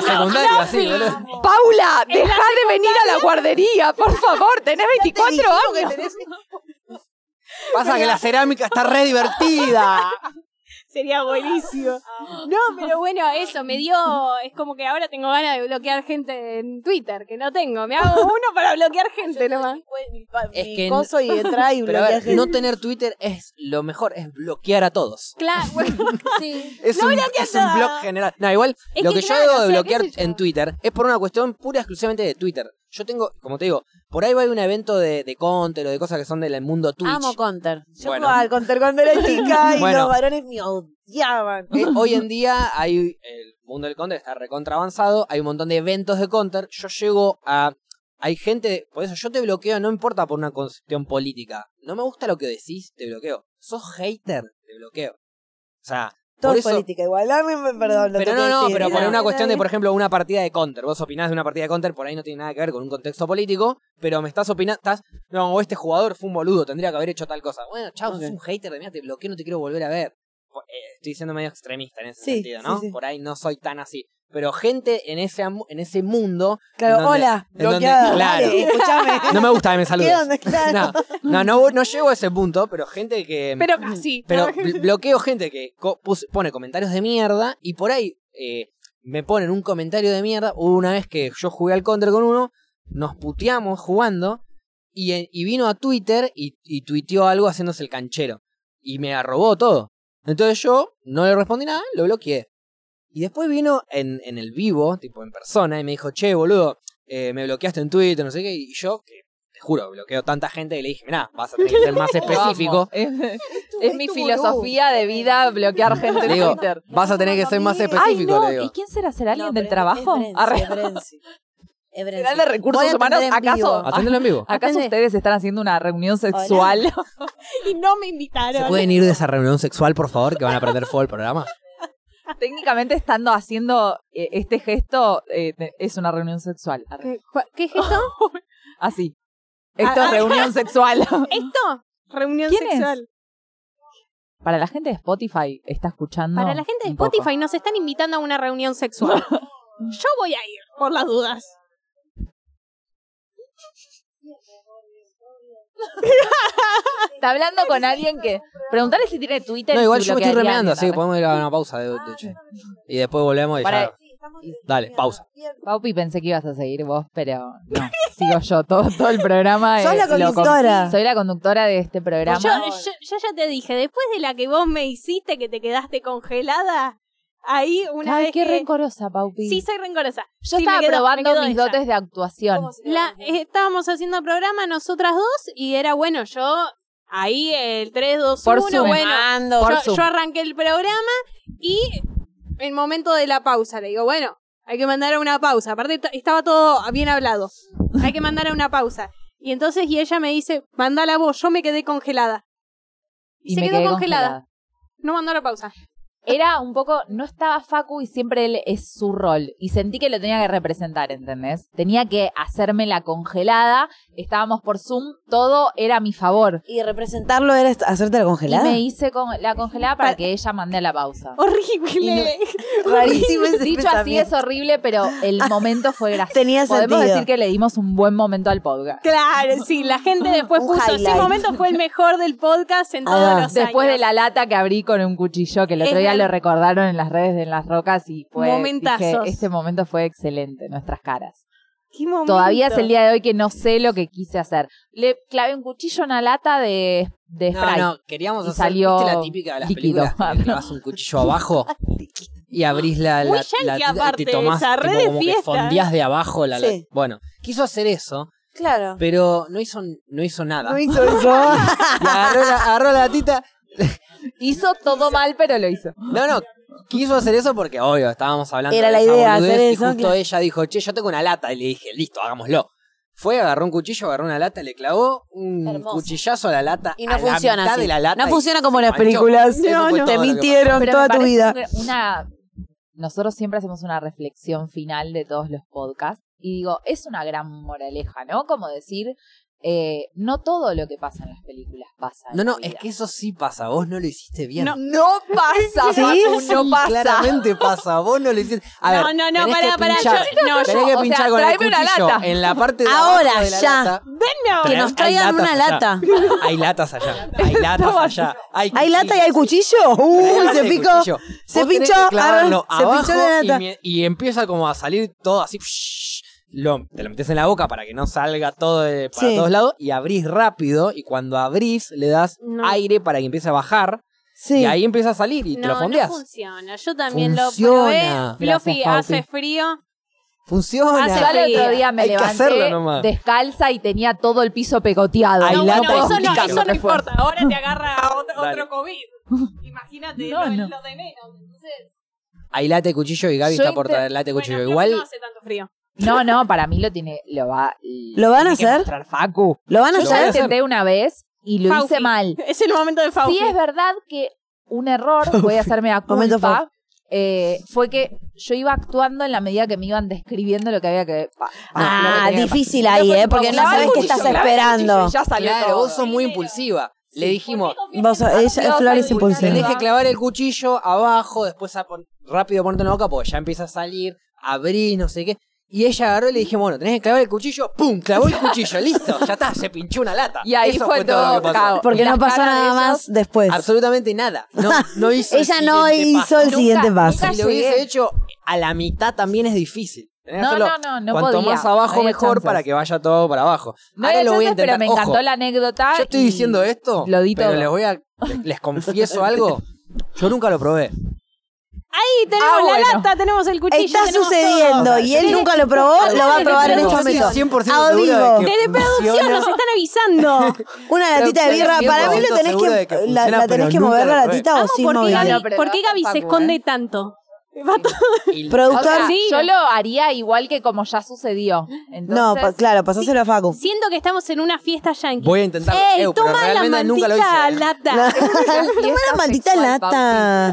Speaker 3: secundaria, sí, boludo.
Speaker 1: Paula, dejá de venir a la guardería, por favor, tenés 24 años.
Speaker 3: Pasa que la cerámica está re divertida.
Speaker 2: Sería buenísimo. No, pero bueno, eso me dio. Es como que ahora tengo ganas de bloquear gente en Twitter, que no tengo. Me hago uno para bloquear gente nomás.
Speaker 4: Es
Speaker 3: Es que
Speaker 4: que
Speaker 3: no-
Speaker 4: coso y entra y
Speaker 3: Pero a ver,
Speaker 4: bloquea
Speaker 3: no tener Twitter es lo mejor, es bloquear a todos.
Speaker 2: Claro,
Speaker 3: Es, un, es un blog general. No, igual,
Speaker 2: Es
Speaker 3: lo
Speaker 2: que
Speaker 3: que, yo
Speaker 2: claro,
Speaker 3: digo
Speaker 2: o
Speaker 3: de
Speaker 2: sea,
Speaker 3: bloquear
Speaker 2: qué sé yo.
Speaker 3: en Twitter es por una cuestión pura y exclusivamente de Twitter. Yo tengo, como te digo, por ahí va a haber un evento de, de Counter o de cosas que son del mundo Twitch.
Speaker 4: Amo Counter. Yo
Speaker 3: Bueno.
Speaker 4: jugaba al Counter cuando era chica y
Speaker 3: Bueno.
Speaker 4: los varones me odiaban.
Speaker 3: Eh, hoy en día hay el mundo del counter está recontra avanzado, hay un montón de eventos de counter, yo llego a hay gente, por eso yo te bloqueo, no importa por una cuestión política. No me gusta lo que decís, te bloqueo. Sos hater, te bloqueo. O sea,
Speaker 4: Todo
Speaker 3: Por
Speaker 4: es
Speaker 3: eso-
Speaker 4: política igual. Dame, perdón, lo
Speaker 3: Pero
Speaker 4: tengo
Speaker 3: no,
Speaker 4: que
Speaker 3: no,
Speaker 4: decir. ¿eh?
Speaker 3: pero por
Speaker 4: No,
Speaker 3: una
Speaker 4: no,
Speaker 3: cuestión de,
Speaker 4: no.
Speaker 3: por ejemplo, una partida de counter. Vos opinás de una partida de counter, por ahí no tiene nada que ver con un contexto político, pero me estás opinando, estás, no, o este jugador fue un boludo, tendría que haber hecho tal cosa. Bueno, chao,
Speaker 4: Ok.
Speaker 3: sos un hater de mí, te bloqueo, no te quiero volver a ver. Por- eh, Estoy siendo medio extremista en ese
Speaker 4: Sí,
Speaker 3: sentido, ¿no?
Speaker 4: sí, sí.
Speaker 3: Por ahí no soy tan así. Pero gente en ese, amu- en ese mundo,
Speaker 4: Claro,
Speaker 3: en donde-
Speaker 4: hola,
Speaker 3: en donde-
Speaker 4: bloqueada.
Speaker 3: claro.
Speaker 4: dale, escuchame.
Speaker 3: no me gusta que me saludes.
Speaker 4: ¿Qué onda? Claro.
Speaker 3: No, no, no, no llego a ese punto, pero gente que...
Speaker 2: Pero ah, casi.
Speaker 3: Pero bl- bloqueo gente que co- pus- pone comentarios de mierda y por ahí eh, me ponen un comentario de mierda. Hubo una vez que yo jugué al counter con uno, nos puteamos jugando y, eh, y vino a Twitter y, y tuiteó algo haciéndose el canchero. Y me arrobó todo. Entonces yo no le respondí nada, lo bloqueé. Y después vino en, en el vivo, tipo en persona, y me dijo, che, boludo, eh, me bloqueaste en Twitter, no sé qué. Y yo, que te juro, bloqueo tanta gente que le dije, mirá, vas a tener que ser más específico.
Speaker 1: Vamos. Es, es mi filosofía de vida bloquear gente
Speaker 3: Le
Speaker 1: en
Speaker 3: digo,
Speaker 1: Twitter.
Speaker 3: Vas a tener que ser más
Speaker 4: Ay,
Speaker 1: Ay,
Speaker 3: específico,
Speaker 1: no.
Speaker 3: le digo.
Speaker 1: ¿Y quién será? ¿Será alguien
Speaker 4: No,
Speaker 1: del
Speaker 4: pero
Speaker 1: trabajo?
Speaker 4: es Brenzi,
Speaker 1: Arre-
Speaker 4: es Brenzi. Es Brenzi.
Speaker 1: ¿Será de
Speaker 4: Voy
Speaker 1: recursos
Speaker 4: a
Speaker 1: humanos?
Speaker 4: atender en
Speaker 1: ¿Acaso,
Speaker 4: vivo.
Speaker 3: Aténdelo en vivo.
Speaker 1: ¿acaso
Speaker 4: Atende.
Speaker 1: ustedes están haciendo una reunión sexual?
Speaker 2: Y no me
Speaker 4: Ah,
Speaker 2: invitaron.
Speaker 3: ¿Se pueden ir de esa reunión sexual, por favor, que van a aprender fuego el programa?
Speaker 1: Técnicamente estando haciendo eh, este gesto, eh, te- es una reunión sexual. Arre.
Speaker 2: ¿Qué, cua- qué es esto?
Speaker 1: Así. Esto
Speaker 2: Ah,
Speaker 1: es reunión sexual.
Speaker 2: ¿Esto? Reunión
Speaker 1: ¿Quién es?
Speaker 2: sexual.
Speaker 1: Para la gente de Spotify, ¿está escuchando?
Speaker 2: Para la gente de
Speaker 1: un poco?
Speaker 2: Spotify nos están invitando a una reunión sexual. Yo voy a ir, por las dudas.
Speaker 1: Está hablando con alguien que. Preguntarle si tiene Twitter.
Speaker 3: No, igual
Speaker 1: si
Speaker 3: yo me estoy
Speaker 1: bloquearía a
Speaker 3: remeando, así
Speaker 1: alguien,
Speaker 3: que podemos ir a una pausa. De, de- che. y después volvemos y
Speaker 1: Para-
Speaker 3: ya. Dale, pausa.
Speaker 1: Paupi, pensé que ibas a seguir vos, pero no. Sigo yo. Todo, todo el programa
Speaker 4: Sos la
Speaker 1: es lo con-
Speaker 4: conductora.
Speaker 1: Soy la conductora de este programa.
Speaker 2: Pues Yo, yo- yo ya te dije, después de la que vos me hiciste que te quedaste congelada, ahí una
Speaker 1: Ay,
Speaker 2: vez
Speaker 1: qué
Speaker 2: que-
Speaker 1: rencorosa, Paupi.
Speaker 2: Sí, soy rencorosa.
Speaker 1: yo
Speaker 2: Sí,
Speaker 1: estaba
Speaker 2: me quedo-
Speaker 1: probando
Speaker 2: me quedo
Speaker 1: mis
Speaker 2: esa.
Speaker 1: dotes de actuación.
Speaker 2: La- eh, estábamos haciendo programa nosotras dos y era bueno, yo ahí el 3, 2,
Speaker 1: Por
Speaker 2: 1,
Speaker 1: Zoom.
Speaker 2: bueno,
Speaker 4: Mando.
Speaker 1: Por
Speaker 2: yo,
Speaker 1: Zoom.
Speaker 2: yo arranqué el programa y el momento de la pausa le digo, bueno, hay que mandar a una pausa. Aparte to- estaba todo bien hablado. Hay que mandar a una pausa. Y entonces y ella me dice, mandala vos, yo me quedé congelada.
Speaker 1: Y
Speaker 2: se
Speaker 1: me
Speaker 2: quedó
Speaker 1: quedé
Speaker 2: congelada. No mandó la pausa.
Speaker 1: Era un poco, no estaba Facu y siempre él es su rol. Y sentí que lo tenía que representar, ¿entendés? Tenía que hacerme la congelada. Estábamos por Zoom, todo era a mi favor.
Speaker 4: Y representarlo era est- hacerte la
Speaker 1: Y
Speaker 4: congelada.
Speaker 1: me hice con la congelada para
Speaker 2: Pa-
Speaker 1: que ella mande a la pausa.
Speaker 2: Horrible.
Speaker 4: Rarísimo ese
Speaker 1: Dicho así es
Speaker 4: pensamiento.
Speaker 1: horrible, pero el momento fue gracioso.
Speaker 4: Tenía
Speaker 1: Podemos
Speaker 4: sentido.
Speaker 1: decir que le dimos un buen momento al podcast.
Speaker 2: Claro, sí, la gente después
Speaker 4: Un
Speaker 2: puso, ese
Speaker 4: highlight.
Speaker 2: momento fue el mejor del podcast en todos
Speaker 4: Ah.
Speaker 2: los
Speaker 1: Después de
Speaker 2: años.
Speaker 1: la lata que abrí con un cuchillo, que el otro
Speaker 2: Es
Speaker 1: día
Speaker 2: verdad.
Speaker 1: lo recordaron en las redes de En las Rocas y fue.
Speaker 2: Momentazos.
Speaker 1: dije, este momento fue excelente, nuestras caras.
Speaker 2: ¿Qué momento?
Speaker 1: Todavía es el día de hoy que no sé lo que quise hacer. Le clavé un cuchillo en una lata de, de
Speaker 3: No,
Speaker 1: Sprite.
Speaker 3: no, queríamos
Speaker 1: Y
Speaker 3: hacer
Speaker 1: salió
Speaker 3: ¿viste la típica de las
Speaker 1: líquido.
Speaker 3: películas que le vas un cuchillo abajo y abrís la,
Speaker 2: Muy
Speaker 3: la, la-
Speaker 2: yankee
Speaker 3: y
Speaker 2: aparte,
Speaker 3: te tomás
Speaker 2: esa
Speaker 3: tipo,
Speaker 2: red de
Speaker 3: como que
Speaker 2: fiesta,
Speaker 3: fondeás de abajo la, la-
Speaker 4: Sí.
Speaker 3: Bueno, quiso hacer eso,
Speaker 4: Claro.
Speaker 3: pero no hizo, no hizo nada.
Speaker 4: No hizo eso.
Speaker 3: Y agarró la, agarró la latita
Speaker 1: Hizo todo mal, pero lo hizo.
Speaker 3: No, no. Quiso hacer eso porque, obvio, estábamos hablando
Speaker 4: Era
Speaker 3: de
Speaker 4: la
Speaker 3: esa
Speaker 4: idea,
Speaker 3: boludez,
Speaker 4: hacer
Speaker 3: y
Speaker 4: eso,
Speaker 3: justo
Speaker 4: claro.
Speaker 3: ella dijo, che, yo tengo una lata. Y le dije, listo, hagámoslo. Fue, agarró un cuchillo, agarró una lata, le clavó un
Speaker 4: Hermoso.
Speaker 3: cuchillazo a la lata.
Speaker 4: Y no
Speaker 3: a
Speaker 4: funciona
Speaker 3: La mitad
Speaker 4: así.
Speaker 3: de la lata
Speaker 4: no
Speaker 3: y
Speaker 4: funciona como en
Speaker 3: se
Speaker 4: las
Speaker 3: manchó.
Speaker 4: películas.
Speaker 3: Eso fue todo
Speaker 4: Te
Speaker 3: lo que
Speaker 4: mintieron
Speaker 1: Pero
Speaker 4: toda
Speaker 1: me
Speaker 4: tu
Speaker 1: parece
Speaker 4: vida.
Speaker 1: un- Una, nosotros siempre hacemos una reflexión final de todos los podcasts y digo, es una gran moraleja, ¿no? Como decir, eh, no todo lo que pasa en las películas pasa. en
Speaker 3: No,
Speaker 1: la
Speaker 3: no,
Speaker 1: vida.
Speaker 3: es que eso sí pasa. Vos no lo hiciste bien.
Speaker 2: No.
Speaker 1: No pasa,
Speaker 4: Sí,
Speaker 1: Facu, no
Speaker 3: Sí,
Speaker 1: pasa.
Speaker 3: Claramente pasa. Vos no lo hiciste. A ver,
Speaker 2: No, no, no,
Speaker 3: tenés
Speaker 2: pará,
Speaker 3: que
Speaker 2: pará,
Speaker 3: pinchar-
Speaker 2: yo- no,
Speaker 3: tenés
Speaker 1: yo-
Speaker 3: que
Speaker 1: o
Speaker 3: pinchar
Speaker 1: sea,
Speaker 3: con el
Speaker 1: tráeme una
Speaker 3: cuchillo
Speaker 1: lata.
Speaker 3: en la parte de
Speaker 4: Ahora,
Speaker 3: abajo de la
Speaker 4: ya.
Speaker 3: lata.
Speaker 2: Denme ahora.
Speaker 4: Que nos
Speaker 3: Hay
Speaker 4: traigan
Speaker 3: latas
Speaker 4: una
Speaker 3: allá.
Speaker 4: lata.
Speaker 3: Hay latas allá. Hay latas allá.
Speaker 4: ¿Hay lata y hay
Speaker 3: cuchillos.
Speaker 4: cuchillo?
Speaker 3: Pero
Speaker 4: Uy,
Speaker 3: ese
Speaker 4: se picó.
Speaker 3: cuchillo,
Speaker 4: Se
Speaker 3: vos tenés
Speaker 4: pinchó.
Speaker 3: que
Speaker 4: arran-
Speaker 3: clavarlo
Speaker 4: Se
Speaker 3: abajo
Speaker 4: pinchó la
Speaker 3: y
Speaker 4: lata.
Speaker 3: mie- Y, empieza como a salir todo así. psh, lo- te lo metes en la boca para que no salga todo de- para
Speaker 4: Sí.
Speaker 3: todos lados y abrís rápido. Y cuando abrís, le das
Speaker 2: No.
Speaker 3: aire para que empiece a bajar.
Speaker 4: Sí.
Speaker 3: Y ahí empieza a salir y te lo
Speaker 2: No, no
Speaker 3: fondeás.
Speaker 2: funciona. Yo también
Speaker 3: Funciona.
Speaker 2: lo probé. Floppy
Speaker 1: Gracias,
Speaker 2: hace
Speaker 1: Pauti.
Speaker 2: frío.
Speaker 3: Funciona.
Speaker 2: Hace
Speaker 1: Yo al
Speaker 2: frío.
Speaker 1: otro día me
Speaker 3: Hay que hacerlo
Speaker 1: levanté
Speaker 3: nomás.
Speaker 1: descalza y tenía todo el piso pegoteado.
Speaker 3: Hay
Speaker 2: no,
Speaker 3: lata
Speaker 2: bueno,
Speaker 3: y
Speaker 2: eso no,
Speaker 3: explicarlo,
Speaker 2: eso no
Speaker 1: ¿qué fue?
Speaker 2: importa. Ahora te agarra otro,
Speaker 3: Dale.
Speaker 2: otro COVID. Imagínate
Speaker 1: No,
Speaker 2: lo,
Speaker 1: no.
Speaker 2: lo de menos. Entonces,
Speaker 3: Hay lata y cuchillo y Gaby
Speaker 1: Yo
Speaker 3: está por
Speaker 1: inte-
Speaker 3: traer lata y cuchillo.
Speaker 2: bueno,
Speaker 3: Igual
Speaker 2: No hace tanto frío.
Speaker 1: No, no, para mí lo tiene, lo va.
Speaker 4: ¿Lo van
Speaker 1: tiene
Speaker 4: a
Speaker 1: que
Speaker 4: hacer?
Speaker 1: mostrar Facu.
Speaker 4: ¿Lo van a
Speaker 1: Yo ya lo
Speaker 3: Lo van a
Speaker 4: hacer?
Speaker 3: hacer.
Speaker 1: intenté una vez y lo hice
Speaker 2: Fauci.
Speaker 1: mal.
Speaker 2: Es el momento de Fauci.
Speaker 1: Sí es verdad que un error, voy a hacerme a
Speaker 4: Momento
Speaker 1: culpa, eh, fue que yo iba actuando en la medida que me iban describiendo lo que había que... pa-
Speaker 4: Ah,
Speaker 1: lo que tenía que
Speaker 4: difícil
Speaker 1: pasar.
Speaker 4: ahí,
Speaker 1: Fue
Speaker 4: ¿eh?
Speaker 1: tipo,
Speaker 4: Porque no
Speaker 1: clavar
Speaker 4: sabes
Speaker 1: el
Speaker 4: qué
Speaker 1: cuchillo,
Speaker 4: estás
Speaker 1: clavar el
Speaker 4: esperando.
Speaker 1: cuchillo y ya salió
Speaker 3: Claro,
Speaker 1: todo.
Speaker 3: vos sos muy impulsiva. Le dijimos,
Speaker 4: Vos, ella, Flor es
Speaker 3: tenés
Speaker 4: impulsiva.
Speaker 3: que clavar el cuchillo abajo, después a pon- rápido ponerte en la boca porque ya empieza a salir, abrís, no sé qué. Y ella agarró y le dijimos, bueno, tenés que clavar el cuchillo, ¡pum! Clavó el cuchillo, listo, ya está, se pinchó una lata.
Speaker 1: Y ahí
Speaker 3: Eso
Speaker 1: fue todo,
Speaker 3: lo que pasó.
Speaker 1: cago.
Speaker 4: Porque
Speaker 1: Y
Speaker 4: no
Speaker 1: las
Speaker 4: pasó
Speaker 1: caras de
Speaker 4: nada
Speaker 1: ellos,
Speaker 4: más después.
Speaker 3: Absolutamente nada. No, no hizo el
Speaker 4: Ella no
Speaker 3: siguiente
Speaker 4: hizo
Speaker 3: paso.
Speaker 4: el siguiente
Speaker 1: nunca
Speaker 4: paso.
Speaker 3: Si lo hubiese
Speaker 1: llegué.
Speaker 3: hecho a la mitad también es difícil. Tenés que
Speaker 1: No,
Speaker 3: hacerlo
Speaker 1: no, no, no
Speaker 3: Cuanto
Speaker 1: podía.
Speaker 3: más abajo
Speaker 1: No había
Speaker 3: mejor
Speaker 1: chances.
Speaker 3: para que vaya todo para abajo.
Speaker 1: No
Speaker 3: Ahora
Speaker 1: había
Speaker 3: lo voy a
Speaker 1: chances, pero
Speaker 3: intentar.
Speaker 1: me
Speaker 3: Ojo,
Speaker 1: encantó la anécdota.
Speaker 3: Yo estoy
Speaker 1: y
Speaker 3: diciendo
Speaker 4: ¿eh?
Speaker 3: esto,
Speaker 1: Lo di
Speaker 3: pero
Speaker 1: todo.
Speaker 3: les voy a les, les confieso algo. Yo nunca lo probé.
Speaker 2: Ahí tenemos
Speaker 1: Ah, bueno.
Speaker 2: la lata, tenemos el cuchillo.
Speaker 4: Está
Speaker 2: tenemos
Speaker 4: sucediendo
Speaker 2: todo.
Speaker 4: y él nunca lo probó, lo va a probar en este estos momentos.
Speaker 3: 100%
Speaker 4: A
Speaker 3: seguro
Speaker 4: vivo.
Speaker 3: de que
Speaker 2: Desde producción
Speaker 3: funciona.
Speaker 2: nos están avisando.
Speaker 4: Una latita de
Speaker 3: estoy
Speaker 4: birra, para mí lo
Speaker 3: 100%
Speaker 4: tenés
Speaker 3: seguro de que
Speaker 4: que la,
Speaker 3: funciona,
Speaker 4: la tenés
Speaker 3: pero
Speaker 4: que
Speaker 3: nunca
Speaker 4: mover la
Speaker 3: lo probé.
Speaker 4: latita o
Speaker 2: Amo
Speaker 4: sí
Speaker 2: por qué
Speaker 1: no,
Speaker 4: moverla.
Speaker 1: no,
Speaker 2: Gaby,
Speaker 1: pero
Speaker 2: por qué
Speaker 1: no,
Speaker 2: Gaby se
Speaker 1: Facu,
Speaker 2: esconde
Speaker 1: eh.
Speaker 2: tanto. Va todo-
Speaker 3: Y-
Speaker 1: O
Speaker 4: Productor,
Speaker 1: sea,
Speaker 2: Sí.
Speaker 1: yo lo haría igual que como ya sucedió.
Speaker 4: no,
Speaker 1: Entonces,
Speaker 4: pa- claro, pasáselo a Facu.
Speaker 2: Siento que estamos en una fiesta yankee.
Speaker 3: Voy a intentarlo.
Speaker 2: ¡Ey,
Speaker 3: Eu, pero
Speaker 2: toma la
Speaker 3: realmente nunca lo
Speaker 2: maldita
Speaker 3: hice. ¿eh?
Speaker 2: lata!
Speaker 4: Una maldita
Speaker 1: sexual,
Speaker 4: lata.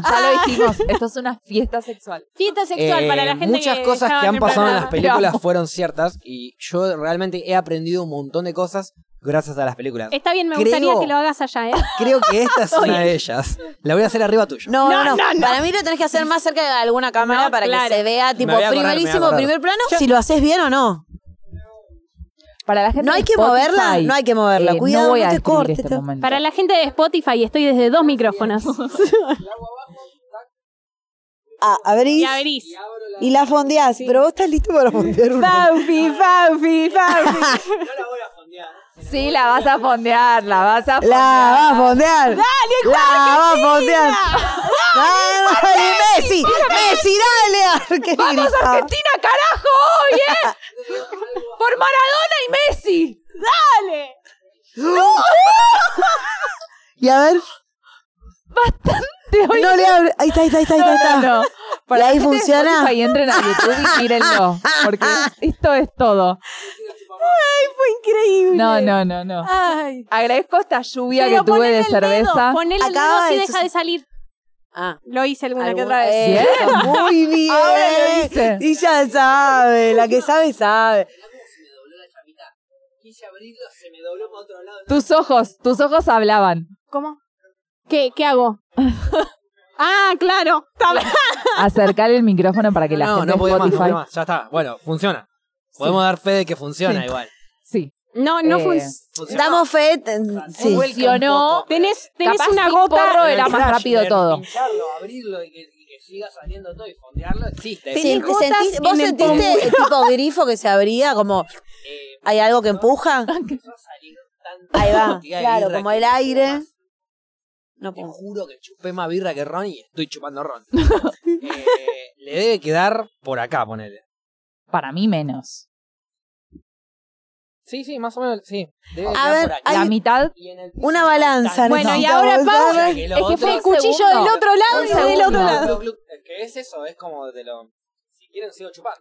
Speaker 1: Pauti. Ya lo dijimos, esto es una fiesta sexual.
Speaker 2: Fiesta sexual
Speaker 3: Eh,
Speaker 2: para la gente
Speaker 3: muchas
Speaker 2: que
Speaker 3: cosas
Speaker 2: estaba
Speaker 3: que han
Speaker 2: el
Speaker 3: pasado en
Speaker 2: programa.
Speaker 3: las películas
Speaker 1: Pero-
Speaker 3: fueron ciertas y yo realmente he aprendido un montón de cosas gracias a las películas.
Speaker 2: Está bien, me
Speaker 3: Creo-
Speaker 2: gustaría que lo hagas allá, ¿eh?
Speaker 3: Creo que esta es una de ellas. La voy a hacer arriba tuyo.
Speaker 4: No no, no, Para mí lo tenés que hacer más cerca de alguna cámara
Speaker 2: No,
Speaker 4: para
Speaker 2: claro.
Speaker 4: que se vea, tipo,
Speaker 3: voy a acordar, me voy a
Speaker 4: primerísimo,
Speaker 3: acordar.
Speaker 4: primer plano. Si lo haces bien o no.
Speaker 1: Para la gente
Speaker 4: No
Speaker 1: de
Speaker 4: hay que
Speaker 1: Spotify,
Speaker 4: moverla, no hay que moverla.
Speaker 1: eh,
Speaker 4: Cuidado,
Speaker 1: no, voy
Speaker 4: no
Speaker 1: a
Speaker 4: te
Speaker 1: describir
Speaker 4: cortes,
Speaker 1: Este
Speaker 4: te-
Speaker 1: momento.
Speaker 2: Para la gente de Spotify estoy desde dos micrófonos.
Speaker 4: Ah, abrís
Speaker 2: y
Speaker 4: y,
Speaker 2: abrís.
Speaker 4: la fondeás. Pero vos estás listo para fondear una.
Speaker 2: Faufi, Faufi, Faufi.
Speaker 1: Sí, la vas a fondear, la vas a fondear.
Speaker 4: La va a fondear. la va a fondear. Dale, Messi, Messi, dale. Argentina.
Speaker 1: ¡Vamos Argentina, carajo! hoy, eh! ¡Por Maradona y Messi!
Speaker 2: ¡Dale!
Speaker 4: Y a ver,
Speaker 1: Te voy
Speaker 4: no le abre. Ahí está, ahí está, ahí está, ahí
Speaker 1: No,
Speaker 4: está.
Speaker 1: no, no.
Speaker 4: Y ahí
Speaker 1: la gente de
Speaker 4: funciona.
Speaker 1: Spotify, entren a YouTube y mírenlo. Porque esto es todo.
Speaker 2: Fue increíble.
Speaker 1: No, no, no, no.
Speaker 2: Ay.
Speaker 1: Agradezco esta lluvia
Speaker 2: Pero
Speaker 1: que tuve
Speaker 2: ponele
Speaker 1: de
Speaker 2: el
Speaker 1: cerveza.
Speaker 2: Dedo, ponele el dedo
Speaker 4: Acaba
Speaker 2: así
Speaker 4: de
Speaker 2: deja
Speaker 4: suce-
Speaker 2: de salir.
Speaker 4: Ah.
Speaker 2: Lo hice alguna que
Speaker 4: Alguna-
Speaker 2: otra vez.
Speaker 4: Eh, Muy bien.
Speaker 1: Ahora lo hice.
Speaker 4: Y ya sabe, la que sabe, sabe.
Speaker 1: Tus ojos, tus ojos hablaban.
Speaker 2: ¿Cómo? ¿Qué, qué hago? ah, claro. Está bien.
Speaker 1: Acercar el micrófono para que la
Speaker 3: no,
Speaker 1: gente
Speaker 3: no
Speaker 1: de
Speaker 3: podía más, no
Speaker 1: Spotify.
Speaker 3: podía más. Ya está. Bueno, funciona. Podemos dar fe de que funciona
Speaker 1: Sí.
Speaker 3: igual.
Speaker 1: Sí.
Speaker 2: No, no
Speaker 1: Eh,
Speaker 2: funciona.
Speaker 3: Funciona.
Speaker 4: Damos fe. t- Sí.
Speaker 1: Vuelca un poco.
Speaker 2: Tenés, tenés
Speaker 1: Capaz
Speaker 2: una
Speaker 1: sin
Speaker 2: gota.
Speaker 1: porro era más rápido todo.
Speaker 3: Pincharlo, abrirlo y que, y que siga saliendo todo y fondearlo existe.
Speaker 4: Sí,
Speaker 2: Tenés gotas
Speaker 4: sentís- ¿Vos
Speaker 2: en el
Speaker 4: sentiste el tipo grifo que se abría? Como,
Speaker 3: Eh,
Speaker 4: ¿hay algo que empuja?
Speaker 3: empezó a salir tanta
Speaker 4: Ahí va,
Speaker 3: cantidad de
Speaker 4: claro,
Speaker 3: birra
Speaker 4: como
Speaker 3: que
Speaker 4: el
Speaker 3: no puedo
Speaker 4: aire.
Speaker 3: más.
Speaker 4: No
Speaker 3: Te
Speaker 4: puedo.
Speaker 3: juro que chupé más birra que Ron y estoy chupando Ron. Eh, le debe quedar por acá, ponele.
Speaker 1: Para mí menos.
Speaker 3: Sí, sí, más o menos, sí. Debe
Speaker 4: A ver, hay-
Speaker 1: La mitad
Speaker 3: Y en el piso
Speaker 4: Una
Speaker 3: no hay
Speaker 4: balanza.
Speaker 3: tanto.
Speaker 2: Bueno, y
Speaker 4: necesitamos
Speaker 2: ahora
Speaker 4: saber.
Speaker 2: pausa.
Speaker 3: que lo
Speaker 1: Es que fue
Speaker 3: otro-
Speaker 1: el cuchillo
Speaker 2: del
Speaker 1: del
Speaker 2: otro
Speaker 1: otro
Speaker 2: lado
Speaker 1: lado
Speaker 2: y
Speaker 1: y del
Speaker 2: del otro
Speaker 1: otro
Speaker 2: lado.
Speaker 3: Gluc, gluc, gluc. ¿Qué es eso? Es como de lo... Si quieren sigo chupando.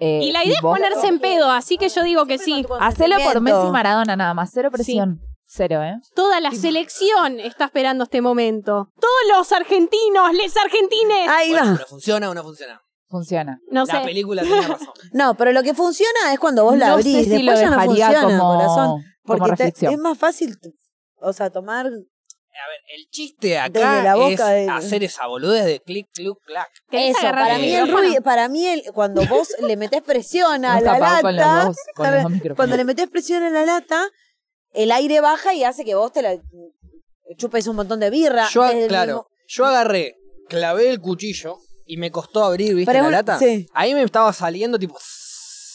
Speaker 1: Eh,
Speaker 2: Y la
Speaker 1: si
Speaker 2: idea es
Speaker 1: vos-
Speaker 2: ponerse en pedo, así que yo digo que sí.
Speaker 1: Hacelo por Messi
Speaker 4: Consentimiento.
Speaker 1: y Maradona nada más. Cero presión. Cero, ¿eh?
Speaker 2: Toda la selección está esperando este momento. Todos los argentinos, les argentines.
Speaker 4: Ahí
Speaker 3: Bueno,
Speaker 4: va.
Speaker 3: pero funciona o no funciona.
Speaker 1: Funciona.
Speaker 2: No
Speaker 3: Ah, la
Speaker 2: sé.
Speaker 3: película tiene razón.
Speaker 4: No, pero lo que funciona es cuando vos la
Speaker 1: no
Speaker 4: abrís.
Speaker 1: sé si lo
Speaker 4: Después ya no
Speaker 1: dejaría
Speaker 4: funciona,
Speaker 1: como,
Speaker 4: corazón.
Speaker 1: como
Speaker 4: Porque te-
Speaker 1: reflexión.
Speaker 4: es más fácil, t- o sea, tomar.
Speaker 3: A ver, el chiste acá
Speaker 4: Desde la boca
Speaker 3: es
Speaker 4: de-
Speaker 3: hacer esa boludez de clic, cluc, clac.
Speaker 2: ¿Querés
Speaker 4: Eso,
Speaker 2: agarrar
Speaker 4: para
Speaker 2: el
Speaker 4: mí, el
Speaker 2: micrófono?
Speaker 4: ruido, para mí el- cuando vos le metés presión a
Speaker 1: Nos
Speaker 4: la
Speaker 1: tapamos
Speaker 4: lata.
Speaker 1: con los dos, con los dos
Speaker 4: Cuando le
Speaker 1: micrófonos.
Speaker 4: metes presión en la lata, el aire baja y hace que vos te la chupes un montón de birra.
Speaker 3: Yo,
Speaker 4: desde el
Speaker 3: claro,
Speaker 4: mismo-
Speaker 3: yo agarré, clavé el cuchillo y me costó abrir, ¿viste?
Speaker 4: Pero es
Speaker 3: la
Speaker 4: un-
Speaker 3: lata.
Speaker 4: sí.
Speaker 3: Ahí me estaba saliendo tipo...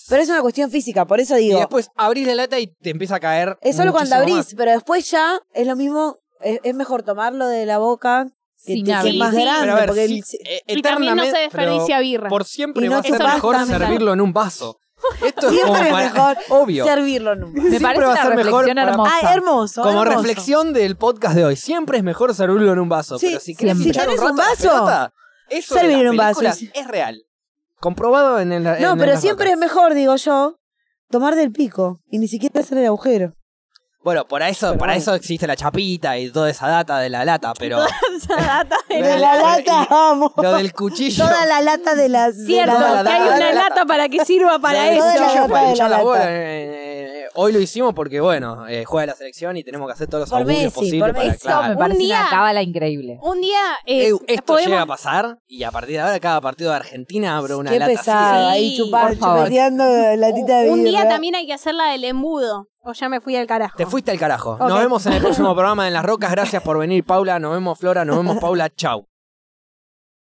Speaker 4: Pero es una cuestión física, por eso
Speaker 3: Y
Speaker 4: digo.
Speaker 3: después abrís la lata y te empieza a caer.
Speaker 4: es solo cuando
Speaker 3: muchísimo
Speaker 4: abrís,
Speaker 3: más.
Speaker 4: pero después ya es lo mismo, es, es mejor tomarlo de la boca que,
Speaker 1: Sin
Speaker 4: te- que
Speaker 1: abrir.
Speaker 4: es más
Speaker 2: Sí, sí.
Speaker 4: grande.
Speaker 3: Pero a ver,
Speaker 4: porque
Speaker 3: si-
Speaker 4: el- si-
Speaker 3: eh,
Speaker 2: Y también no se
Speaker 3: eternamente- pero
Speaker 2: desperdicia birra.
Speaker 3: Por siempre
Speaker 4: Y no
Speaker 3: va a
Speaker 4: se
Speaker 3: ser
Speaker 4: basta,
Speaker 3: mejor
Speaker 4: me parece.
Speaker 3: servirlo en un vaso. Esto es como
Speaker 4: siempre es
Speaker 3: para-
Speaker 4: mejor
Speaker 3: obvio.
Speaker 4: servirlo nunca.
Speaker 1: Me
Speaker 3: Siempre
Speaker 1: parece
Speaker 3: va a
Speaker 1: una
Speaker 3: ser mejor
Speaker 1: reflexión
Speaker 3: para-
Speaker 1: hermosa.
Speaker 4: Ah, hermoso.
Speaker 3: Como
Speaker 4: hermoso.
Speaker 3: reflexión del podcast de hoy, siempre es mejor servirlo en un vaso.
Speaker 4: Sí,
Speaker 3: pero si querés
Speaker 1: siempre.
Speaker 3: echar
Speaker 4: Si
Speaker 3: un
Speaker 4: tenés
Speaker 3: rato
Speaker 4: un
Speaker 3: la
Speaker 4: vaso,
Speaker 3: pelota, eso
Speaker 4: servir
Speaker 3: en
Speaker 4: en
Speaker 3: las
Speaker 4: un vaso,
Speaker 3: películas
Speaker 4: sí.
Speaker 3: es real. Comprobado en el.
Speaker 4: No, pero siempre es mejor, digo yo, tomar del pico y ni siquiera hacer el agujero.
Speaker 3: Bueno, para eso,
Speaker 4: Pero
Speaker 3: para
Speaker 4: bueno.
Speaker 3: eso existe la chapita y toda esa data de la lata, pero
Speaker 2: Esa data era-
Speaker 4: De la lata, vamos.
Speaker 3: lo del cuchillo.
Speaker 4: Toda la lata de las. de
Speaker 2: Cierto,
Speaker 4: la-
Speaker 3: data,
Speaker 2: que hay
Speaker 3: dale,
Speaker 2: una
Speaker 3: dale,
Speaker 2: lata para que sirva para
Speaker 4: dale,
Speaker 2: eso.
Speaker 4: dale,
Speaker 3: cuchillo
Speaker 4: dale,
Speaker 3: para
Speaker 4: dale,
Speaker 3: hinchar
Speaker 4: dale,
Speaker 3: las bolas,
Speaker 4: dale.
Speaker 3: eh, eh, hoy lo hicimos porque, bueno, eh, juega la selección y tenemos que hacer todos los
Speaker 4: Por
Speaker 3: augurios
Speaker 4: Messi,
Speaker 3: posibles
Speaker 4: por
Speaker 3: para,
Speaker 4: Messi.
Speaker 1: Me
Speaker 3: claro.
Speaker 1: parece
Speaker 2: día-
Speaker 1: una cábala increíble.
Speaker 2: Un día eh,
Speaker 3: Eh, esto
Speaker 2: podemos-
Speaker 3: llega a pasar y a partir de ahora cada partido de Argentina abro una
Speaker 4: Qué
Speaker 3: lata
Speaker 4: pesado,
Speaker 3: así.
Speaker 4: ahí
Speaker 2: Sí,
Speaker 4: chupar,
Speaker 1: por favor.
Speaker 4: chupeteando latita de
Speaker 2: un, un día
Speaker 4: birra.
Speaker 2: también hay que hacer la del embudo. O ya me fui al carajo.
Speaker 3: Te fuiste al carajo.
Speaker 2: Ok.
Speaker 3: Nos vemos en el próximo programa de En las Rocas. Gracias por venir, Paula. Nos vemos, Flora. Nos vemos, Paula. Chau.